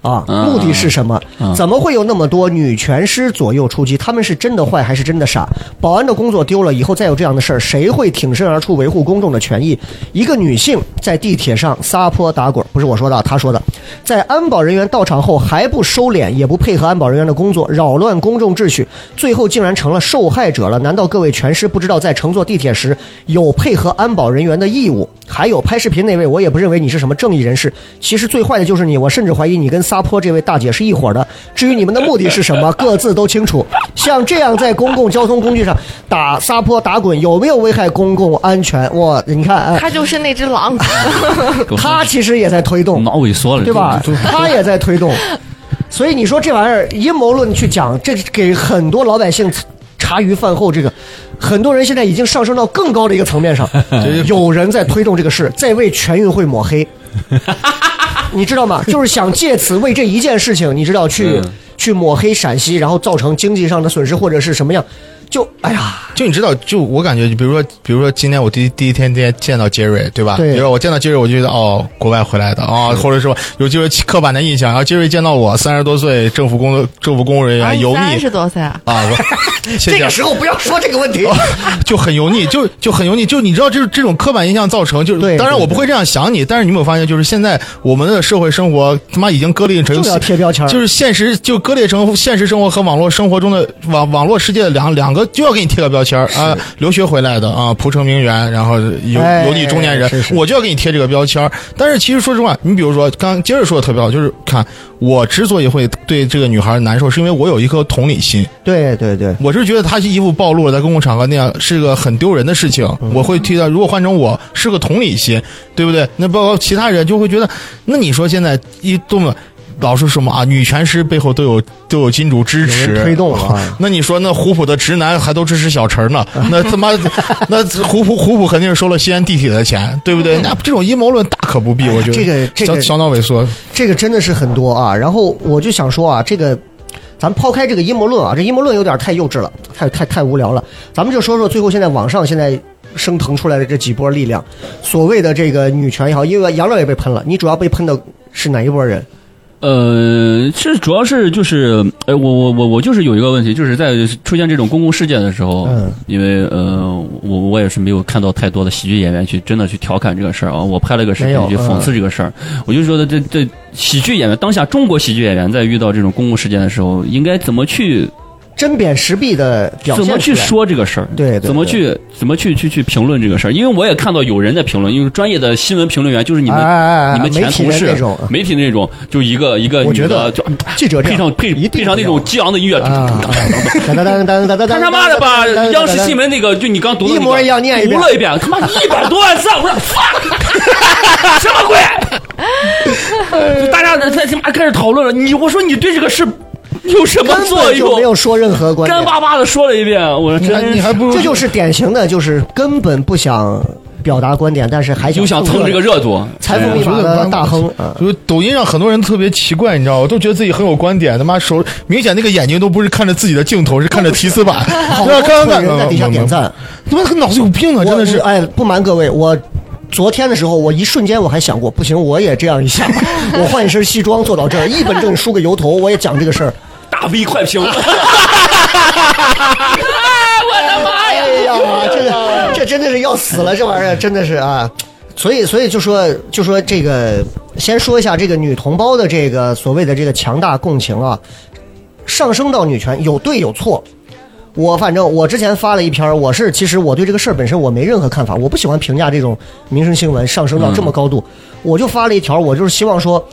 [SPEAKER 2] 啊，
[SPEAKER 4] 嗯
[SPEAKER 2] 目的是什么？
[SPEAKER 4] 嗯
[SPEAKER 2] 怎么会有那么多女拳师左右出击？他们是真的坏还是真的傻？保安的工作丢了，以后再有这样的事儿，谁会挺身而出维护公众的权益？一个女性在地铁上撒泼打滚，不是我说的啊，她说的，在安保人员到场后还不收敛，也不配合安保人员的工作，扰乱公众秩序，最后竟然成了受害者了。难道各位拳师不知道在乘坐地铁时有配合安保人员的义务？还有拍视频那位，我也不认为你是什么正义人士。其实最坏的就是你，我甚至怀疑你跟撒泼这位大姐是一伙的。至于你们的目的是什么，各自都清楚。像这样在公共交通工具上打撒泼打滚，有没有危害公共安全？哇，你看， 哎，
[SPEAKER 3] 他就是那只狼。
[SPEAKER 4] 给我
[SPEAKER 2] 他其实也在推动，
[SPEAKER 4] 脑萎缩了，
[SPEAKER 2] 嗯对吧
[SPEAKER 4] 这？
[SPEAKER 2] 他也在推动， 所以你说这玩意儿阴谋论去讲，这给很多老百姓茶余饭后，这个很多人现在已经上升到更高的一个层面 上，有人在推动这个事，在为全运会抹 黑，你知道吗？就是想借此为这一件事情，你知道去、
[SPEAKER 4] 嗯
[SPEAKER 2] 去抹黑陕西，然后造成经济上的损失或者是什么样，就哎呀，
[SPEAKER 5] 就你知道，就我感觉，就比如说，比如说今天我第一第一天见见到杰瑞，对吧？
[SPEAKER 2] 对
[SPEAKER 5] 比如说我见到杰瑞，我就觉得哦，国外回来的
[SPEAKER 3] 嗯
[SPEAKER 5] 啊、哦，或者说有就是刻板的印象。然后杰瑞见到我三十多岁，政府工作政府公务 人员，油
[SPEAKER 3] 哎三
[SPEAKER 5] 腻
[SPEAKER 3] 十多岁啊，
[SPEAKER 5] 啊，我
[SPEAKER 2] 这
[SPEAKER 5] 谢
[SPEAKER 2] 哦
[SPEAKER 5] 谢
[SPEAKER 2] 个
[SPEAKER 5] 啊。
[SPEAKER 2] 时候不要说这个问题。
[SPEAKER 5] 就很油腻，就就很油腻，就你知道，就是这种刻板印象造成，就是
[SPEAKER 2] 对
[SPEAKER 5] 当然
[SPEAKER 2] 对
[SPEAKER 5] 我不会这样想你，但是你有没有发现，就是现在我们的社会生活他妈已经割裂成
[SPEAKER 2] 就要贴标签儿
[SPEAKER 5] 就是现实就割裂成现实生活和网络生活中的网网络世界的两两个就要给你贴个标签儿啊，留学回来的啊，蒲城名媛，然后油
[SPEAKER 2] 哎
[SPEAKER 5] 油腻中年人
[SPEAKER 2] 是，是
[SPEAKER 5] 我就要给你贴这个标签儿但是其实说实话，你比如说刚接着说的特别好，就是看我之所以会对这个女孩难受，是因为我有一颗同理心。
[SPEAKER 2] 对对对，
[SPEAKER 5] 我是觉得他衣服暴露了，在公共场合那样是个很丢人的事情。
[SPEAKER 2] 嗯
[SPEAKER 5] 我会替他，如果换成我是个同理心，对不对？那包括其他人就会觉得，那你说现在一多么。老是什么啊？女权师背后都有都有金主支
[SPEAKER 2] 有
[SPEAKER 5] 持哦
[SPEAKER 2] 人推动了啊
[SPEAKER 5] 那你说那虎扑的直男还都支持小陈 呢？那他妈那虎扑虎扑肯定是收了西安地铁的钱，对不对？那这种阴谋论大可不必，我觉
[SPEAKER 2] 嗯
[SPEAKER 5] 得
[SPEAKER 2] 哎这个这个
[SPEAKER 5] 小小脑萎缩，
[SPEAKER 2] 这个真的是很多啊。然后我就想说啊，这个咱抛开这个阴谋论啊，这阴谋论有点太幼稚了，太太太无聊了。咱们就说说最后现在网上现在升腾出来的这几波力量，所谓的这个女权也好，因为杨乐也被喷了，你主要被喷的是哪一波人？
[SPEAKER 4] 呃，是主要是就是，呃，我我我我就是有一个问题，就是在出现这种公共事件的时候，
[SPEAKER 2] 嗯
[SPEAKER 4] 因为呃，我我也是没有看到太多的喜剧演员去真的去调侃这个事儿啊，我拍了个视
[SPEAKER 2] 没
[SPEAKER 4] 频
[SPEAKER 2] 有嗯
[SPEAKER 4] 去讽刺这个事儿，我就觉得这这喜剧演员当下中国喜剧演员在遇到这种公共事件的时候，应该怎么去
[SPEAKER 2] 针砭时弊的表现
[SPEAKER 4] 怎么去
[SPEAKER 2] 出来？
[SPEAKER 4] 说这个事儿？
[SPEAKER 2] 对对对
[SPEAKER 4] 怎么去怎么去去去评论这个事儿？因为我也看到有人在评论，因为专业的新闻评论员就是你们、
[SPEAKER 2] 哎哎哎
[SPEAKER 4] 你们前同事
[SPEAKER 2] 媒体人那种
[SPEAKER 4] 媒体那种，就一个一个
[SPEAKER 2] 我
[SPEAKER 4] 女
[SPEAKER 2] 觉得
[SPEAKER 4] 的就
[SPEAKER 2] 记者这
[SPEAKER 4] 配
[SPEAKER 2] 样
[SPEAKER 4] 上配
[SPEAKER 2] 一定
[SPEAKER 4] 配上那
[SPEAKER 2] 不要
[SPEAKER 4] 种激昂的音乐，
[SPEAKER 2] 啊，当当当当当当，
[SPEAKER 4] 他他妈的把央视新闻那个就你刚读的那个
[SPEAKER 2] 一模一样念一遍
[SPEAKER 4] 读了一遍，他妈一百多万字，我说 fuck，什么鬼？就大家在在他妈开始讨论了，你我说你对这个事有什么
[SPEAKER 2] 根
[SPEAKER 4] 作
[SPEAKER 2] 本就没
[SPEAKER 4] 用？
[SPEAKER 2] 有说任何观
[SPEAKER 4] 干
[SPEAKER 2] 点，
[SPEAKER 4] 巴巴的说了一遍，我说
[SPEAKER 5] 你还
[SPEAKER 4] 真
[SPEAKER 5] 你还不如
[SPEAKER 2] 这就是典型的，就是根本不想表达观点，但是还
[SPEAKER 4] 就想蹭这个热度，
[SPEAKER 2] 财 富密
[SPEAKER 5] 我觉
[SPEAKER 2] 码的
[SPEAKER 5] 得
[SPEAKER 2] 大亨啊。
[SPEAKER 5] 就是抖音上很多人特别奇怪，你知道吗？我都觉得自己很有观点，他妈手明显那个眼睛都不是看着自己的镜头，是看着提 示板。
[SPEAKER 2] 好
[SPEAKER 5] 对
[SPEAKER 2] 多
[SPEAKER 5] 啊，刚刚
[SPEAKER 2] 哦人在底下点，赞，
[SPEAKER 5] 他妈脑子有病啊！
[SPEAKER 2] 我
[SPEAKER 5] 真的是
[SPEAKER 2] 我，哎，不瞒各位，我昨天的时候，我一瞬间我还想过，不行，我也这样一下， 我换一身西装坐到这儿，一本正梳个油头，我也讲这个事儿。
[SPEAKER 4] 大 V 快评，
[SPEAKER 2] 哎呀，这个这真的是要死了，这玩意儿真的是啊。所以，所以就说就说这个，先说一下这个女同胞的这个所谓的这个强大共情啊，上升到女权有对有错。我反正我之前发了一篇儿，我是其实我对这个事儿本身我没任何看法，我不喜欢评价这种民生新闻上升到这么高度，我就发了一条，我就是希望说，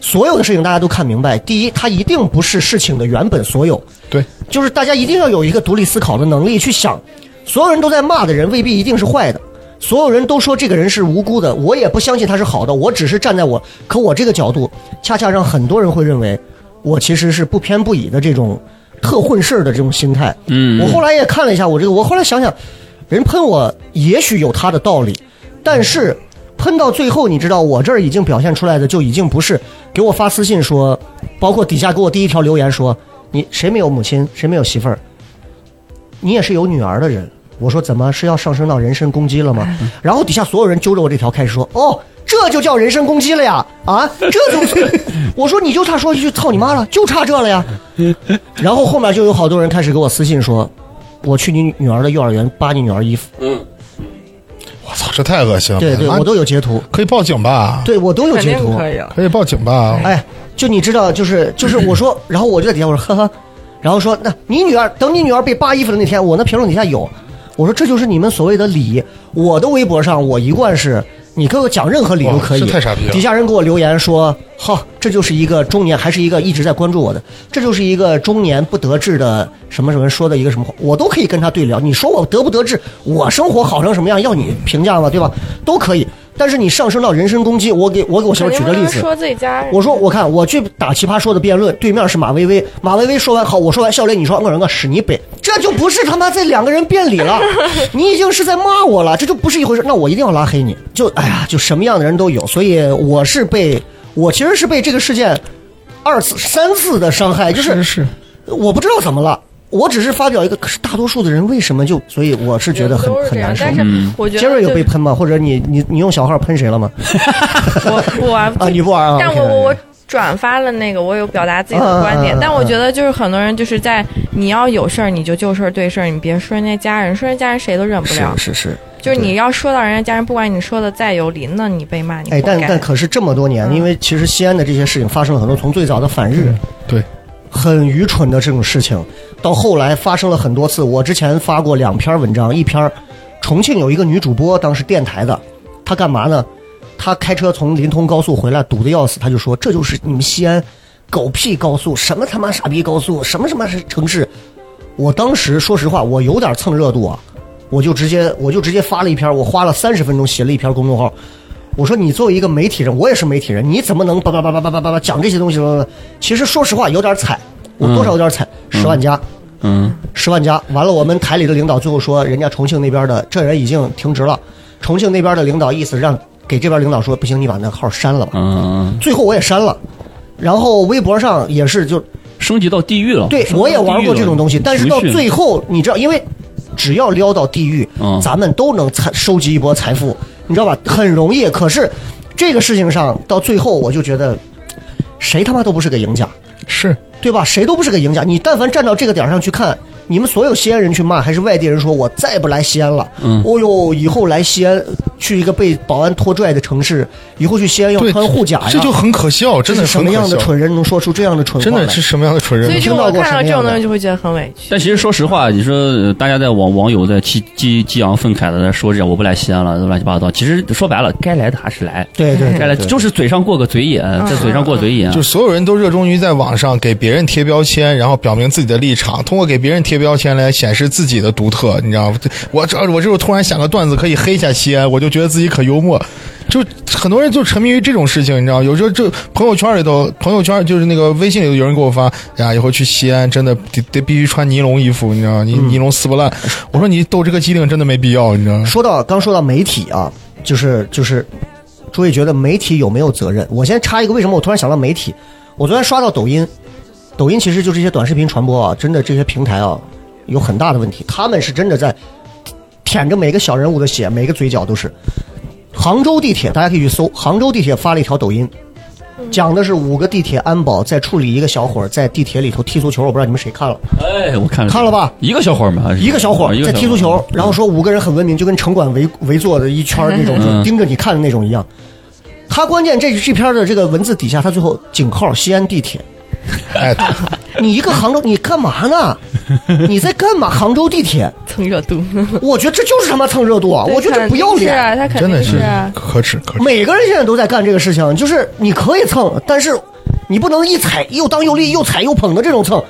[SPEAKER 2] 所有的事情大家都看明白，第一，它一定不是事情的原本所有，
[SPEAKER 5] 对，
[SPEAKER 2] 就是大家一定要有一个独立思考的能力去想，所有人都在骂的人未必一定是坏的，所有人都说这个人是无辜的，我也不相信他是好的，我只是站在我可我这个角度，恰恰让很多人会认为我其实是不偏不倚的这种特混事儿的这种心态。
[SPEAKER 4] 嗯
[SPEAKER 2] 我后来也看了一下我这个，我后来想想，人喷我也许有他的道理，但是喷到最后，你知道我这儿已经表现出来的就已经不是给我发私信说，包括底下给我第一条留言说你谁没有母亲，谁没有媳妇儿，你也是有女儿的人。我说怎么是要上升到人身攻击了吗？然后底下所有人揪着我这条开始说，哦，这就叫人身攻击了呀！啊，这就， 我说你就差说一句操你妈了，就差这了呀。然后后面就有好多人开始给我私信说，我去你女儿的幼儿园扒你女儿衣服，
[SPEAKER 5] 我操，这太恶心了！
[SPEAKER 2] 对对，
[SPEAKER 5] 妈
[SPEAKER 2] 我都有截图，
[SPEAKER 5] 可以报警吧？
[SPEAKER 2] 对我都有
[SPEAKER 3] 肯
[SPEAKER 2] 截
[SPEAKER 3] 定
[SPEAKER 2] 图，
[SPEAKER 3] 可以了。
[SPEAKER 5] 可以报警吧？
[SPEAKER 2] 哎，就你知道，就是就是我 说，然后我就在底下我说呵呵，然后说那你女儿等你女儿被扒衣服的那天，我那评论底下有，我说这就是你们所谓的理。我的微博上我一贯是你给我讲任何理由
[SPEAKER 5] 哇
[SPEAKER 2] 可以，
[SPEAKER 5] 这太傻逼了
[SPEAKER 2] 底下人给我留言说，好，这就是一个中年，还是一个一直在关注我的，这就是一个中年不得志的什么什么说的一个什么话，我都可以跟他对聊。你说我得不得志，我生活好成什么样，要你评价吗？对吧？都可以。但是你上升到人身攻击，我给我给我媳妇
[SPEAKER 3] 肯
[SPEAKER 2] 儿举个
[SPEAKER 3] 定不
[SPEAKER 2] 例
[SPEAKER 3] 能
[SPEAKER 2] 子，
[SPEAKER 3] 说自己家人。
[SPEAKER 2] 我说，我看我去打奇葩说的辩论，对面是马薇薇，马薇薇说完好，我说完笑雷，你说我人个屎你北，这就不是他妈这两个人辩理 了，你已经是在骂我了，这就不是一回事。那我一定要拉黑你，就哎呀，就什么样的人都有，所以我是被我其实是被这个事件二次三次的伤害，就是
[SPEAKER 5] 是是，
[SPEAKER 2] 我不知道怎么了，我只是发表一个，可是大多数的人为什么就，所以我是觉得很
[SPEAKER 3] 都是
[SPEAKER 2] 很
[SPEAKER 3] 这样
[SPEAKER 2] 难，受
[SPEAKER 3] 但。是我觉得
[SPEAKER 2] 杰瑞有
[SPEAKER 3] 就
[SPEAKER 2] 被喷吗？或者你你你用小号喷谁了吗？
[SPEAKER 3] 我不玩
[SPEAKER 2] 啊，你不玩啊？
[SPEAKER 3] 但我
[SPEAKER 2] OK，OK
[SPEAKER 3] 我我转发了那个，我有表达自己的观点，
[SPEAKER 2] 嗯嗯嗯嗯
[SPEAKER 3] 但我觉得就是很多人就是在你要有事儿你就就事儿对事儿，你别说人家家人，说人家家人谁都忍不了。
[SPEAKER 2] 是是是。
[SPEAKER 3] 就是你要说到人家家人，不管你说的再有理，那你被骂你
[SPEAKER 2] 哎，
[SPEAKER 3] 活该。
[SPEAKER 2] 但但可是这么多年，因为其实西安的这些事情发生了很多，从最早的反日，
[SPEAKER 5] 对，
[SPEAKER 2] 很愚蠢的这种事情，到后来发生了很多次。我之前发过两篇文章，一篇儿重庆有一个女主播，当时电台的，她干嘛呢？她开车从临潼高速回来，堵得要死，她就说这就是你们西安狗屁高速，什么他妈傻逼高速，什么什么城市。我当时说实话，我有点蹭热度啊，我就直接我就直接发了一篇，我花了三十分钟写了一篇公众号。我说你作为一个媒体人，我也是媒体人，你怎么能叭叭叭叭叭叭叭叭讲这些东西呢？其实说实话，有点踩，我多少有点踩，十万加，
[SPEAKER 4] 嗯，
[SPEAKER 2] 十万加。完了，我们台里的领导最后说，人家重庆那边的这人已经停职了，重庆那边的领导意思让给这边领导说，不行，你把那号删了吧。
[SPEAKER 4] 嗯，
[SPEAKER 2] 最后我也删了，然后微博上也是就
[SPEAKER 4] 升级到地狱了。
[SPEAKER 2] 对
[SPEAKER 4] 升级到
[SPEAKER 2] 我也玩过
[SPEAKER 4] 地狱了
[SPEAKER 2] 这种东西，但是到
[SPEAKER 4] 情绪
[SPEAKER 2] 最后你知道，因为只要撩到地狱
[SPEAKER 4] 嗯，
[SPEAKER 2] 咱们都能财收集一波财富，你知道吧？很容易。可是这个事情上，到最后我就觉得，谁他妈都不是个赢家，
[SPEAKER 5] 是
[SPEAKER 2] 对吧？谁都不是个赢家。你但凡站到这个点儿上去看，你们所有西安人去骂，还是外地人说我再不来西安了，
[SPEAKER 4] 嗯
[SPEAKER 2] 哦呦，以后来西安去一个被保安拖拽的城市，以后去西安要
[SPEAKER 5] 对
[SPEAKER 2] 穿护甲呀，
[SPEAKER 5] 这就很可笑，
[SPEAKER 2] 这
[SPEAKER 5] 真
[SPEAKER 2] 是
[SPEAKER 5] 的
[SPEAKER 2] 什么
[SPEAKER 5] 很可
[SPEAKER 2] 样的
[SPEAKER 5] 笑
[SPEAKER 2] 蠢人能说出这样的蠢话
[SPEAKER 5] 真
[SPEAKER 2] 来？
[SPEAKER 5] 的是什么样的蠢人？
[SPEAKER 3] 所以
[SPEAKER 2] 听
[SPEAKER 3] 就
[SPEAKER 2] 到
[SPEAKER 3] 我
[SPEAKER 2] 过
[SPEAKER 3] 看
[SPEAKER 2] 什么
[SPEAKER 3] 到这
[SPEAKER 2] 样的
[SPEAKER 3] 种东西就会觉得很委屈。
[SPEAKER 4] 但其实说实话，你说呃大家在网网友在激激激昂愤慨的在说这样我不来西安了，乱七八糟。其实说白了，该来的还是来，
[SPEAKER 2] 对对对，
[SPEAKER 4] 该来
[SPEAKER 2] 嗯对嗯
[SPEAKER 4] 就是嘴上过个嘴瘾，在嘴上过嘴瘾。啊
[SPEAKER 5] 就所有人都热衷于在网上给别人贴标签，然后表明自己的立场，通过给别人贴标签来显示自己的独特，你知道吗？这我这我这时候突然想个段子可以黑一下西安，我就觉得自己可幽默。就很多人就沉迷于这种事情，你知道吗，有时候这朋友圈里头，朋友圈就是那个微信里头有人给我发，哎呀，以后去西安真的 得得必须穿尼龙衣服，你知道吗？尼尼龙撕不烂。我说你斗这个机灵真的没必要，你知道吗？
[SPEAKER 2] 说到刚说到媒体啊，就是就是，诸位觉得媒体有没有责任？我先插一个，为什么我突然想到媒体？我昨天刷到抖音，抖音其实就是一些短视频传播啊，真的这些平台啊有很大的问题，他们是真的在舔着每个小人物的血，每个嘴角都是。杭州地铁，大家可以去搜，杭州地铁发了一条抖音，讲的是五个地铁安保在处理一个小伙儿在地铁里头踢足球，我不知道你们谁看了。
[SPEAKER 4] 哎，我看了
[SPEAKER 2] 看了吧
[SPEAKER 4] 一个小伙儿嘛，还是
[SPEAKER 2] 一个小伙
[SPEAKER 4] 啊
[SPEAKER 2] 儿
[SPEAKER 4] 一
[SPEAKER 2] 在
[SPEAKER 4] 个
[SPEAKER 2] 踢足球，然后说五个人很文明，就跟城管围围坐的一圈儿那种，就
[SPEAKER 4] 嗯
[SPEAKER 2] 盯着你看的那种一样。他关键这这篇的这个文字底下，他最后井号西安地铁，
[SPEAKER 5] 哎，
[SPEAKER 2] 你一个杭州，你干嘛呢？你在干嘛？杭州地铁，
[SPEAKER 3] 蹭热度，
[SPEAKER 2] 我觉得这就是他妈蹭热度啊！ 我觉得这不要
[SPEAKER 3] 肯定是
[SPEAKER 2] 脸。
[SPEAKER 3] 啊，他肯
[SPEAKER 5] 真的
[SPEAKER 3] 定
[SPEAKER 5] 是
[SPEAKER 3] 啊。
[SPEAKER 5] 可耻可耻。
[SPEAKER 2] 每个人现在都在干这个事情，就是你可以蹭，但是你不能一踩又当又立又踩又捧的这种蹭。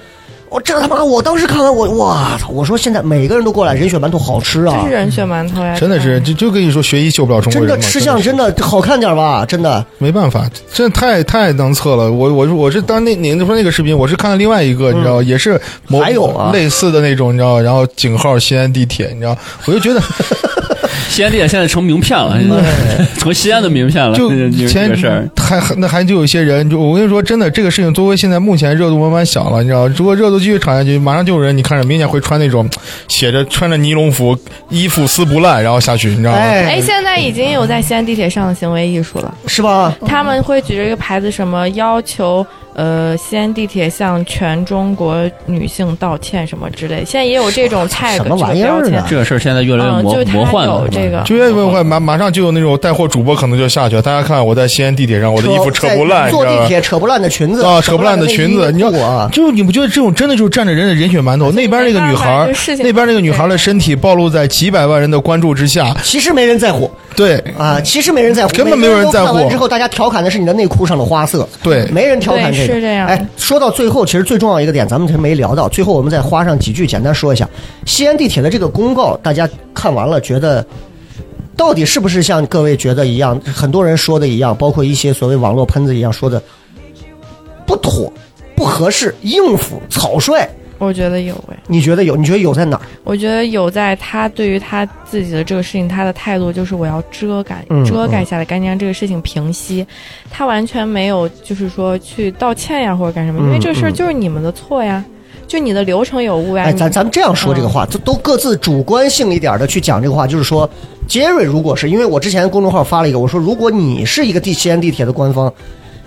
[SPEAKER 2] 我这他妈！我当时看完我哇操！我说现在每个人都过来，人血馒头好吃啊！
[SPEAKER 3] 这是人血馒头呀！
[SPEAKER 5] 真的是，就就跟你说，学医救不了中国
[SPEAKER 2] 真
[SPEAKER 5] 人
[SPEAKER 2] 的
[SPEAKER 5] 嘛。
[SPEAKER 2] 吃相
[SPEAKER 5] 是啊
[SPEAKER 2] 真的好看点吧，真的。
[SPEAKER 5] 没办法，这太太能测了。我我我是当那您说那个视频，我是看了另外一个，你知道，也是某
[SPEAKER 2] 还有啊
[SPEAKER 5] 类似的那种，你知道，然后井号西安地铁，你知道，我就觉 得
[SPEAKER 4] 西安地铁现在成名片了，
[SPEAKER 2] 嗯
[SPEAKER 4] 成西安的名片了。
[SPEAKER 5] 就
[SPEAKER 4] 这这这
[SPEAKER 5] 前
[SPEAKER 4] 个事儿，
[SPEAKER 5] 还还那还就有一些人，就我跟你说，真的这个事情作为现在目前热度慢慢小了，你知道，如果热度继续炒下去，马上就有人你看着明显会穿那种写着穿着尼龙服，衣服撕不烂，然后下去，你知道吗？
[SPEAKER 3] 哎，现在已经有在西安地铁上的行为艺术了，
[SPEAKER 2] 是吧？
[SPEAKER 3] 他们会举着一个牌子，什么要求呃西安地铁向全中国女性道歉什么之类。现在也有这种 tag
[SPEAKER 2] 什么玩意儿啊
[SPEAKER 3] 这个标签
[SPEAKER 4] 这个事儿现在越来越
[SPEAKER 3] 嗯，
[SPEAKER 4] 魔
[SPEAKER 3] 就是
[SPEAKER 4] 魔
[SPEAKER 3] 他
[SPEAKER 4] 幻了嗯
[SPEAKER 3] 有。这个，
[SPEAKER 5] 就越问快，马马上就有那种带货主播可能就下去了。大家看我在西安地铁上，我的衣服扯不烂，你
[SPEAKER 2] 坐
[SPEAKER 5] 知道
[SPEAKER 2] 地
[SPEAKER 5] 吧？
[SPEAKER 2] 铁扯不烂的裙 子
[SPEAKER 5] 啊，扯不烂的裙子，你知
[SPEAKER 2] 要
[SPEAKER 5] 啊道
[SPEAKER 2] 我啊
[SPEAKER 5] 就是你不觉得这种真的就是占着人的人 血馒头？那边那个女孩
[SPEAKER 3] 这
[SPEAKER 5] 儿
[SPEAKER 3] 个事，情
[SPEAKER 5] 那边那个女孩儿的身体暴露在几百万人的关注之下，
[SPEAKER 2] 其实没人在乎
[SPEAKER 5] 对
[SPEAKER 2] 啊，其实没人在乎，
[SPEAKER 5] 根本没有人在乎
[SPEAKER 2] 每个都看完之后，大家调侃的是你的内裤上的花色，
[SPEAKER 5] 对
[SPEAKER 2] 没人调侃这个。
[SPEAKER 3] 对是这样
[SPEAKER 2] 哎，说到最后，其实最重要一个点，咱们还没聊到，最后我们再花上几句简单说一下西安地铁的这个公告，大家看完了觉得。到底是不是像各位觉得一样，很多人说的一样，包括一些所谓网络喷子一样说的不妥、不合适、应付、草率？
[SPEAKER 3] 我觉得有哎，
[SPEAKER 2] 你觉得有？你觉得有在哪儿？
[SPEAKER 3] 我觉得有在他对于他自己的这个事情，他的态度就是我要遮盖
[SPEAKER 2] 嗯，
[SPEAKER 3] 遮盖下来，赶紧让这个事情平息。他完全没有就是说去道歉呀或者干什么，因为这个事儿就是你们的错呀，就你的流程有误呀。
[SPEAKER 2] 哎，
[SPEAKER 3] 你
[SPEAKER 2] 咱咱们这样说这
[SPEAKER 3] 嗯
[SPEAKER 2] 个话，都都各自主观性一点的去讲这个话，就是说，杰瑞如果是因为我之前公众号发了一个，我说如果你是一个地西安地铁的官方，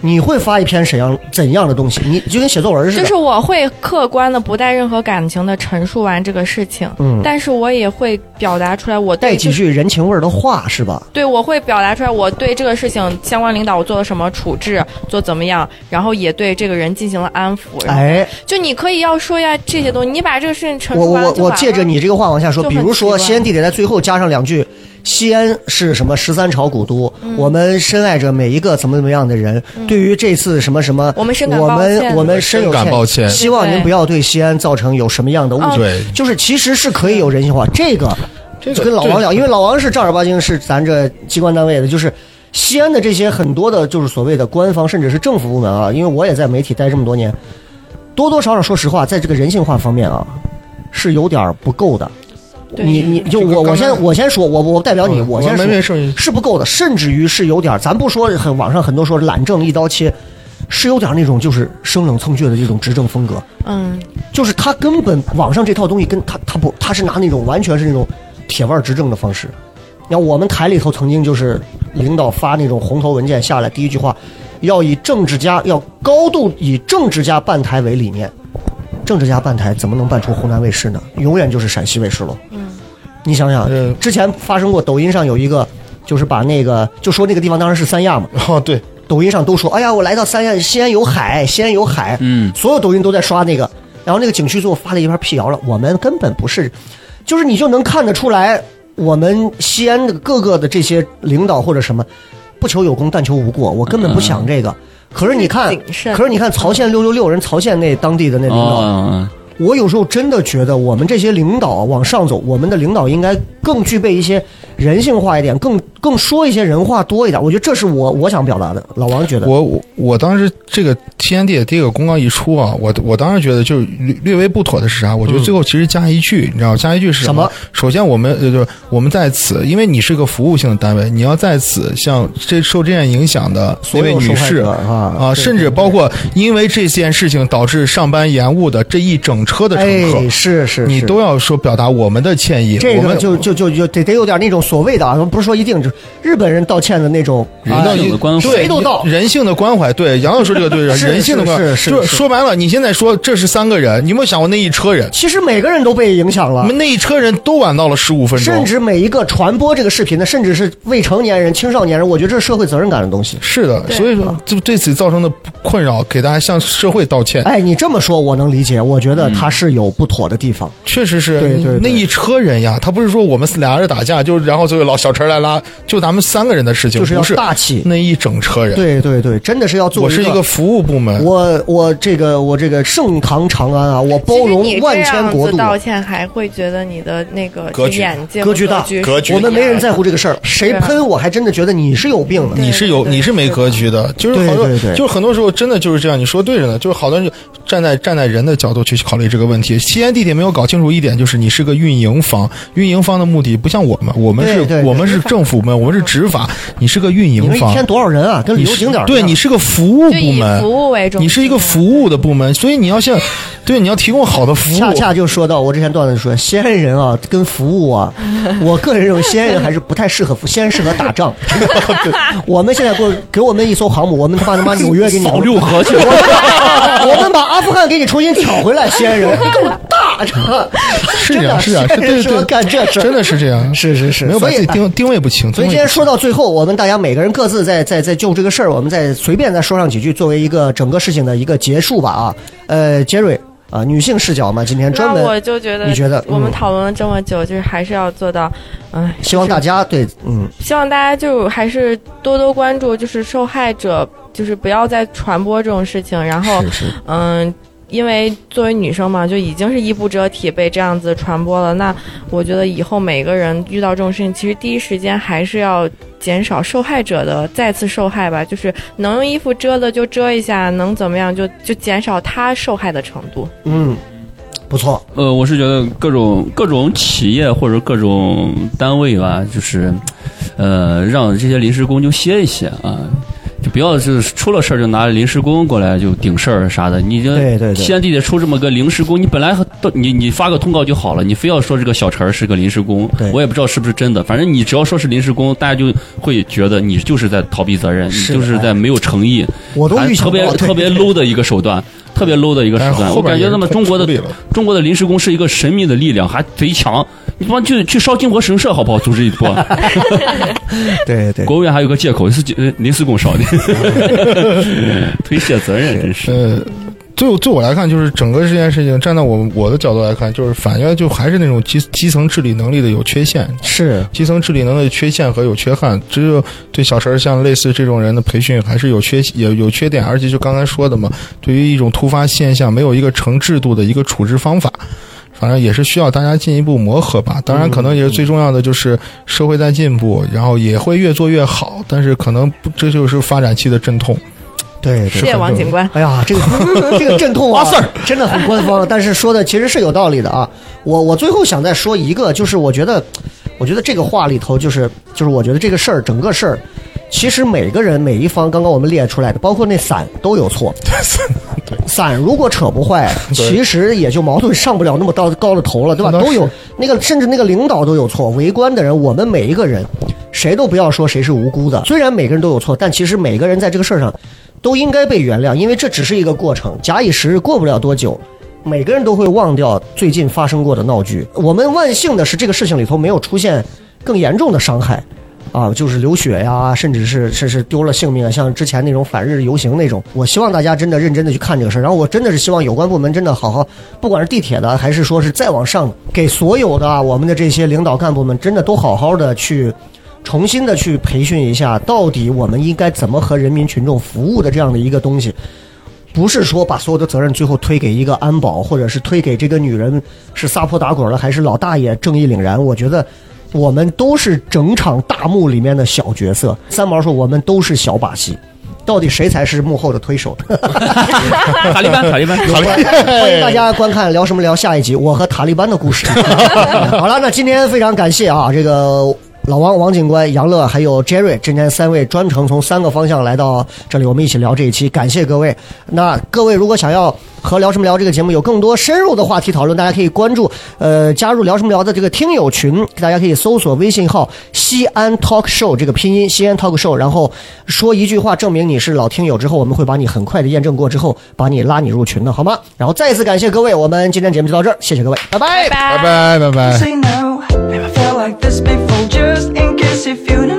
[SPEAKER 2] 你会发一篇怎样怎样的东西？你就跟写作文似的，
[SPEAKER 3] 就是我会客观的、不带任何感情的陈述完这个事情，
[SPEAKER 2] 嗯
[SPEAKER 3] 但是我也会表达出来我对
[SPEAKER 2] 带几
[SPEAKER 3] 这
[SPEAKER 2] 句人情味儿的话，是吧？
[SPEAKER 3] 对，我会表达出来我对这个事情相关领导我做了什么处置，做怎么样，然后也对这个人进行了安抚。然后
[SPEAKER 2] 哎，
[SPEAKER 3] 就你可以要说呀这些东西，你把这个事情陈
[SPEAKER 2] 我
[SPEAKER 3] 述
[SPEAKER 2] 我
[SPEAKER 3] 完
[SPEAKER 2] 我
[SPEAKER 3] 就
[SPEAKER 2] 我
[SPEAKER 3] 完
[SPEAKER 2] 借着
[SPEAKER 3] 了
[SPEAKER 2] 你这个话往下说，
[SPEAKER 3] 就
[SPEAKER 2] 比
[SPEAKER 3] 很
[SPEAKER 2] 如说
[SPEAKER 3] 奇怪
[SPEAKER 2] 西安地铁在最后加上两句：西安是什么十三朝古都，
[SPEAKER 3] 嗯
[SPEAKER 2] 我们深爱着每一个怎么怎么样的人。对于这次什么什么，
[SPEAKER 3] 我们深感
[SPEAKER 2] 我
[SPEAKER 3] 抱
[SPEAKER 2] 们
[SPEAKER 3] 歉
[SPEAKER 2] 我们深有
[SPEAKER 5] 深感抱歉
[SPEAKER 2] 希望您
[SPEAKER 3] 对哦
[SPEAKER 2] 不要对西安造成有什么样的误解。
[SPEAKER 5] 对，
[SPEAKER 2] 就是其实是可以有人性化，这个
[SPEAKER 5] 这
[SPEAKER 2] 就跟老王聊，因为老王是正儿八经是咱这机关单位的，就是西安的这些很多的，就是所谓的官方甚至是政府部门啊，因为我也在媒体待这么多年，多多少少说实话，在这个人性化方面啊，是有点儿不够的。
[SPEAKER 3] 对
[SPEAKER 2] 你你就
[SPEAKER 5] 这个
[SPEAKER 2] 我我
[SPEAKER 5] 刚
[SPEAKER 2] 先
[SPEAKER 5] 才
[SPEAKER 2] 我先说，我我代表你，
[SPEAKER 5] 嗯
[SPEAKER 2] 我先
[SPEAKER 5] 没
[SPEAKER 2] 说
[SPEAKER 5] 没事
[SPEAKER 2] 是不够的，甚至于是有点儿，咱不说很网上很多说懒政一刀切，是有点儿那种就是生冷蹭倔的这种执政风格。
[SPEAKER 3] 嗯，
[SPEAKER 2] 就是他根本网上这套东西跟他他不他是拿那种完全是那种铁腕执政的方式。你看我们台里头曾经就是领导发那种红头文件下来，第一句话要以政治家要高度以政治家办台为理念，政治家办台怎么能办出湖南卫视呢？永远就是陕西卫视喽。嗯，你想想
[SPEAKER 5] 呃，
[SPEAKER 2] 之前发生过抖音上有一个，就是把那个就说那个地方当然是三亚嘛，
[SPEAKER 5] 哦，对，
[SPEAKER 2] 抖音上都说，哎呀，我来到三亚，西安有海，西安有海，
[SPEAKER 4] 嗯
[SPEAKER 2] 所有抖音都在刷那个，然后那个景区最后发了一篇辟谣了，我们根本不是，就是你就能看得出来，我们西安的各个的这些领导或者什么，不求有功，但求无过，我根本不想这个。可是你看
[SPEAKER 3] 嗯谨，慎
[SPEAKER 2] 可是你看曹县六六六人，曹县那当地的那领导，
[SPEAKER 4] 哦，
[SPEAKER 2] 我有时候真的觉得，我们这些领导啊往上走，我们的领导应该更具备一些人性化一点，更更说一些人话多一点。我觉得这是我我想表达的。老王觉得，
[SPEAKER 5] 我我我当时这个天地这个公告一出啊，我我当时觉得就是略略微不妥的是啥？我觉得最后其实加一句，你知道加一句是么？
[SPEAKER 2] 嗯什么
[SPEAKER 5] 首先我们呃就是我们在此，因为你是个服务性的单位，你要在此向这受这件影响的那
[SPEAKER 2] 所
[SPEAKER 5] 位
[SPEAKER 2] 有受
[SPEAKER 5] 女
[SPEAKER 2] 害
[SPEAKER 5] 士
[SPEAKER 2] 者啊
[SPEAKER 5] 啊，
[SPEAKER 2] 对
[SPEAKER 5] 甚至
[SPEAKER 2] 对
[SPEAKER 5] 包括因为这件事情导致上班延误的这一整车的乘客，
[SPEAKER 2] 哎，是是，
[SPEAKER 5] 你
[SPEAKER 2] 是
[SPEAKER 5] 都要说表达我们的歉意。
[SPEAKER 2] 这
[SPEAKER 5] 我
[SPEAKER 2] 个
[SPEAKER 5] 们
[SPEAKER 2] 就就就就得得有点那种所谓的啊，不是说一定就是日本人道歉的那种，
[SPEAKER 4] 人
[SPEAKER 2] 啊
[SPEAKER 4] 道有的关怀
[SPEAKER 2] 谁都道。
[SPEAKER 5] 人性的关怀，对杨老师这个对
[SPEAKER 2] 是
[SPEAKER 5] 人性的关怀，
[SPEAKER 2] 是是
[SPEAKER 5] 就是说白了，你现在说这是三个人，你有没有想过那一车人？
[SPEAKER 2] 其实每个人都被影响
[SPEAKER 5] 我
[SPEAKER 2] 了
[SPEAKER 5] 们。那一车人都晚到了十五分钟，
[SPEAKER 2] 啊甚至每一个传播这个视频的，甚至是未成年人、青少年人，我觉得这是社会责任感的东西。
[SPEAKER 5] 是的，所以说就对此造成的困扰，给大家向社会道歉，
[SPEAKER 2] 哎，你这么说我能理解，我觉得他是有不妥的地方。
[SPEAKER 5] 确实是
[SPEAKER 2] 对对对
[SPEAKER 5] 那一车人呀，他不是说我们俩人打架，就是然后就老小陈来拉，就咱们三个人的事情，
[SPEAKER 2] 就是要
[SPEAKER 5] 不是
[SPEAKER 2] 大气
[SPEAKER 5] 那一整车人。
[SPEAKER 2] 对对对，真的是要做
[SPEAKER 5] 我是一个服务部门，
[SPEAKER 2] 我我这个我这个盛唐长安啊，我包容
[SPEAKER 3] 其实你
[SPEAKER 2] 万
[SPEAKER 3] 这
[SPEAKER 2] 千
[SPEAKER 3] 样
[SPEAKER 2] 国
[SPEAKER 3] 子
[SPEAKER 2] 度，啊
[SPEAKER 3] 道歉还会觉得你的那个
[SPEAKER 5] 格局
[SPEAKER 3] 眼界
[SPEAKER 2] 格局大
[SPEAKER 5] 格局
[SPEAKER 2] 我们没人在
[SPEAKER 3] 乎。
[SPEAKER 2] 乎这个事儿，
[SPEAKER 3] 啊
[SPEAKER 2] 谁喷我还真的觉得你是有病的。
[SPEAKER 5] 你是有
[SPEAKER 3] 对对
[SPEAKER 5] 你是没格局的，就是好多
[SPEAKER 2] 对对对
[SPEAKER 5] 就是很多时候真的就是这样，你说对着呢，就是好多人就站在站在人的角度去考虑这个问题。西安地铁没有搞清楚一点，就是你是个运营方，运营方的目的不像我们，我们
[SPEAKER 2] 对对
[SPEAKER 5] 是
[SPEAKER 2] 对
[SPEAKER 5] 我们是政府部门，我们是执法，你是个运
[SPEAKER 2] 你
[SPEAKER 5] 营
[SPEAKER 2] 们一
[SPEAKER 5] 方
[SPEAKER 2] 天，多少人啊？跟旅
[SPEAKER 5] 你
[SPEAKER 2] 游
[SPEAKER 5] 是
[SPEAKER 2] 景点儿一
[SPEAKER 5] 对
[SPEAKER 2] 样
[SPEAKER 5] 你是个服务
[SPEAKER 3] 就
[SPEAKER 5] 部
[SPEAKER 3] 以
[SPEAKER 5] 门
[SPEAKER 3] 服，务为中心，
[SPEAKER 5] 你是一个服务的部门，所以你要向对你要提供好的服务，
[SPEAKER 2] 恰恰就说到我之前段子说，西安人啊跟服务啊，我个人认为西安人还是不太适合服，西安人适合打 仗。我们现在给我给我们一艘航母，我们他妈他 妈纽约给你
[SPEAKER 4] 扫六合去。
[SPEAKER 2] 我们把阿富汗给你重新抢回来，西安 人够大着，
[SPEAKER 5] 是这样是这样，是
[SPEAKER 2] 真的西安人
[SPEAKER 5] 对
[SPEAKER 2] 适合
[SPEAKER 5] 对
[SPEAKER 2] 干这事儿
[SPEAKER 5] 真的是这样，
[SPEAKER 2] 是是是
[SPEAKER 5] 没有把
[SPEAKER 2] 所以
[SPEAKER 5] 自己定定位不清，
[SPEAKER 2] 所以今
[SPEAKER 5] 定位
[SPEAKER 2] 天
[SPEAKER 5] 不清
[SPEAKER 2] 说到最后，我们大家每个人各自再再再就这个事儿，我们再随便再说上几句，作为一个整个事情的一个结束吧啊。呃，Jerry 啊、女性视角嘛，今天专
[SPEAKER 3] 那我
[SPEAKER 2] 门
[SPEAKER 3] 就觉得，
[SPEAKER 2] 你觉得
[SPEAKER 3] 我们
[SPEAKER 2] 嗯
[SPEAKER 3] 讨论了这么久，就是还是要做到，嗯，
[SPEAKER 2] 希望大家对嗯
[SPEAKER 3] 希望大家就还是多多关注，就是受害者，就是不要再传播这种事情。然后，
[SPEAKER 5] 是是
[SPEAKER 3] 嗯，因为作为女生嘛，就已经是衣不遮体被这样子传播了。那我觉得以后每个人遇到这种事情，其实第一时间还是要减少受害者的再次受害吧，就是能用衣服遮的就遮一下，能怎么样就就减少他受害的程度。
[SPEAKER 2] 嗯，不错，
[SPEAKER 4] 呃，我是觉得各种各种企业或者各种单位吧，就是，呃，让这些临时工就歇一歇啊，就不要就是出了事儿就拿临时工过来就顶事儿啥的。你这
[SPEAKER 2] 对对对
[SPEAKER 4] 西安地铁出这么个临时工，你本来和都你你发个通告就好了，你非要说这个小陈儿是个临时工
[SPEAKER 2] 对，
[SPEAKER 4] 我也不知道是不是真的。反正你只要说是临时工，大家就会觉得你就是在逃避责任，你
[SPEAKER 2] 是的哎
[SPEAKER 4] 就是在没有诚意，
[SPEAKER 2] 我都
[SPEAKER 4] 还
[SPEAKER 2] 预
[SPEAKER 4] 特
[SPEAKER 2] 想
[SPEAKER 4] 别
[SPEAKER 2] 到
[SPEAKER 4] 特别 low 的一个手段，特别 low 的一个
[SPEAKER 5] 但
[SPEAKER 4] 手
[SPEAKER 5] 是
[SPEAKER 4] 段。
[SPEAKER 5] 后
[SPEAKER 4] 我
[SPEAKER 5] 边
[SPEAKER 4] 感觉
[SPEAKER 5] 也
[SPEAKER 4] 他们中国的
[SPEAKER 5] 处理了
[SPEAKER 4] 中国的临时工是一个神秘的力量，还贼强。你他妈去去烧金国神社好不好？组织一 波，
[SPEAKER 2] 对对
[SPEAKER 4] 国务院还有个借口是呃临时工烧 的，推卸责任真是。
[SPEAKER 5] 呃，对我对我来看，就是整个这件事情，站在我我的角度来看，就是反映就还是那种基基层治理能力的有缺陷，
[SPEAKER 2] 是
[SPEAKER 5] 基层治理能力的缺陷和有缺憾，只有对小陈儿像类似这种人的培训还是有缺也有缺点，而且就刚才说的嘛，对于一种突发现象，没有一个成制度的一个处置方法。反正也是需要大家进一步磨合吧，当然可能也是最重要的就是社会在进步，然后也会越做越好，但是可能不这就是发展期的阵痛。
[SPEAKER 2] 对对
[SPEAKER 3] 谢谢王警官。
[SPEAKER 2] 哎呀，这个这个阵痛啊，真的很官方，但是说的其实是有道理的啊。我我最后想再说一个，就是我觉得，我觉得这个话里头就是就是我觉得这个事儿，整个事儿，其实每个人每一方，刚刚我们列出来的，包括那伞都有 错。伞如果扯不坏，其实也就矛盾上不了那么高高的头了，对吧？
[SPEAKER 5] 那倒是
[SPEAKER 2] 都有那个，甚至那个领导都有错，围观的人，我们每一个人，谁都不要说谁是无辜的。虽然每个人都有错，但其实每个人在这个事儿上都应该被原谅，因为这只是一个过程。假以时日，过不了多久，每个人都会忘掉最近发生过的闹剧。我们万幸的是，这个事情里头没有出现更严重的伤害。啊，就是流血呀、甚至是甚至丢了性命啊，像之前那种反日游行那种。我希望大家真的认真的去看这个事儿，然后我真的是希望有关部门真的好好，不管是地铁的还是说是再往上的，给所有的啊我们的这些领导干部们，真的都好好的去重新的去培训一下，到底我们应该怎么和人民群众服务的这样的一个东西。不是说把所有的责任最后推给一个安保，或者是推给这个女人是撒泼打滚了，还是老大爷正义凛然？我觉得我们都是整场大幕里面的小角色。三毛说，我们都是小把戏，到底谁才是幕后的推手？
[SPEAKER 5] 呃
[SPEAKER 4] 塔利班，塔利班，塔利班。
[SPEAKER 2] 欢迎大家观看《聊什么聊》下一集，我和塔利班的故事。 好了，那今天非常感谢啊，这个老王、王警官、杨乐还有 Jerry，今天三位专程从三个方向来到这里，我们一起聊这一期，感谢各位。那各位如果想要和《聊什么聊》这个节目有更多深入的话题讨论，大家可以关注呃加入《聊什么聊》的这个听友群，大家可以搜索微信号“西安 Talk Show” 这个拼音“西安 Talk Show”，然后说一句话证明你是老听友之后，我们会把你很快的验证过之后，把你拉你入群的，好吗？然后再一次感谢各位，我们今天节目就到这儿，谢谢各位，拜拜
[SPEAKER 3] 拜
[SPEAKER 5] 拜拜拜拜。Uh.
[SPEAKER 1] Say no, never felt like this before. Just in case if you didn't